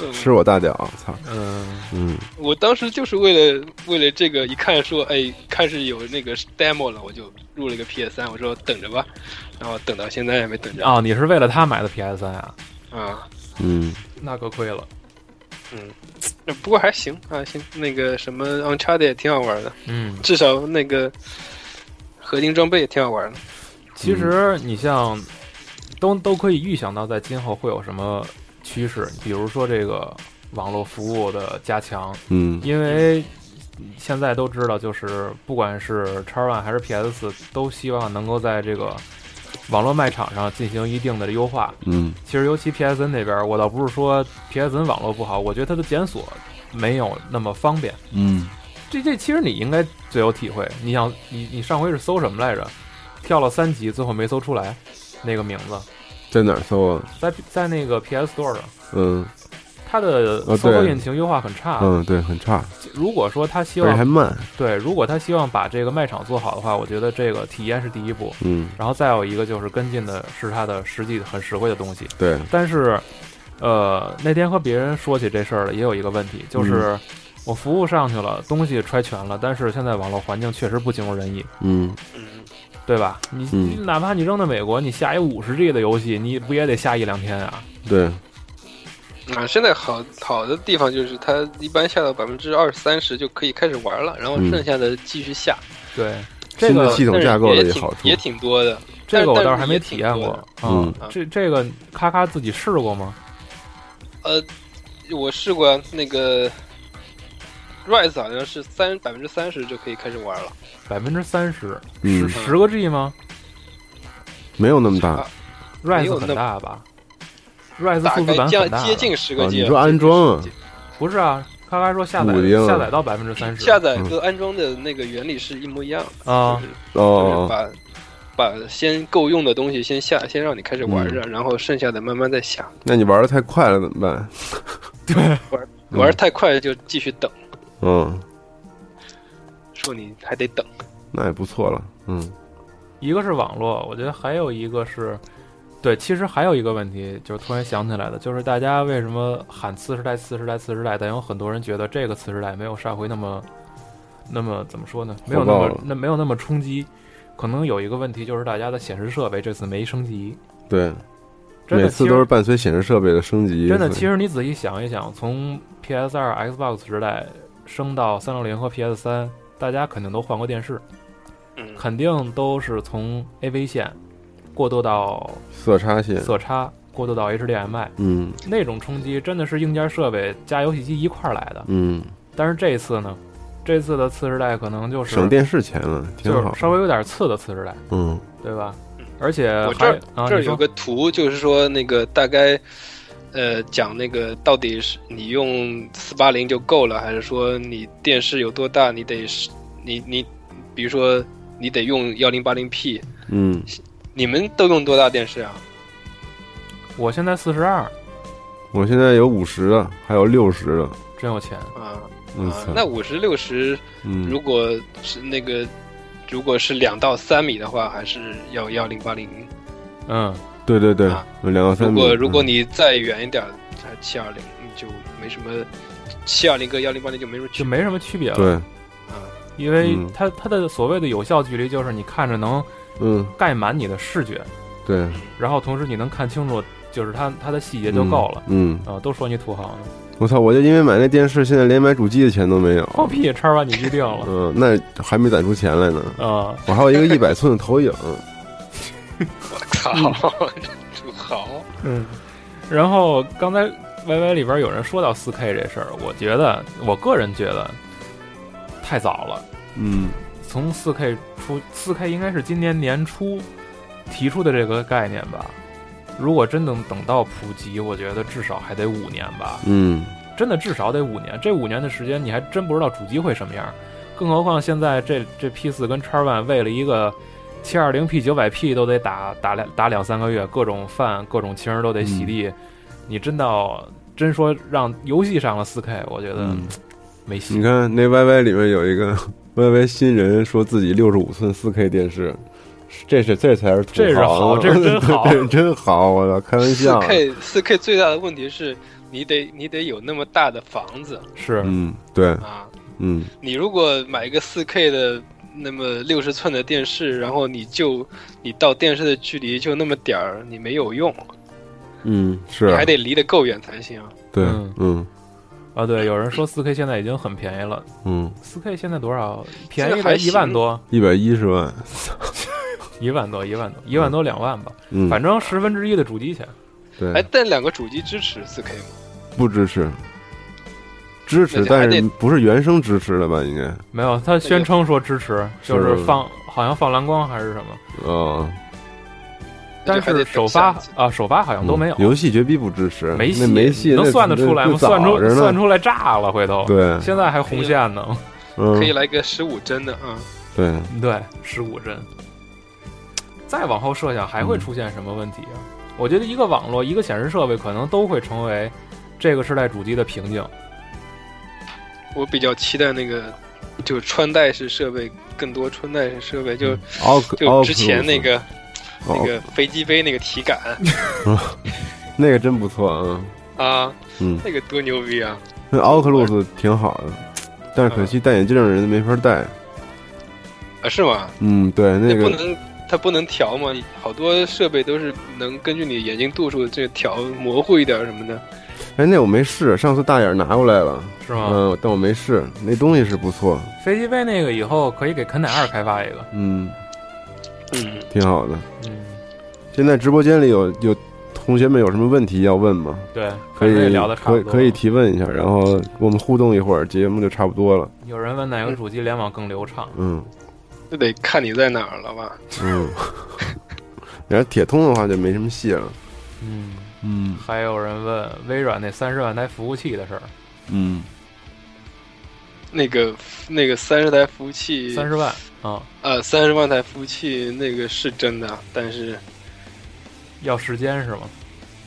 [SPEAKER 11] 嗯
[SPEAKER 10] 吃我大屌，操，
[SPEAKER 2] 嗯，
[SPEAKER 10] 嗯。
[SPEAKER 11] 我当时就是为了为了这个，一看说，哎，开始有那个 demo 了，我就入了个 PS 三，我说等着吧，然后等到现在也没等着
[SPEAKER 2] 哦，你是为了他买的 PS 三啊？
[SPEAKER 11] 啊。
[SPEAKER 10] 嗯，
[SPEAKER 2] 那可亏了。
[SPEAKER 11] 不过还行还行，那个什么 Uncharted 也挺好玩的，
[SPEAKER 2] 嗯，
[SPEAKER 11] 至少那个合金装备也挺好玩的。
[SPEAKER 2] 其实你像都都可以预想到，在今后会有什么趋势，比如说这个网络服务的加强，
[SPEAKER 10] 嗯，
[SPEAKER 2] 因为现在都知道，就是不管是 X One 还是 PS 四，都希望能够在这个网络卖场上进行一定的优化。
[SPEAKER 10] 嗯，
[SPEAKER 2] 其实尤其 PSN 那边，我倒不是说 PSN 网络不好，我觉得它的检索没有那么方便。
[SPEAKER 10] 嗯，
[SPEAKER 2] 这这其实你应该最有体会。你想，你你上回是搜什么来着？跳了三级，最后没搜出来那个名字，
[SPEAKER 10] 在哪儿搜啊？
[SPEAKER 2] 在在那个 PS Store 上，
[SPEAKER 10] 嗯
[SPEAKER 2] 它的
[SPEAKER 10] 呃对
[SPEAKER 2] 搜索引擎优化很差。
[SPEAKER 10] 嗯，对，很差，
[SPEAKER 2] 如果说他希
[SPEAKER 10] 而且还
[SPEAKER 2] 望
[SPEAKER 10] 慢。
[SPEAKER 2] 对，如果他希望把这个卖场做好的话，我觉得这个体验是第一步，
[SPEAKER 10] 嗯，
[SPEAKER 2] 然后再有一个就是跟进的是它的实际很实惠的东西。
[SPEAKER 10] 对，
[SPEAKER 2] 但是，呃，那天和别人说起这事儿了，也有一个问
[SPEAKER 10] 嗯
[SPEAKER 2] 题，就是我服务上去了，东西揣全了，但是现在网络环境确实不尽如人意，
[SPEAKER 10] 嗯，
[SPEAKER 11] 嗯，
[SPEAKER 2] 对吧？你、
[SPEAKER 10] 嗯
[SPEAKER 2] 你哪怕你扔到美国，你下一五十 G 的游戏，你不也得下一两天啊？
[SPEAKER 10] 对，
[SPEAKER 11] 啊，现在好好的地方就是它一般下到百分之二三十就可以开始玩了，然后
[SPEAKER 10] 嗯
[SPEAKER 11] 剩下的继续下。
[SPEAKER 2] 对，这
[SPEAKER 10] 新的
[SPEAKER 2] 个
[SPEAKER 10] 系统架构
[SPEAKER 11] 但
[SPEAKER 10] 的
[SPEAKER 11] 是也挺
[SPEAKER 10] 好处
[SPEAKER 11] 也，挺多的。
[SPEAKER 2] 这个我倒
[SPEAKER 11] 但
[SPEAKER 2] 是
[SPEAKER 11] 但
[SPEAKER 2] 还
[SPEAKER 11] 是
[SPEAKER 2] 没
[SPEAKER 11] 也
[SPEAKER 2] 体
[SPEAKER 11] 挺
[SPEAKER 2] 验
[SPEAKER 11] 多
[SPEAKER 2] 过
[SPEAKER 11] 的
[SPEAKER 2] 啊
[SPEAKER 10] 嗯
[SPEAKER 2] 这这个咔咔自己试过吗？
[SPEAKER 11] 我试过那个 Rise 好像是三百分之三十就可以开始玩了，
[SPEAKER 2] 百分之三十，
[SPEAKER 10] 嗯
[SPEAKER 2] 十，十个 G 吗
[SPEAKER 10] 没有那么大。
[SPEAKER 11] 没有
[SPEAKER 2] ？Rise
[SPEAKER 11] 那
[SPEAKER 2] 很大吧？Rise
[SPEAKER 11] 啊大
[SPEAKER 2] 复制
[SPEAKER 11] 概
[SPEAKER 2] 版很
[SPEAKER 11] 将
[SPEAKER 2] 大的，
[SPEAKER 11] 接近十个
[SPEAKER 10] 啊
[SPEAKER 11] G 了。
[SPEAKER 10] 你说安装啊
[SPEAKER 11] 接近10个 G
[SPEAKER 2] 不是啊？咔咔说下载
[SPEAKER 10] 五零
[SPEAKER 2] 下载到百分之三十，
[SPEAKER 11] 下
[SPEAKER 10] 嗯
[SPEAKER 11] 载和安装的那个原理是一模一样的，
[SPEAKER 2] 啊
[SPEAKER 11] 就是就是
[SPEAKER 10] 哦，
[SPEAKER 11] 把把先够用的东西先下，先让你开始玩着，然后剩下的慢慢再下。
[SPEAKER 10] 那你玩的太快了怎么办？嗯
[SPEAKER 11] 玩得太快就继续等，
[SPEAKER 10] 嗯，
[SPEAKER 11] 说你还得等。
[SPEAKER 10] 那也不错了。嗯
[SPEAKER 2] 一个是网络，我觉得还有一个是，对，其实还有一个问题，就是突然想起来的，就是大家为什么喊次时代、次时代、次时代，但有很多人觉得这个次时代没有上回那么，那么怎么说呢？没有那
[SPEAKER 10] 火爆
[SPEAKER 2] 么
[SPEAKER 10] 了
[SPEAKER 2] 那没有那么冲击。可能有一个问题就是大家的显示设备这次没升级，
[SPEAKER 10] 对，
[SPEAKER 2] 真的
[SPEAKER 10] 每次
[SPEAKER 2] 其实
[SPEAKER 10] 都是伴随显示设备的升级。
[SPEAKER 2] 真的，其实你仔细想一想，从 PS 二、Xbox 时代升到三六零和 PS 三，大家肯定都换过电视，
[SPEAKER 11] 嗯，
[SPEAKER 2] 肯定都是从 AV 线过渡到
[SPEAKER 10] 色差线，
[SPEAKER 2] 色差，过渡到 HDMI，
[SPEAKER 10] 嗯
[SPEAKER 2] 那种冲击真的是硬件设备加游戏机一块儿来的。
[SPEAKER 10] 嗯，
[SPEAKER 2] 但是这一次呢，这次的次时代可能就是
[SPEAKER 10] 省电视钱了，挺
[SPEAKER 2] 就
[SPEAKER 10] 好
[SPEAKER 2] 是。稍微有点次的次时代，
[SPEAKER 10] 嗯
[SPEAKER 2] 对吧？而且
[SPEAKER 11] 我
[SPEAKER 2] 还
[SPEAKER 11] 儿
[SPEAKER 2] 啊，
[SPEAKER 11] 这儿
[SPEAKER 2] 你说
[SPEAKER 11] 有个图，就是说那个大概，呃，讲那个到底是你用四八零就够了，还是说你电视有多大，你得是，你你，比如说你得用幺零八零 P，
[SPEAKER 10] 嗯，
[SPEAKER 11] 你们都用多大电视啊？
[SPEAKER 2] 我现在四十二，
[SPEAKER 10] 我现在有五十的，还有六十的。
[SPEAKER 2] 真有钱。
[SPEAKER 11] 啊，
[SPEAKER 10] 嗯
[SPEAKER 11] 啊，那五十六十，
[SPEAKER 10] 嗯
[SPEAKER 11] 如果是那个，如果是两到三米的话，还是要幺零八零。
[SPEAKER 2] 嗯，
[SPEAKER 10] 对对对
[SPEAKER 11] 啊，
[SPEAKER 10] 有两到
[SPEAKER 11] 如
[SPEAKER 10] 三米。
[SPEAKER 11] 果如果
[SPEAKER 10] 嗯
[SPEAKER 11] 你再远一点，才七二零，你就没什么，七二零跟幺零八零就没什么区
[SPEAKER 2] 就
[SPEAKER 11] 别。
[SPEAKER 2] 没什么区别了。
[SPEAKER 10] 对，
[SPEAKER 2] 因为
[SPEAKER 10] 嗯
[SPEAKER 2] 它它的所谓的有效距离就是你看着能
[SPEAKER 10] 嗯
[SPEAKER 2] 盖满你的视觉，
[SPEAKER 10] 对，嗯
[SPEAKER 2] 然后同时你能看清楚，就是它它的细节就够了。
[SPEAKER 10] 嗯。嗯，
[SPEAKER 2] 啊，都说你土豪呢，
[SPEAKER 10] 我操！我就因为买那电视，现在连买主机的钱都没有。
[SPEAKER 2] 放屁，叉儿把你预定 了。
[SPEAKER 10] 嗯，那还没攒出钱来呢。
[SPEAKER 2] 啊、
[SPEAKER 10] 我还有一 个一百寸的投影，
[SPEAKER 11] 我
[SPEAKER 10] 嗯
[SPEAKER 11] 靠，土豪！
[SPEAKER 2] 嗯，然后刚才 Y Y 里边有人说到四 K 这事儿，我觉得我个人觉得太早了。
[SPEAKER 10] 嗯
[SPEAKER 2] 从四 K 出，四 K 应该是今年年初提出的这个概念吧。如果真能等到普及，我觉得至少还得五年吧。
[SPEAKER 10] 嗯，
[SPEAKER 2] 真的至少得五年。这五年的时间，你还真不知道主机会什么样儿，更何况现在这这 P 四跟叉 One 为了一个七二零 P 九百 P 都得打打两打两三个月，各种饭各种情都得洗地。
[SPEAKER 10] 嗯
[SPEAKER 2] 你真到真说让游戏上了四 K，我觉得
[SPEAKER 10] 嗯
[SPEAKER 2] 没戏。
[SPEAKER 10] 你看那 YY 里面有一个 YY 新人说自己六十五寸四 K 电视，这是这才是土豪
[SPEAKER 2] 这是好这是真 好
[SPEAKER 10] 这是真好！我操，开玩
[SPEAKER 11] 四
[SPEAKER 10] 笑。
[SPEAKER 11] K 四 K 最大的问题是你得你得有那么大的房子
[SPEAKER 2] 是，
[SPEAKER 10] 嗯，对，
[SPEAKER 11] 啊！
[SPEAKER 10] 嗯
[SPEAKER 11] 你如果买一个四 K 的那么六十寸的电视，然后你就你到电视的距离就那么点儿，你没有用。
[SPEAKER 10] 嗯，是
[SPEAKER 11] 你
[SPEAKER 10] 啊
[SPEAKER 11] 还，得离得够远才行。
[SPEAKER 10] 对，
[SPEAKER 2] 嗯
[SPEAKER 10] 嗯
[SPEAKER 2] 啊，对，有人说四 K 现在已经很便宜了，
[SPEAKER 10] 嗯，
[SPEAKER 2] 四 K 现在多少？便
[SPEAKER 11] 现
[SPEAKER 2] 宜
[SPEAKER 11] 在
[SPEAKER 2] 了
[SPEAKER 11] 还
[SPEAKER 2] 一万多，
[SPEAKER 10] 一百一十万，
[SPEAKER 2] 一万多，一万多，一万多两万吧，
[SPEAKER 10] 嗯，
[SPEAKER 2] 反正十分之一的主机钱。
[SPEAKER 11] 哎
[SPEAKER 10] 对，，
[SPEAKER 11] 但两个主机支持 4K 吗？
[SPEAKER 10] 不支持，支持
[SPEAKER 11] 那，就还
[SPEAKER 10] 但
[SPEAKER 11] 得
[SPEAKER 10] 是不是原生支持的吧？应该，
[SPEAKER 2] 没有，他宣称说支持，
[SPEAKER 10] 是
[SPEAKER 2] 就是放，好像放蓝光还是什么，
[SPEAKER 10] 哦，
[SPEAKER 11] 那
[SPEAKER 2] 但
[SPEAKER 11] 就还得
[SPEAKER 2] 是
[SPEAKER 11] 等
[SPEAKER 2] 首发
[SPEAKER 11] 下一次
[SPEAKER 2] 啊，首发好像都没有，
[SPEAKER 10] 嗯游戏绝逼不支持，
[SPEAKER 2] 没
[SPEAKER 10] 那没戏，
[SPEAKER 2] 戏，能
[SPEAKER 10] 那
[SPEAKER 2] 算得出来
[SPEAKER 10] 那
[SPEAKER 2] 吗？算
[SPEAKER 10] 早着
[SPEAKER 2] 出
[SPEAKER 10] 呢
[SPEAKER 2] 算出来炸了，回头，
[SPEAKER 10] 对，
[SPEAKER 2] 现在还红线呢，
[SPEAKER 10] 嗯
[SPEAKER 11] 可以，来个十五帧的啊，
[SPEAKER 10] 对，
[SPEAKER 2] 对，十五帧。再往后设想还会出现什么问题
[SPEAKER 10] 嗯
[SPEAKER 2] 啊？我觉得一个网络、一个显示设备可能都会成为这个时代主机的瓶颈。
[SPEAKER 11] 我比较期待那个，就穿戴式设备更多穿戴式设备，
[SPEAKER 2] 嗯
[SPEAKER 11] 就
[SPEAKER 10] 奥
[SPEAKER 11] 就之前那个
[SPEAKER 10] 奥
[SPEAKER 11] 那个飞机杯那个体感
[SPEAKER 10] 那个真不错啊，
[SPEAKER 11] 啊，
[SPEAKER 10] 嗯，
[SPEAKER 11] 那个多牛逼啊！
[SPEAKER 10] 那 Oculus 挺好的，但是可惜戴眼镜的人没法戴。
[SPEAKER 11] 啊，是吗？
[SPEAKER 10] 嗯，对，那
[SPEAKER 11] 不
[SPEAKER 10] 个
[SPEAKER 11] 能，它不能调吗？好多设备都是能根据你眼睛度数这个调模糊一点儿什么的。
[SPEAKER 10] 哎，那我没试，上次大眼拿过来了，
[SPEAKER 2] 是吗？
[SPEAKER 10] 嗯，但我没试，那东西是不错，
[SPEAKER 2] 飞机杯那个以后可以给肯乃二开发一个。
[SPEAKER 10] 嗯，
[SPEAKER 11] 嗯，
[SPEAKER 10] 挺好的。
[SPEAKER 2] 嗯，
[SPEAKER 10] 现在直播间里有有同学们有什么问题要问吗？
[SPEAKER 2] 对，
[SPEAKER 10] 可
[SPEAKER 2] 反正也
[SPEAKER 10] 以
[SPEAKER 2] 聊的差
[SPEAKER 10] 可
[SPEAKER 2] 不
[SPEAKER 10] 以
[SPEAKER 2] 多。
[SPEAKER 10] 可以。提问一下，然后我们互动一会儿，节目就差不多了。
[SPEAKER 2] 有人问哪个主机联网更流畅？
[SPEAKER 10] 嗯
[SPEAKER 11] 这得看你在哪儿了吧？
[SPEAKER 10] 嗯， 然后铁通的话就没什么戏了。
[SPEAKER 2] 嗯，
[SPEAKER 10] 嗯
[SPEAKER 2] 还有人问微软那三十万台服务器的事儿，
[SPEAKER 10] 嗯，
[SPEAKER 11] 那个那个三十台服务器，
[SPEAKER 2] 三十万啊，
[SPEAKER 11] 呃三十万台服务器那个是真的，啊但是
[SPEAKER 2] 要时间是吗？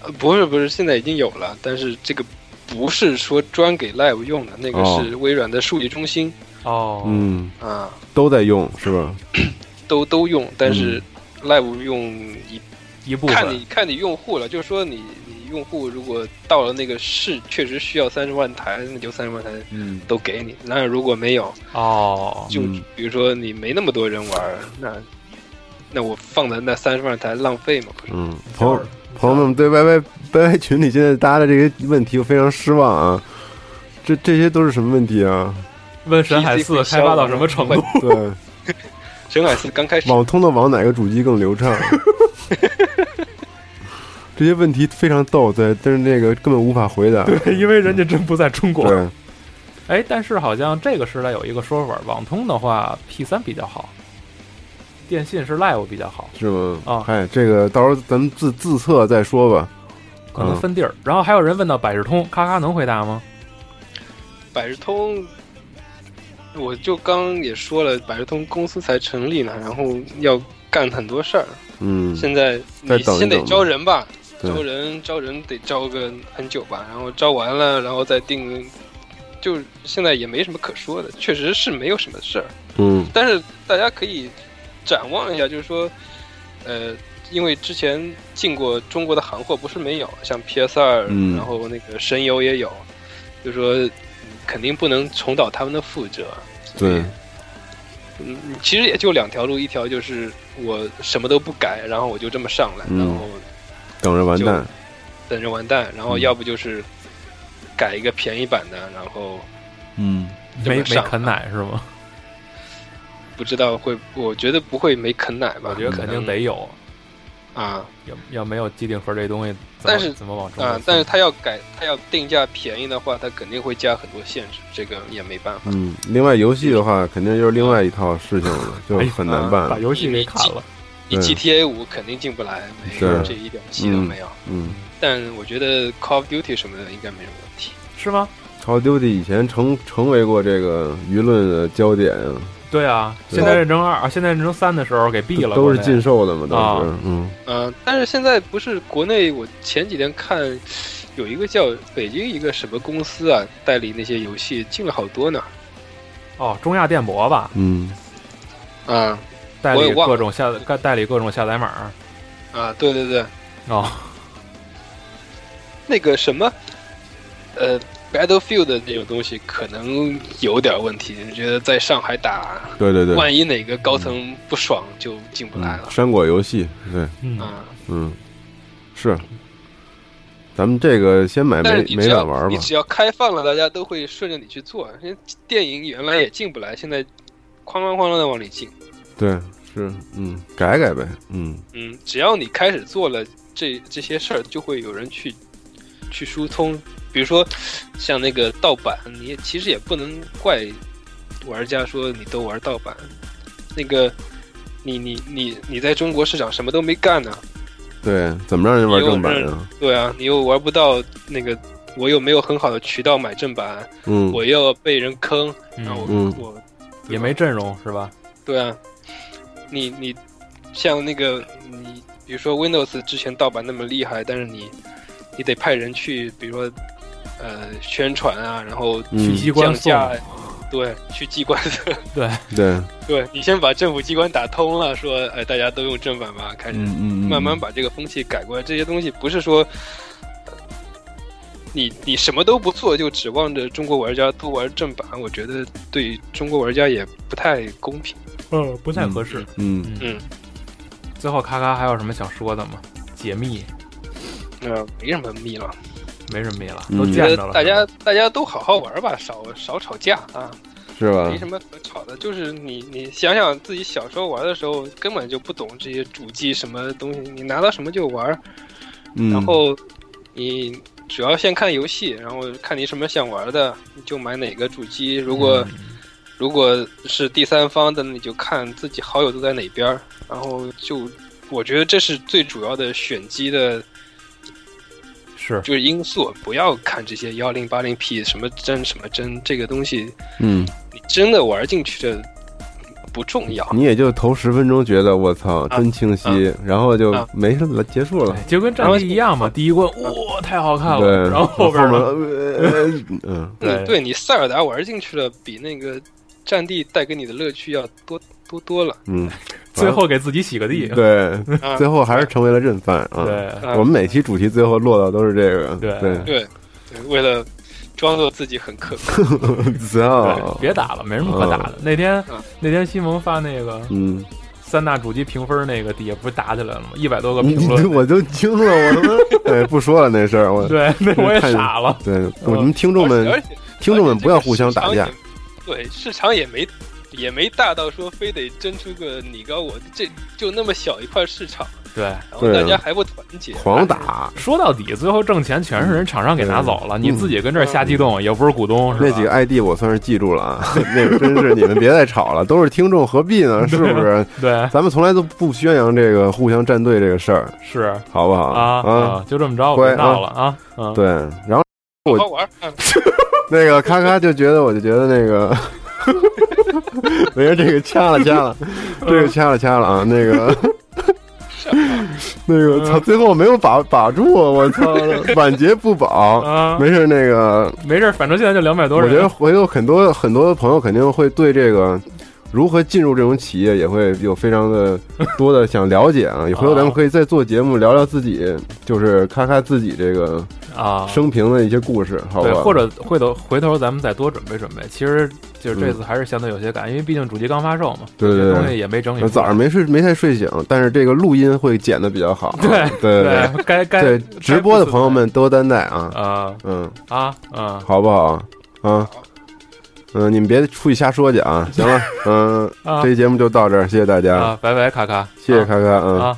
[SPEAKER 11] 呃不是不是现在已经有了，但是这个不是说专给 Live 用的，那个
[SPEAKER 10] 哦
[SPEAKER 11] 是微软的数据中心
[SPEAKER 2] 哦，
[SPEAKER 10] 嗯，
[SPEAKER 11] 啊，
[SPEAKER 10] 都在用是吧？
[SPEAKER 11] 都都用，但是 Live 用一
[SPEAKER 2] 嗯一部
[SPEAKER 11] 看
[SPEAKER 2] 分
[SPEAKER 11] 你看你用户了，就是说你你用户如果到了那个是确实需要三十万台，那就三十万台
[SPEAKER 10] 嗯
[SPEAKER 11] 都给你。那如果没有，
[SPEAKER 2] 哦，
[SPEAKER 11] 就
[SPEAKER 10] 嗯
[SPEAKER 11] 比如说你没那么多人玩儿，那那我放在那三十万台浪费嘛？不是？
[SPEAKER 10] 嗯，朋友朋友们对 YY YY 群里现在大家的这个问题我非常失望啊。这这些都是什么问题啊？
[SPEAKER 2] 问神海四开发到什么程度？
[SPEAKER 10] 对，
[SPEAKER 11] 神海四刚开 始
[SPEAKER 10] 网通的网哪个主机更 流畅？这些问题非常逗，对，但是那个根本无法回答。对，
[SPEAKER 2] 因为人家真不在中国。哎，但是好像这个时代有一个说法，网通的话 P 三比较好，电信是 Live 比较好，
[SPEAKER 10] 是吗？
[SPEAKER 2] 啊
[SPEAKER 10] 嗨，这个到时候咱们自自测再说吧。
[SPEAKER 2] 可能分地儿。然后还有人问到百事通，咔咔能回答吗？
[SPEAKER 11] 百事通，我就刚也说了，百事通公司才成立呢，然后要干很多事儿。
[SPEAKER 10] 嗯，
[SPEAKER 11] 现在
[SPEAKER 10] 再
[SPEAKER 11] 你
[SPEAKER 10] 等一
[SPEAKER 11] 先得
[SPEAKER 10] 等吧
[SPEAKER 11] 招人吧，
[SPEAKER 10] 对
[SPEAKER 11] 招人招人得招个很久吧，然后招完了，然后再定，就现在也没什么可说的，确实是没有什么事儿，
[SPEAKER 10] 嗯
[SPEAKER 11] 但是大家可以展望一下，就是说，呃，因为之前进过中国的行货不是没有，像 PS 二、
[SPEAKER 10] 嗯
[SPEAKER 11] 然后那个神游也有，就说嗯肯定不能重蹈他们的覆辙，所以
[SPEAKER 10] 对，
[SPEAKER 11] 嗯，其实也就两条路，一条就是我什么都不改，然后我就这么上来，
[SPEAKER 10] 嗯
[SPEAKER 11] 然后
[SPEAKER 10] 等着完蛋。
[SPEAKER 11] 等着完蛋，然后要不就是改一个便宜版的，然后
[SPEAKER 10] 嗯
[SPEAKER 11] 这么
[SPEAKER 2] 没没
[SPEAKER 11] 上
[SPEAKER 2] 啃奶是吗？
[SPEAKER 11] 不知道会，我觉得不会没啃奶吧？
[SPEAKER 2] 我觉得肯定得有，
[SPEAKER 11] 啊
[SPEAKER 2] 要要没有机顶盒这东西，怎
[SPEAKER 11] 但
[SPEAKER 2] 么
[SPEAKER 11] 是
[SPEAKER 2] 怎么往中国
[SPEAKER 11] 啊
[SPEAKER 2] 出？！
[SPEAKER 11] 但是他要改，他要定价便宜的话，他肯定会加很多限制，这个也没办法。
[SPEAKER 10] 嗯，另外游戏的话，肯定就是另外一套事情了，就
[SPEAKER 2] 哎呀
[SPEAKER 10] 很难办
[SPEAKER 2] 把
[SPEAKER 10] 了。
[SPEAKER 2] 游戏给砍了，
[SPEAKER 11] 你
[SPEAKER 10] 对
[SPEAKER 11] GTA 五肯定进不来，没
[SPEAKER 10] 是
[SPEAKER 11] 这一点戏都没有。
[SPEAKER 10] 嗯
[SPEAKER 11] 但我觉得 Call of Duty 什么的应该没什么问题。
[SPEAKER 2] 是吗？
[SPEAKER 10] ，Call of Duty 以前成成为过这个舆论的焦点啊，
[SPEAKER 2] 对啊，
[SPEAKER 10] 对
[SPEAKER 2] 现在认证二、啊现在认证三的时候给毙了，
[SPEAKER 10] 都是禁
[SPEAKER 2] 进
[SPEAKER 10] 售的嘛，当时
[SPEAKER 2] 啊。
[SPEAKER 10] 嗯
[SPEAKER 11] 嗯，但是现在不是国内，我前几天看有一个叫北京一个什么公司啊，代理那些游戏进了好多呢。
[SPEAKER 2] 哦，中亚电博吧，
[SPEAKER 10] 嗯，
[SPEAKER 11] 啊
[SPEAKER 2] 代
[SPEAKER 11] 我
[SPEAKER 2] 理
[SPEAKER 11] 也忘了
[SPEAKER 2] 各种下载代理各种下载码
[SPEAKER 11] 啊，对对对，
[SPEAKER 2] 哦，
[SPEAKER 11] 那个什么，呃，Battlefield 的那种东西可能有点问题，觉得在上海打，
[SPEAKER 10] 对对对，
[SPEAKER 11] 万一哪个高层不爽就进不来
[SPEAKER 10] 嗯
[SPEAKER 11] 了。
[SPEAKER 10] 山果游戏，对，
[SPEAKER 2] 嗯，
[SPEAKER 11] 啊，
[SPEAKER 10] 嗯，是，咱们这个先买
[SPEAKER 11] 但是
[SPEAKER 10] 美
[SPEAKER 11] 你
[SPEAKER 10] 美
[SPEAKER 11] 只要
[SPEAKER 10] 版玩
[SPEAKER 11] 你
[SPEAKER 10] 吧。
[SPEAKER 11] 只要开放了，大家都会顺着你去做。因为电影原来也进不来，现在哐啷哐啷的往里进。
[SPEAKER 10] 对，是，嗯，改改呗，嗯，
[SPEAKER 11] 嗯，只要你开始做了这这些事儿，就会有人去去疏通。比如说像那个盗版，你也其实也不能怪玩家说你都玩盗版，那个你你你你在中国市场什么都没干呢、
[SPEAKER 10] 对，怎么让人玩正版
[SPEAKER 11] 有人
[SPEAKER 10] 啊？
[SPEAKER 11] 对啊，你又玩不到那个，我又没有很好的渠道买正版，
[SPEAKER 10] 嗯
[SPEAKER 11] 我又被人坑，然后我、
[SPEAKER 10] 嗯
[SPEAKER 11] 我
[SPEAKER 2] 也没阵容是吧？
[SPEAKER 11] 对啊，你你像那个你，比如说 Windows 之前盗版那么厉害，但是你你得派人去，比如说呃宣传啊，然后
[SPEAKER 2] 去
[SPEAKER 10] 嗯，
[SPEAKER 2] 机关
[SPEAKER 11] 降
[SPEAKER 2] 送，
[SPEAKER 11] 价， 对，去机关，
[SPEAKER 2] 对，
[SPEAKER 10] 对，
[SPEAKER 11] 对你先把政府机关打通了，说哎大家都用正版吧，开始
[SPEAKER 10] 嗯嗯，
[SPEAKER 11] 慢慢把这个风气改过来。这些东西不是说。呃你你什么都不做，就指望着中国玩家都玩正版，我觉得对中国玩家也不太公平。
[SPEAKER 2] 嗯，不太合适。
[SPEAKER 10] 嗯，
[SPEAKER 11] 嗯，
[SPEAKER 2] 最后咔咔还有什么想说的吗？解密
[SPEAKER 11] 那呃没什么秘了。
[SPEAKER 2] 没什么密了，
[SPEAKER 10] 嗯
[SPEAKER 2] 都
[SPEAKER 11] 觉
[SPEAKER 2] 见着
[SPEAKER 11] 得
[SPEAKER 2] 了。
[SPEAKER 11] 大
[SPEAKER 2] 是
[SPEAKER 11] 家
[SPEAKER 2] 吧
[SPEAKER 11] 大家都好好玩儿吧，少少吵架啊，
[SPEAKER 10] 是
[SPEAKER 2] 嗯
[SPEAKER 10] 吧
[SPEAKER 11] 没？什么可吵的。就是你你想想自己小时候玩的时候，根本就不懂这些主机什么东西，你拿到什么就玩儿，
[SPEAKER 10] 嗯，
[SPEAKER 11] 然后你主要先看游戏，然后看你什么想玩的，你就买哪个主机。如果、
[SPEAKER 2] 嗯
[SPEAKER 11] 如果是第三方的，你就看自己好友都在哪边儿，然后就我觉得这是最主要的选机的
[SPEAKER 2] 是
[SPEAKER 11] 就是因素，不要看这些幺零八零 P 什么帧什么帧，这个东西
[SPEAKER 10] 嗯，
[SPEAKER 11] 你真的玩进去的不重要。
[SPEAKER 10] 你也就头十分钟觉得我操真清晰，然后就
[SPEAKER 11] 啊
[SPEAKER 10] 没了，结束了
[SPEAKER 2] 哎。就跟战地一样嘛，第一关哇太好看
[SPEAKER 10] 对
[SPEAKER 2] 了，，然后后边
[SPEAKER 10] 面
[SPEAKER 2] 儿
[SPEAKER 10] 呃 嗯，
[SPEAKER 11] 你
[SPEAKER 2] 对
[SPEAKER 11] 对你塞尔达玩进去了，比那个战地带给你的乐趣要多多多了。
[SPEAKER 10] 嗯，
[SPEAKER 2] 最后给自己洗个地，
[SPEAKER 10] 对，
[SPEAKER 11] 啊、
[SPEAKER 10] 最后还是成为了认犯啊。
[SPEAKER 2] 对
[SPEAKER 11] 啊
[SPEAKER 10] 我们每期主题最后落到都是这个，
[SPEAKER 2] 对
[SPEAKER 10] 对，
[SPEAKER 11] 对对为了装作自己很客观，
[SPEAKER 10] 只要
[SPEAKER 2] 对，别打了，没什么可打
[SPEAKER 10] 啊
[SPEAKER 2] 的。那天
[SPEAKER 11] 嗯
[SPEAKER 2] 那天西蒙发那个
[SPEAKER 10] 嗯，
[SPEAKER 2] 三大主机评分那个底下不是打起来了吗？一百多个
[SPEAKER 10] 你
[SPEAKER 2] 评
[SPEAKER 10] 你
[SPEAKER 2] 论，
[SPEAKER 10] 我都惊了，我他妈哎不说了那事儿，我
[SPEAKER 2] 对，那我也
[SPEAKER 10] 看
[SPEAKER 2] 傻了。
[SPEAKER 10] 对我
[SPEAKER 2] 呃
[SPEAKER 10] 们听众
[SPEAKER 11] 而
[SPEAKER 2] 哎
[SPEAKER 10] 们
[SPEAKER 11] 且
[SPEAKER 10] 听众们不要互相打架
[SPEAKER 11] 而且，这个市场也对，市场也没也没大到说非得争出个你高我低这就那么小一块市场，
[SPEAKER 2] 对，
[SPEAKER 11] 然后
[SPEAKER 10] 对啊
[SPEAKER 11] 大家还不团结，
[SPEAKER 10] 狂打
[SPEAKER 2] 说到底，最后挣钱全是人厂商给拿走了，
[SPEAKER 10] 嗯
[SPEAKER 2] 你自己跟这儿瞎激动，也不是股东，是吧？
[SPEAKER 10] 那几个 ID 我算是记住了啊， 那个真是你们别再吵了，都是听众何必 呢？是不是？
[SPEAKER 2] 对，
[SPEAKER 10] 咱们从来都不宣扬这个互相站队这个事儿，
[SPEAKER 2] 是
[SPEAKER 10] 好不好？
[SPEAKER 2] 啊
[SPEAKER 10] 啊，，
[SPEAKER 2] 就这么着，
[SPEAKER 10] 乖
[SPEAKER 2] 别闹了啊，嗯，
[SPEAKER 10] 对，然后我
[SPEAKER 11] 好好玩儿。嗯
[SPEAKER 10] 那个咔咔就觉得，我就觉得那个， 没事，这个掐了掐了，这个掐了掐了啊，那个。 那
[SPEAKER 2] 嗯
[SPEAKER 10] 个操，最后没有把把住啊！我 操，晚节不保。
[SPEAKER 2] 啊，
[SPEAKER 10] 没事，那个，
[SPEAKER 2] 没事儿，反正现在就两百多
[SPEAKER 10] 我
[SPEAKER 2] 人，
[SPEAKER 10] 觉得回头很多很多朋友肯定会对这个如何进入这种企业也会有非常的多的想了解 啊。回头咱们可以再做节目聊聊自己，就是咔咔自己这个
[SPEAKER 2] 啊，
[SPEAKER 10] 生平的一些故事，好吧
[SPEAKER 2] 对，？或者回头回头咱们再多准备准备。其实就是这次还是相对有些赶，因为毕竟主机刚发售嘛，
[SPEAKER 10] 嗯对对
[SPEAKER 2] 这
[SPEAKER 10] 对
[SPEAKER 2] 东西也没整理出来。
[SPEAKER 10] 呃早上没睡，没太睡醒，但是这个录音会剪的比较好。
[SPEAKER 2] 对
[SPEAKER 10] 对对
[SPEAKER 2] 对，该该
[SPEAKER 10] 对，
[SPEAKER 2] 该
[SPEAKER 10] 直播的朋友们多担待啊
[SPEAKER 2] 不，自在啊
[SPEAKER 10] 嗯，
[SPEAKER 2] 啊啊
[SPEAKER 10] 好不好？啊，嗯，你们别出去瞎说去啊，行了，嗯，
[SPEAKER 2] 啊
[SPEAKER 10] 这期节目就到这儿，谢谢大家，
[SPEAKER 2] 啊！拜拜，卡卡，
[SPEAKER 10] 谢谢咔咔，嗯。
[SPEAKER 2] 啊。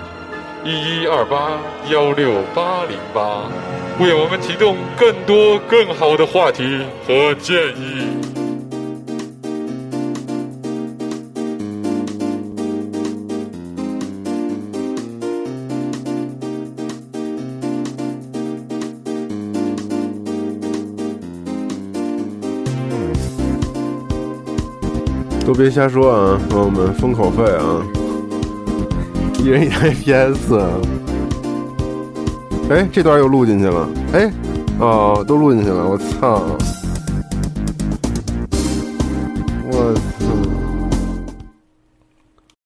[SPEAKER 6] 一一二八幺六八零八，为我们提供更多更好的话题和建议。
[SPEAKER 10] 都别瞎说啊，朋友们，封口费啊，一人一台 PS 啊。哎，这段又录进去了，哎，哦，都录进去了，我操！